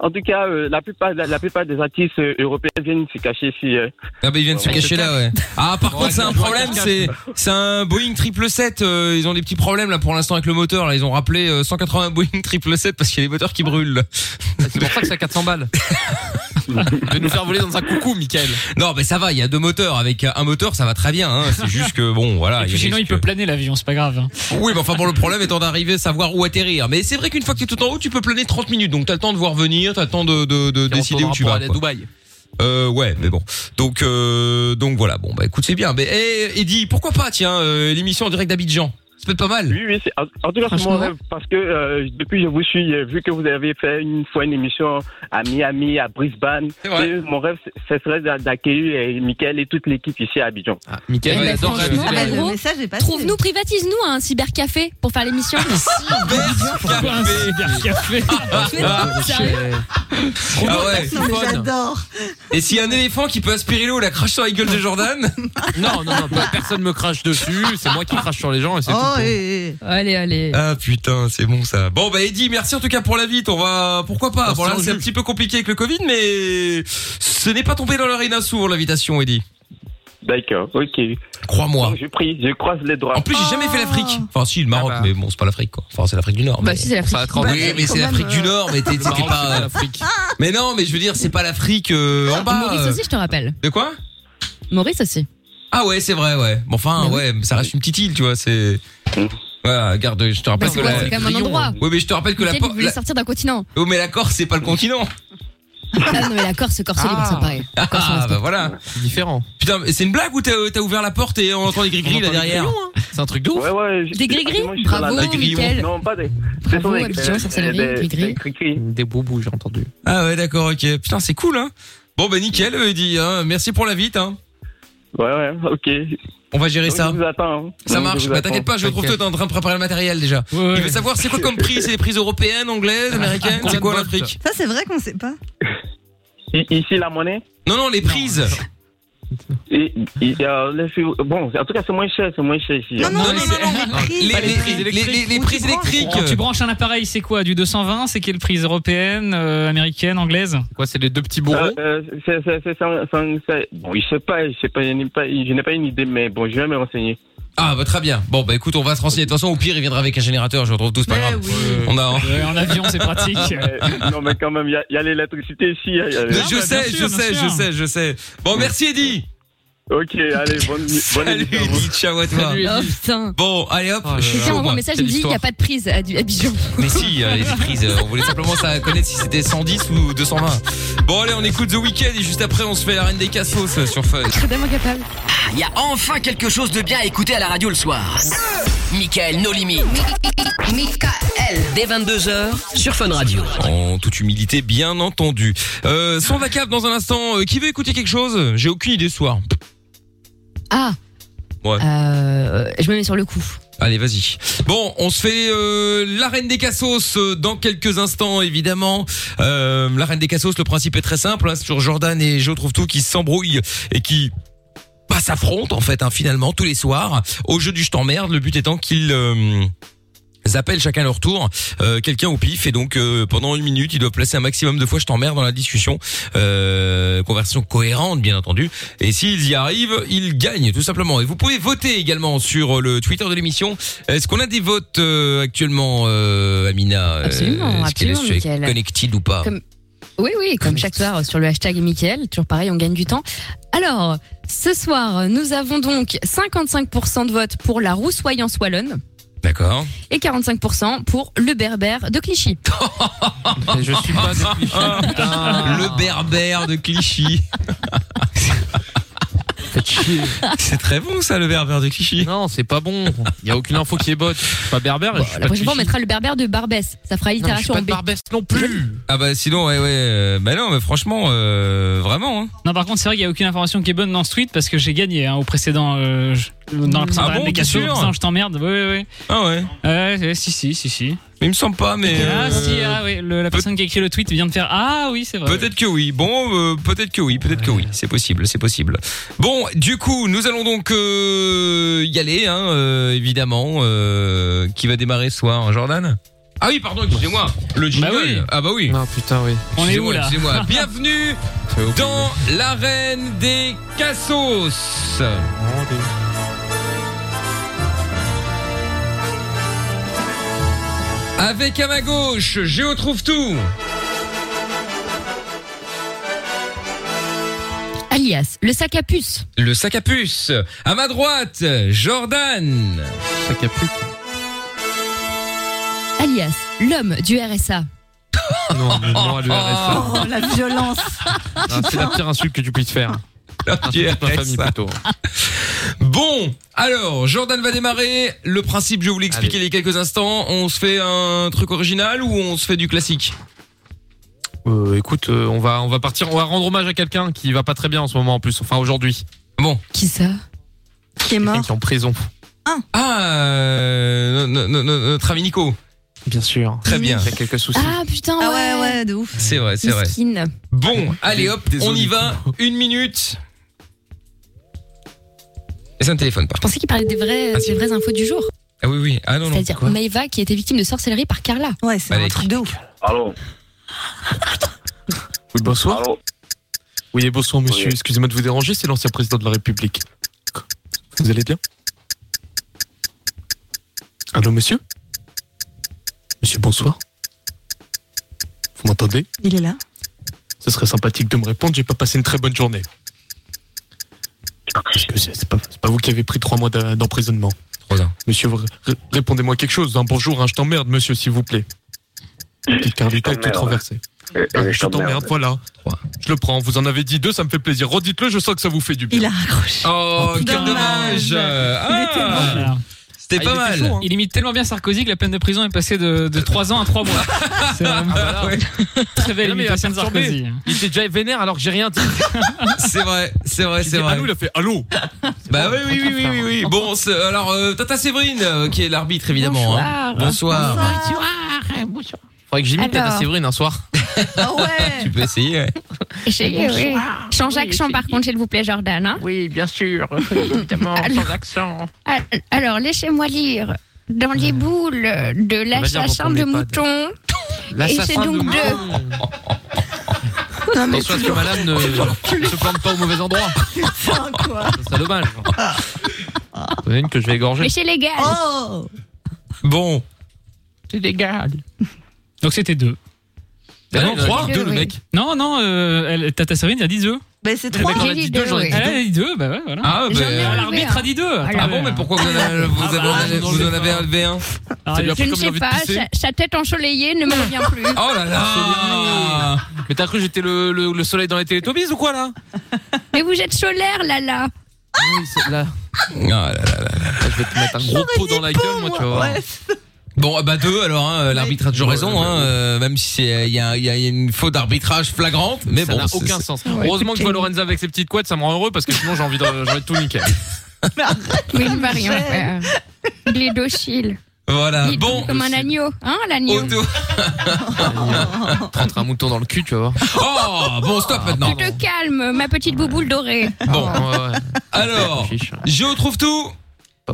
S14: En tout cas, euh, la, plupart, la, la plupart des artistes euh, européens viennent se cacher ici. euh.
S2: Ah bah ils viennent se
S14: Ouais,
S2: cacher
S14: on se
S2: là ouais. Ah par contre c'est un problème c'est c'est un Boeing 777 euh, ils ont des petits problèmes là pour l'instant avec le moteur là ils ont rappelé euh, 180 <laughs> Boeing 777 parce qu'il y a les moteurs qui brûlent. C'est pour ça que c'est à 400 <laughs> balles.
S13: Tu veux nous faire voler dans un coucou, Michael.
S2: Non mais ça va il y a deux moteurs avec un moteur ça va très bien hein. c'est juste que bon voilà.
S4: Et puis
S2: Ah, il
S4: sinon, il
S2: risque-
S4: peut planer l'avion, c'est pas grave. hein.
S2: Oui mais enfin bon le problème étant d'arriver savoir où atterrir mais c'est vrai qu'une fois que tu es tout en haut tu peux planer 30 minutes donc t'as le temps de voir venir t'as le temps de de, de décider où
S13: retournera
S2: tu
S13: pour
S2: vas.
S13: aller à
S2: quoi.
S13: Dubaï.
S2: Euh, ouais, mais bon. Donc, euh, donc voilà. Bon, bah écoute, c'est bien. Mais eh, Eddy, pourquoi pas Tiens, euh, l'émission en direct d'Abidjan, c'est peut-être pas mal.
S14: Oui, oui, c'est- en, en tout cas, c'est mon
S2: Franchement.
S14: rêve parce que euh, depuis je vous suis, euh, vu que vous avez fait une fois une émission à Miami, à Brisbane, et mon rêve, c'est- ce serait d'a- d'accueillir euh, Mickaël et toute l'équipe ici à Abidjan.
S2: Ah,
S13: Mickaël,
S3: Eh
S13: il
S3: ben,
S13: adore
S3: franchement,
S13: réaliser les-
S3: en gros,
S7: message est Ah, bah, passé.
S3: Trouve-nous, privatise-nous un cybercafé pour faire
S7: <laughs>
S3: l'émission. Ah, bah,
S4: Pourquoi un
S13: <laughs>
S4: cybercafé
S2: Ah ouais.
S7: Non, mais
S2: fun.
S7: j'adore.
S2: Et s'il y a un éléphant qui peut aspirer l'eau, la crache sur la gueule de Jordan
S13: Non, non, non, personne me crache dessus, c'est moi qui crache sur les gens et c'est
S7: Oh,
S13: tout.
S7: et...
S3: Allez, allez.
S2: Ah putain, c'est bon ça. Bon bah Eddy, merci en tout cas pour la vite. On va, pourquoi pas
S13: On
S2: Bon
S13: se
S2: là
S13: tient au
S2: c'est un
S13: jus.
S2: petit peu compliqué avec le Covid, mais ce n'est pas tombé dans l'arena sourd l'invitation, Eddy.
S14: D'accord, ok.
S2: Crois-moi.
S14: Je prie, je croise les doigts. Ah,
S2: En plus, j'ai jamais fait l'Afrique. Enfin, si le
S13: Ah bah.
S2: Maroc, mais bon, c'est pas l'Afrique quoi. Enfin, c'est l'Afrique du Nord.
S3: Oh. Bah euh.
S2: mais-
S3: si, c'est l'Afrique.
S13: Ça va être en-
S2: Oui, mais c'est l'Afrique du Nord, mais t'es
S13: Le
S2: t'es
S13: Maroc, c'est pas
S2: pas.
S13: l'Afrique.
S2: Mais non, mais je veux dire, c'est pas l'Afrique euh, en bas.
S3: Ah, Maurice
S2: euh.
S3: aussi, je te rappelle.
S2: De quoi
S3: Maurice aussi.
S2: Ah ouais, c'est vrai, ouais. Bon, enfin, ouais, mais ça reste une petite île, tu vois, c'est...
S13: Mm.
S2: Voilà, regarde, je te rappelle
S3: Bah,
S2: que
S3: c'est quoi,
S2: la...
S3: c'est quand même un endroit.
S2: Oui, mais je te rappelle que la...
S3: Michael, il
S2: por-
S3: voulait
S2: la-
S3: sortir
S2: <laughs>
S3: d'un continent.
S2: Oh, mais la Corse, c'est pas le continent
S3: Ah non, mais la Corse, Corse libre, ça paraît.
S2: Ah, bah voilà
S13: Différent.
S2: Putain, mais c'est une blague ou t'as euh, t'as ouvert la porte et on entend les gris-gris là derrière
S13: C'est un truc de ouf.
S14: Ouais, ouais,
S3: Des gris-gris Bravo,
S2: la grillon.
S3: Mickaël.
S14: Non, pas des.
S3: Bravo,
S14: des-
S3: Abidjan, Sorcellerie,
S14: des- des-
S3: gris-gris.
S14: des gris-gris.
S13: Des boubous, j'ai entendu.
S2: Ah ouais, d'accord, ok. Putain, c'est cool, hein Bon, bah nickel, euh, Eddy, hein. merci pour la vite, hein.
S14: Ouais, ouais, ok.
S2: On va gérer
S14: Donc,
S2: ça.
S14: Je vous attends. hein.
S2: Ça
S14: Donc, je
S2: marche,
S14: vous
S2: bah
S14: attends.
S2: t'inquiète pas, je trouve que t'es en train de préparer le matériel déjà.
S4: ouais.
S2: Il veut savoir c'est quoi comme prix, c'est les prises européennes, anglaises, américaines, c'est quoi l'Afrique
S7: <laughs> Ça, c'est vrai qu'on sait pas.
S14: I- Ici, la monnaie
S2: Non, non, les prises
S14: et, et, euh, les filles- Bon, en tout cas, c'est moins cher, c'est moins cher ici. hein.
S2: Non, non, non, <laughs> non, Ah, les,
S4: Pas les prises
S2: les, les, les, les prises électriques.
S4: Quand tu branches un appareil, c'est quoi Du 220 C'est quelle prise Européenne, euh, américaine, anglaise
S13: Quoi, c'est les deux petits bourreaux
S14: Euh, euh, c'est- c'est- c'est- c'est- c'est- c'est- Bon, je sais pas, je sais pas, je n'ai pas, je n'ai pas une idée, mais bon, je vais me renseigner.
S2: Ah bah très bien. Bon bah écoute, on va se renseigner. De toute façon, au pire, il viendra avec un générateur. Je retrouve tous, pas grave. Euh, On a.
S4: Euh, Ouais, En avion,
S14: <laughs>
S4: c'est pratique.
S14: Euh, non, mais quand même, il y a- il y a, l'électricité ici. hein, il y a-
S2: Mais je
S4: bah,
S2: sais,
S4: bien
S2: je
S4: sûr,
S2: sais,
S4: bien
S2: je
S4: sûr.
S2: sais, je sais. Bon, merci Eddy.
S14: Ok, allez, bonne, bonne
S2: Salut,
S14: émission à vous.
S2: Edith, ciao à toi.
S3: Oh putain.
S2: Bon, allez
S4: Oh
S2: hop, Ah, je suis
S3: Quelqu'un
S2: chaud,
S3: envoie
S2: moi.
S3: un message, il
S2: Quelle
S3: me dit il n'y a
S2: histoire.
S3: pas de prise à, du- à Bijon.
S2: Mais si, euh, les prises, euh, on voulait simplement ça connaître si c'était 110 ou 220. Bon, allez, on écoute The Weeknd et juste après, on se fait la reine des cassos euh, sur Fun.
S3: Je suis tellement capable.
S1: Il Ah, y a enfin quelque chose de bien à écouter à la radio le soir. Michael No Limit. Michael. Dès 22h sur Fun Radio.
S2: En toute humilité, bien entendu. Euh, son vacave dans un instant. Euh, qui veut écouter quelque chose J'ai aucune idée ce soir.
S3: Ah,
S2: Ouais.
S3: euh, je me mets sur le coup.
S2: Allez, vas-y. Bon, on se fait euh, la reine des cassos euh, dans quelques instants, évidemment. Euh, la reine des cassos, le principe est très simple. hein, c'est sur Jordan et Joe trouve tout qui s'embrouillent et qui bah, s'affrontent en fait, hein, finalement, tous les soirs au jeu du je t'emmerde. Le but étant qu'ils euh, appellent chacun leur tour euh, quelqu'un au pif et donc euh, pendant une minute ils doivent placer un maximum de fois je t'emmerde dans la discussion euh, conversion cohérente bien entendu et s'ils y arrivent ils gagnent tout simplement et vous pouvez voter également sur euh, le Twitter de l'émission est-ce qu'on a des votes euh, actuellement euh, Amina Euh,
S3: Absolument,
S2: est-ce qu'elle est
S3: absolument,
S2: sur-
S3: Mickaël.
S2: connected ou pas
S3: Comme- Oui, oui, comme chaque soir euh, sur le hashtag Mickaël, toujours pareil, on gagne du temps. Alors, ce soir, nous avons donc 55% de vote pour la roussoyance wallonne
S2: d'accord
S3: et 45% pour le berbère de Clichy.
S13: Oh,
S2: je suis pas <laughs> le berbère de Clichy c'est très bon ça le berbère de Clichy
S13: non c'est pas bon il y a aucune info qui est bonne Je suis pas berbère je suis
S3: La
S13: pas
S3: prochaine fois, on
S13: cliché.
S3: mettra le berbère de Barbès. Ça fera
S13: Non, mais je suis
S3: allitération
S13: pas
S3: en
S13: de
S3: B.
S13: Barbès non plus.
S2: Ah bah sinon ouais ouais euh, bah non mais franchement euh, vraiment hein.
S4: Non, par contre, c'est vrai qu'il n'y a aucune information qui est bonne dans ce tweet parce que j'ai gagné hein, au précédent. euh, je- dans la
S2: Ah
S4: précédente
S2: bon,
S4: des
S2: t'es
S4: cassos,
S2: sûr
S4: putain, je t'emmerde. Oui, oui, oui.
S2: Ah ouais
S4: Ouais, ouais, si, si, si, si.
S2: Mais il me semble pas, mais.
S4: Ah,
S2: euh,
S4: si, ah, oui. le- la personne qui a écrit le tweet vient de faire Ah, oui, c'est vrai.
S2: Peut-être que oui. Bon, euh, peut-être que oui, peut-être que oui. C'est possible, c'est possible. Bon, du coup, nous allons donc euh, y aller, hein, euh, évidemment. euh, qui va démarrer ce soir, hein, Jordan Ah oui, pardon, excusez-moi. Le jingle. Ah bah oui.
S13: Ah putain oui.
S2: On est où là <laughs> Excusez-moi. Bienvenue dans l'arène des cassos. Avec à ma gauche, Géo trouve tout.
S3: Alias, le sac à puce.
S2: Le sac à puce. À ma droite, Jordan. Sac à puce.
S3: Alias, l'homme du RSA.
S13: Non, mais non à le RSA.
S7: Oh, la violence.
S13: Non, Ah, C'est la pire insulte que tu puisses faire. Insulte à ta famille plutôt.
S2: Bon, alors, Jordan va démarrer. Le principe, je vous l'ai expliqué il y a quelques instants. On se fait un truc original ou on se fait du classique
S13: Euh, écoute, euh, on va on va partir, on va rendre hommage à quelqu'un qui va pas très bien en ce moment en plus, enfin aujourd'hui.
S2: Bon.
S3: Qui ça Qui est mort
S13: Qui est en prison.
S2: Ah, euh, no- no- no- notre ami Nico.
S13: Bien sûr.
S2: Très bien.
S13: Il a quelques soucis.
S3: Ah putain, ouais. ouais, de ouf.
S2: C'est vrai, c'est vrai.
S3: Miskin.
S2: Bon, allez hop,
S13: Désolé,
S2: on y
S13: Nico.
S2: va. Une minute. Et ça ne téléphone pas.
S3: Je pensais qu'il parlait des vraies, des vraies infos du jour.
S2: Ah oui, oui. Ah non, Bah, non.
S3: C'est-à-dire
S2: Quoi
S3: Maeva qui était victime de sorcellerie par Carla.
S7: Ouais, c'est
S2: un Allez. truc
S7: de ouf.
S11: Allô
S13: Oui, bonsoir. Oui, bonsoir monsieur,
S11: Oui.
S13: excusez-moi de vous déranger, c'est l'ancien président de la République. Vous allez bien Allô monsieur Monsieur, bonsoir. Vous m'entendez
S7: Il est là.
S13: Ce serait sympathique de me répondre, j'ai pas passé une très bonne journée. Parce que c'est c'est pas, c'est pas vous qui avez pris trois mois d'a- d'emprisonnement.
S2: Trois ans.
S13: Monsieur, r- r- répondez-moi quelque chose. Un bonjour, hein, je t'emmerde, monsieur, s'il vous plaît. La petite Carlita est toute
S11: t'emmerde.
S13: renversée.
S11: Euh, euh,
S13: Ah, je t'emmerde, voilà.
S2: Trois.
S13: Je le prends, vous en avez dit deux, ça me fait plaisir. Redites-le, je sens que ça vous fait du bien.
S7: Il a raccroché.
S2: Oh, quel
S4: Dommage.
S2: dommage. Ah, C'était pas mal.
S13: hein.
S4: Il imite tellement bien Sarkozy que la peine de prison est passée de, de 3 ans à
S13: <laughs>
S4: 3 mois. C'est vraiment <laughs> très belle
S13: Non, mais il a
S4: imitation de
S13: perturbé.
S4: Sarkozy.
S13: Il était déjà vénère alors que j'ai rien dit.
S2: <laughs> C'est vrai, c'est vrai,
S13: J'ai
S2: c'est
S13: dit
S2: vrai.
S13: Allô, il a fait allô.
S2: Bah oui, oui, oui, oui, oui, oui. Bon, c'est- alors, euh, Tata Séverine, euh, qui est l'arbitre, évidemment. hein. Bonsoir.
S13: Faudrait que j'imite
S3: Alors.
S13: Tata Séverine un soir.
S7: Ah ouais.
S2: Tu peux essayer, ouais.
S3: J'ai- oui. Jean-Jacques Champ, par contre, s'il vous plaît, Jordan. hein.
S5: Oui, bien sûr,
S2: <laughs>
S5: évidemment, sans accent.
S3: Ah, Alors, laissez-moi lire. Dans les boules de
S13: dire dans ton
S3: l'assassin de
S13: EHPAD.
S2: <laughs>
S3: moutons. c'est
S13: L'assassin de
S3: donc deux.
S7: Non, mais
S13: Attention à ce que madame ne se plante pas au mauvais endroit.
S3: <laughs>
S7: putain, quoi.
S13: Ça serait dommage. Vous une que je vais égorger.
S3: Mais c'est légal.
S7: Oh.
S2: Bon.
S5: C'est légal.
S4: Donc c'était 2.
S2: Ah non, trois.
S3: Deux,
S2: Deux, le
S3: oui.
S2: mec.
S4: Non, non, euh, elle- Tata Séverine a dit 2.
S7: Ben, c'est
S2: Le
S7: trois.
S2: mec en a dit deux, j'aurais dit
S4: Elle a
S2: deux.
S4: dit deux, bah ouais, voilà.
S2: Ah, bah, euh,
S4: L'arbitre a dit deux.
S2: Ah bon, mais pourquoi vous en avez, vous
S4: Ah bah,
S2: avez-
S4: non,
S2: vous
S4: non,
S2: en avez enlevé un Ça lui a
S3: Je
S2: pris
S3: ne
S2: comme
S3: sais
S2: envie de
S3: pas,
S2: pisser.
S3: sa, sa tête ensoleillée ne me revient plus.
S2: <laughs> Oh là là
S13: Mais t'as cru que j'étais le, le- le soleil dans les télétobies ou quoi là
S3: Mais vous êtes solaire, là, là.
S13: Oui, c'est là.
S2: Ah là là là là.
S13: Je vais te mettre un gros pot dans la gueule, moi, tu vas voir.
S2: Bon, ah bah deux alors, hein, l'arbitre a toujours raison, hein, euh, même si c'est- il y a, il y a une faute d'arbitrage flagrante, mais
S13: ça
S2: bon.
S13: n'a
S2: c'est-
S13: aucun
S2: c'est-
S13: sens. Heureusement que je vois Lorenza avec ses petites couettes, ça me rend heureux parce que sinon j'ai envie de, j'ai envie de tout niquer.
S3: Oui, il ne va rien faire. Il est docile.
S2: Voilà,
S3: Il est
S2: Bah, bon.
S3: Comme un agneau. Hein, l'agneau
S2: Auto.
S13: <laughs> Rentre un mouton dans le cul, tu Ah, vas voir.
S2: Oh, bon, stop maintenant.
S3: Tu te calmes, ma petite bouboule dorée. Oh.
S2: Bon, euh, alors,
S13: hein.
S2: je retrouve tout.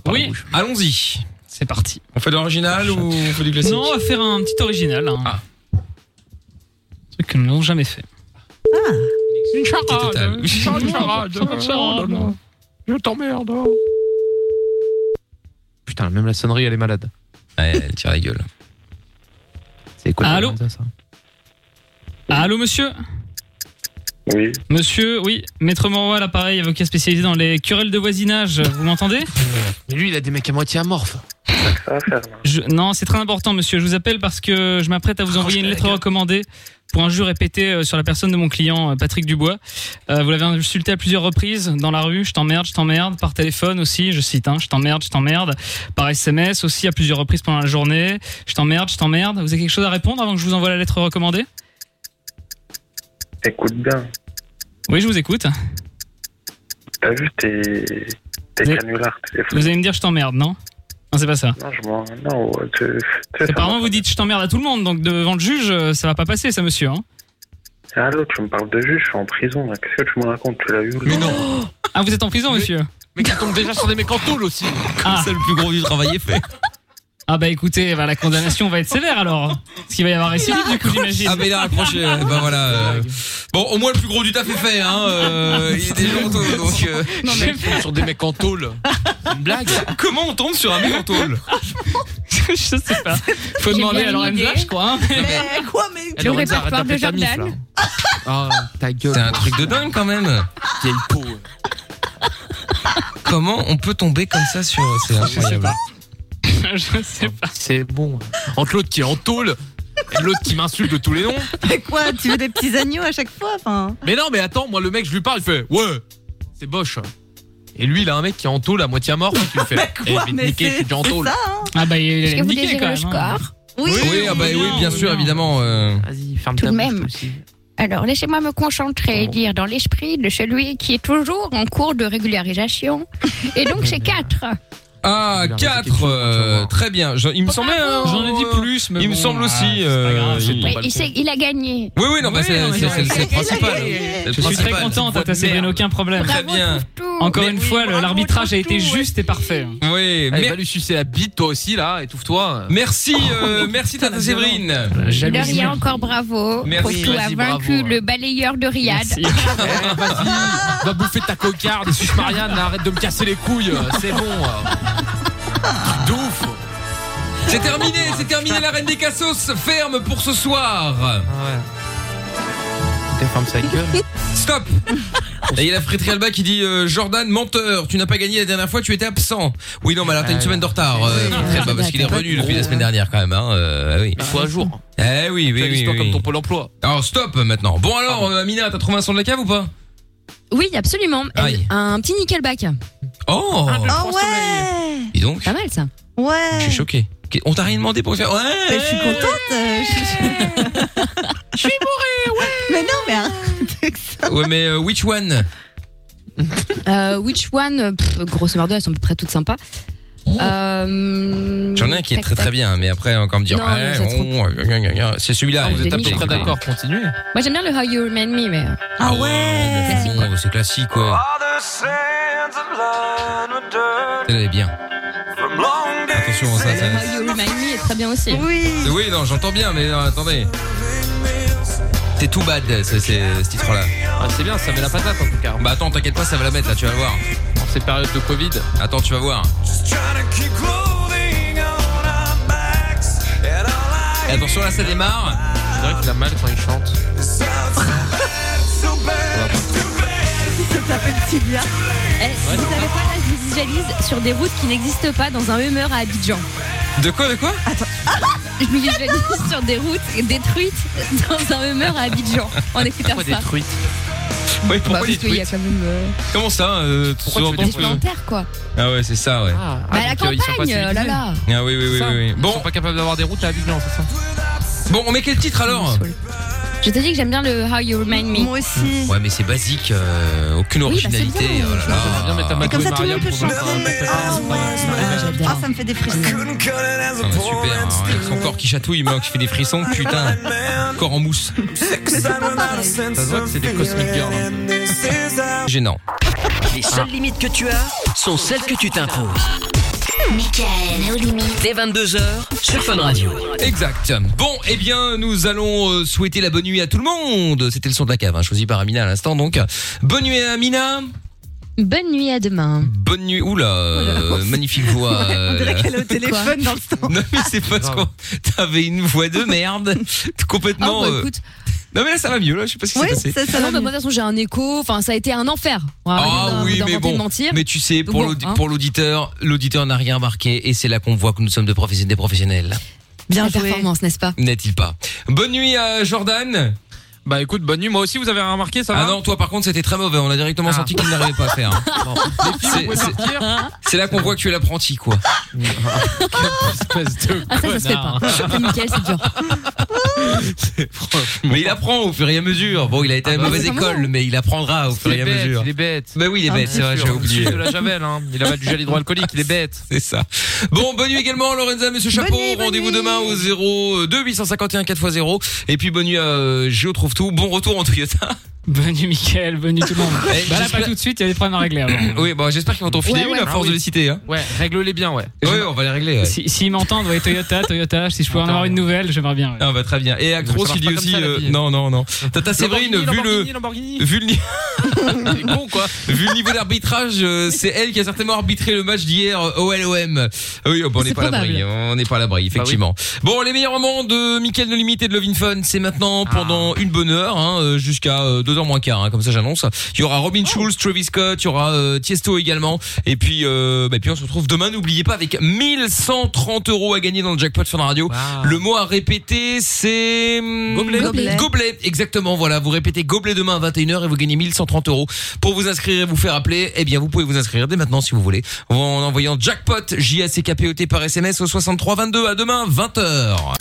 S4: Oui.
S2: Allons-y.
S4: C'est parti.
S2: On fait de l'original ou on fait du classique
S4: Non, on va faire un petit original. hein.
S2: Ah.
S4: Un truc que nous n'avons jamais fait.
S5: Une
S4: Total.
S5: charade.
S13: <laughs>
S5: Une charade. Une charade. Je t'emmerde.
S13: Putain, même la sonnerie, elle est malade.
S2: elle tire la gueule.
S13: C'est quoi
S4: Allô
S13: Lorenza, ça
S4: Allô, monsieur
S11: Oui.
S4: Monsieur, oui, Maître Moreau à l'appareil, avocat spécialisé dans les querelles de voisinage, vous m'entendez
S13: Euh, Mais lui, il a des mecs à moitié amorphes.
S4: Je- Non, c'est très important, monsieur. Je vous appelle parce que je m'apprête
S13: Ah,
S4: à vous envoyer une lettre recommandée pour un jeu répété euh, sur la personne de mon client, euh, Patrick Dubois. Euh, vous l'avez insulté à plusieurs reprises dans la rue. Je t'emmerde, je t'emmerde. Par téléphone aussi, je cite, hein, je t'emmerde, je t'emmerde. Par SMS aussi à plusieurs reprises pendant la journée. Je t'emmerde, je t'emmerde. Vous avez quelque chose à répondre avant que je vous envoie la lettre recommandée
S11: Écoute bien.
S4: Oui, je vous écoute.
S11: T'as vu tes, tes canulars
S4: Vous allez me dire je t'emmerde, non Non, c'est pas ça.
S11: Non, je m'en. Non, ouais, tu- tu sais, ça
S4: Apparemment, vous dites je t'emmerde à tout le monde, donc devant le juge, euh, ça va pas passer, ça, monsieur. hein.
S11: va. Allô, tu me parles de juge, je suis en prison. là. Qu'est-ce que tu me racontes Tu l'as eu Mais
S13: non
S4: Ah, vous êtes en prison, monsieur
S13: Mais qui tombe déjà sur des mecs en tôle aussi.
S4: Ah.
S2: C'est le plus gros du travail est fait.
S4: Ah bah écoutez, bah la condamnation va être sévère alors. Parce qu'il va y avoir récidive du coup, j'imagine.
S2: Ah, mais il a raccroché. ouais, bah voilà. euh. Bon, au moins le plus gros du taf est fait, hein. euh, il y a des gens en tôle, donc. euh,
S13: Ils tombent sur des mecs en tôle. Une blague
S2: Comment on tombe sur un mec en tôle
S4: Je sais pas. Faut
S13: J'ai
S4: demander
S13: bien
S4: à
S13: une
S4: Lorenza,
S13: idée.
S4: je crois. hein.
S7: quoi, mais.
S13: Elle aurait pas arrêté de taper ta mif, là. Oh,
S2: Ah, ta gueule. C'est un truc de dingue quand même. Vieille peau. Comment on peut tomber comme ça sur. C'est incroyable.
S13: <laughs>
S4: Je sais pas.
S13: C'est bon. Entre l'autre qui est en tôle et l'autre qui m'insulte de tous les noms.
S7: Mais quoi, tu veux des petits agneaux à chaque fois enfin
S13: Mais non, mais attends, moi le mec, je lui parle, il fait Ouais, c'est boche. Et lui, il a un mec qui est en tôle à moitié mort. qui lui fait
S7: quoi,
S13: eh, je vais te
S7: mais
S13: niquer, je suis déjà en tôle.
S3: hein.
S4: Ah bah il
S13: Est-ce
S4: est
S13: que vous
S4: niqué
S13: désirez
S4: quand
S13: le
S4: même. hein.
S2: Oui, Oh oui, ah bah, oui bien sûr, évidemment. euh.
S13: Vas-y, ferme
S3: Tout de même. Alors, laissez-moi me concentrer et dire dans l'esprit de celui qui est toujours en cours de régularisation. Et donc, c'est 4.
S2: Ah, 4 Très bien. Je- il me semblait. J'en ai dit plus, mais. Il me
S13: ah,
S2: semble aussi. euh, il-
S3: Oui, il, sait- il a gagné.
S2: Oui, oui, non, bah, c'est
S4: oui,
S2: c'est- c'est-
S4: oui.
S2: c'est le principal.
S4: Je suis très content, Tata, c'est bien aucun problème.
S2: Très bien.
S4: Encore une fois, le- l'arbitrage a été juste et parfait.
S2: Oui,
S13: mais. Va lui sucer la bite, toi aussi, là, étouffe-toi.
S2: Merci,
S13: <laughs>
S2: euh, merci, Tata Séverine.
S13: Bah,
S3: De rien, encore bravo.
S2: Merci.
S3: Pour tout a
S2: Vas-y,
S3: vaincu le balayeur de Riyad.
S13: Eh, Vas-y, va bouffer ta cocarde et suce Marianne, là, arrête de me casser les couilles, euh, c'est bon. euh. D'ouf
S2: C'est terminé, c'est terminé. La reine des cassos ferme pour ce soir.
S13: Ah ferme sa gueule.
S2: Stop Et il y a la friterie Alba qui dit euh, Jordan, menteur, tu n'as pas gagné la dernière fois, tu étais absent. Oui, non, mais
S13: Ah,
S2: alors t'as une semaine de retard, euh, friterie Alba, parce qu'il est revenu depuis la semaine dernière quand même. Hein, euh, ah oui.
S13: Il faut un jour.
S2: Eh oui, oui, oui.
S13: L'actualise-toi
S2: oui.
S13: comme ton Pôle emploi. Ah
S2: Alors stop maintenant. Bon alors, euh, Amina, t'as trouvé un son de la cave ou pas
S3: Oui, absolument.
S2: Aïe.
S3: Un petit nickelback.
S2: Oh
S7: Ah
S3: ouais
S2: Dis donc,
S3: Pas mal ça.
S2: je suis
S3: Ouais.
S2: choqué. Ok, On t'a rien demandé pour faire. Ouais
S7: Je suis contente. <laughs> Je suis bourré, ouais. Mais non, mais arrête avec ça.
S2: Ouais, mais euh, which one
S3: Euh, which one pff, Grosso modo, elles sont à peu près toutes sympas. Euh,
S2: Oh. J'en ai un qui est
S3: tac,
S2: très très
S3: tac.
S2: bien, mais après, encore me dire.
S3: Non,
S2: eh,
S3: c'est trop.
S2: oh, gna, gna, gna, gna. C'est celui-là.
S13: Ah, vous
S2: il
S13: êtes à
S2: est
S13: peu
S2: bien.
S13: près d'accord, continuez.
S3: Moi j'aime bien le How You Remind Me, mais. euh,
S2: Ah ouais mais bon, C'est classique, ouais. Elle est bien. Attention, hein, ça, ça.
S3: How You Remind Me est très bien aussi.
S7: Oui.
S2: Oui, non, j'entends bien, mais euh, attendez. C'est tout bad, c'est- c'est- ce titre-là.
S13: Ah, c'est bien, ça met la patate en tout cas.
S2: Bah attends, t'inquiète pas, ça va la mettre là, tu vas voir.
S13: En ces périodes de Covid.
S2: Attends, tu vas voir. Et attention, là, ça démarre.
S13: C'est vrai qu'il a mal quand il chante.
S7: s'appelle Sylvia.
S3: Eh, vous savez pas, là, je vous visualise sur des routes qui n'existent pas dans un humeur à
S7: <laughs>
S3: Abidjan.
S2: De quoi, de quoi
S3: Je me visualise sur des routes détruites dans un humeur à Abidjan. En écoutant
S2: Pourquoi
S3: ça.
S2: détruite Ouais,
S3: Bah,
S2: pourquoi
S3: parce qu'il y a
S2: détruite
S3: quand même euh,
S2: Comment ça euh, tu sors-
S3: des plantaires, quoi.
S2: Ah ouais, c'est ça, ouais. Ah,
S3: bah, à la
S2: donc, euh, ils sont pas
S3: campagne, euh, là, là.
S2: Ah oui, oui, oui, oui, oui. Bon. Ils sont pas capables d'avoir des routes à Abidjan, c'est ça Bon, on met quel titre alors
S3: Je t'ai dit que j'aime bien le How You Remind Me.
S7: Moi aussi.
S2: Ouais, mais c'est basique, euh, aucune
S3: Oui, bah, c'est
S2: originalité.
S3: bien,
S2: oh là là.
S7: Et comme ça, tout le monde peut chanter.
S2: bah,
S7: Ah, ça me fait des frissons.
S2: Ah, super, hein, avec son corps qui chatouille, mais qui fait des frissons, putain. Corps en <laughs> mousse.
S7: Mais c'est pas pareil.
S2: Ça se voit que c'est des Cosmic Girls. hein. Gênant.
S1: Les seules limites que tu as sont celles que tu t'imposes.
S8: Michael, nos limites.
S1: Dès 22h sur Fun Radio.
S2: Exact. Bon, eh bien, nous allons euh, souhaiter la bonne nuit à tout le monde. C'était le son de la cave, hein, choisi par Amina à l'instant. Donc, bonne nuit à Amina.
S3: Bonne nuit à demain.
S2: Bonne nuit. Oula, euh, magnifique voix. euh, là. <laughs>
S3: téléphone
S7: dans le sang.
S2: Non, mais c'est parce que t'avais une voix de merde. Complètement.
S3: Ah, bah,
S2: euh,
S3: écoute.
S2: Non, mais là, ça va mieux. Là, je sais pas ce qui
S3: Oui,
S2: s'est passé.
S3: ça, ça Ah non, mais moi, de toute façon, j'ai un écho. Enfin, ça a été un enfer. On va arrêter
S2: Ah
S3: d'en-
S2: oui,
S3: d'inventer
S2: mais
S3: de
S2: bon.
S3: mentir.
S2: Mais tu sais,
S3: Donc
S2: pour
S3: bon,
S2: l'audi-
S3: hein.
S2: pour l'auditeur, l'auditeur n'a rien remarqué et c'est là qu'on voit que nous sommes de professionnels, des professionnels.
S3: Bien performance, n'est-ce pas
S2: N'est-il pas Bonne nuit à Jordan.
S13: Bah écoute, bonne nuit. Moi aussi, vous avez rien remarqué, ça
S2: Ah
S13: va Ah.
S2: non, toi par contre, c'était très mauvais. On a directement senti qu'il n'arrivait pas à
S13: <laughs>
S2: faire. hein. C'est- c'est- C'est là qu'on voit que tu es
S13: <laughs>
S2: l'apprenti, quoi. espèce de
S3: Ah, ça, ça se fait pas. C'est nickel, c'est dur.
S2: <laughs> Mais il apprend au fur et à mesure. Bon, il a été à
S13: Ah
S2: la
S13: bah,
S2: mauvaise
S13: c'est comme
S2: école, mais il apprendra au fur
S13: Il
S2: et
S13: est
S2: à
S13: bête,
S2: mesure.
S13: il est bête.
S2: Mais oui, il est
S13: Ah,
S2: bête,
S13: bien
S2: c'est vrai,
S13: sûr.
S2: j'ai oublié.
S13: Juste de la javel, hein. Il avale du gel hydroalcoolique, il est bête.
S2: <laughs> C'est ça. Bon, bonne nuit également, Lorenza, Monsieur Chapeau. Rendez-vous demain au euh, 0 2 851 4x0. Et puis bonne nuit à euh, Géo trouve tout. Bon retour
S13: <coughs>
S2: en Toyota.
S4: Bonne nuit, Mickaël. Bonne nuit, tout le monde.
S2: Eh,
S4: bah là,
S2: j'espère-
S4: pas tout de suite, il y a des problèmes à régler avant.
S2: oui,
S13: bah,
S2: bon, j'espère qu'ils vont t'en filer
S4: Ouais,
S2: une
S4: ouais.
S2: à force
S4: Ah oui.
S2: de les citer. Hein.
S13: Ouais, règle-les bien, ouais.
S2: Oui, on va les régler. ouais.
S4: Si, s'ils m'entendent, ouais, Toyota, Toyota, si je pouvais en avoir une nouvelle, j'aimerais bien. ouais.
S2: Ah bah très bien. Et Actros,
S4: Ça marche
S2: il dit
S4: pas comme
S2: aussi
S4: ça, la
S2: euh,
S4: vie.
S2: non non non. Tata Séverine, vu
S13: Lamborghini,
S2: le
S13: Lamborghini.
S2: <laughs> vu le ni- Vu le niveau d'arbitrage, euh, c'est elle qui a certainement arbitré le match d'hier euh, OLOM. Oui, oh, bah, on n'est
S13: C'est
S2: pas à l'abri,
S13: probable.
S2: on n'est pas à
S4: Ah Bah
S2: l'abri effectivement. Bon, les meilleurs moments de Mickaël No Limite et de Lovin Fun, c'est maintenant pendant une bonne heure hein, euh, jusqu'à 2h moins quart hein, comme ça j'annonce. Il y aura Robin Schulz, Travis Scott, il y aura euh, Tiesto également et puis euh, bah, puis on se retrouve demain, n'oubliez pas avec 1130 euros à gagner dans le jackpot Fun Radio. Le mot à répéter c'est hum,
S13: Gobelet. Gobelet.
S2: Gobelet, exactement, voilà. Vous répétez gobelet demain à 21h et vous gagnez 1130 euros. Pour vous inscrire et vous faire appeler, eh bien, vous pouvez vous inscrire dès maintenant si vous voulez. En envoyant jackpot, J-A-C-K-P-O-T par SMS au 6322 à demain, 20h.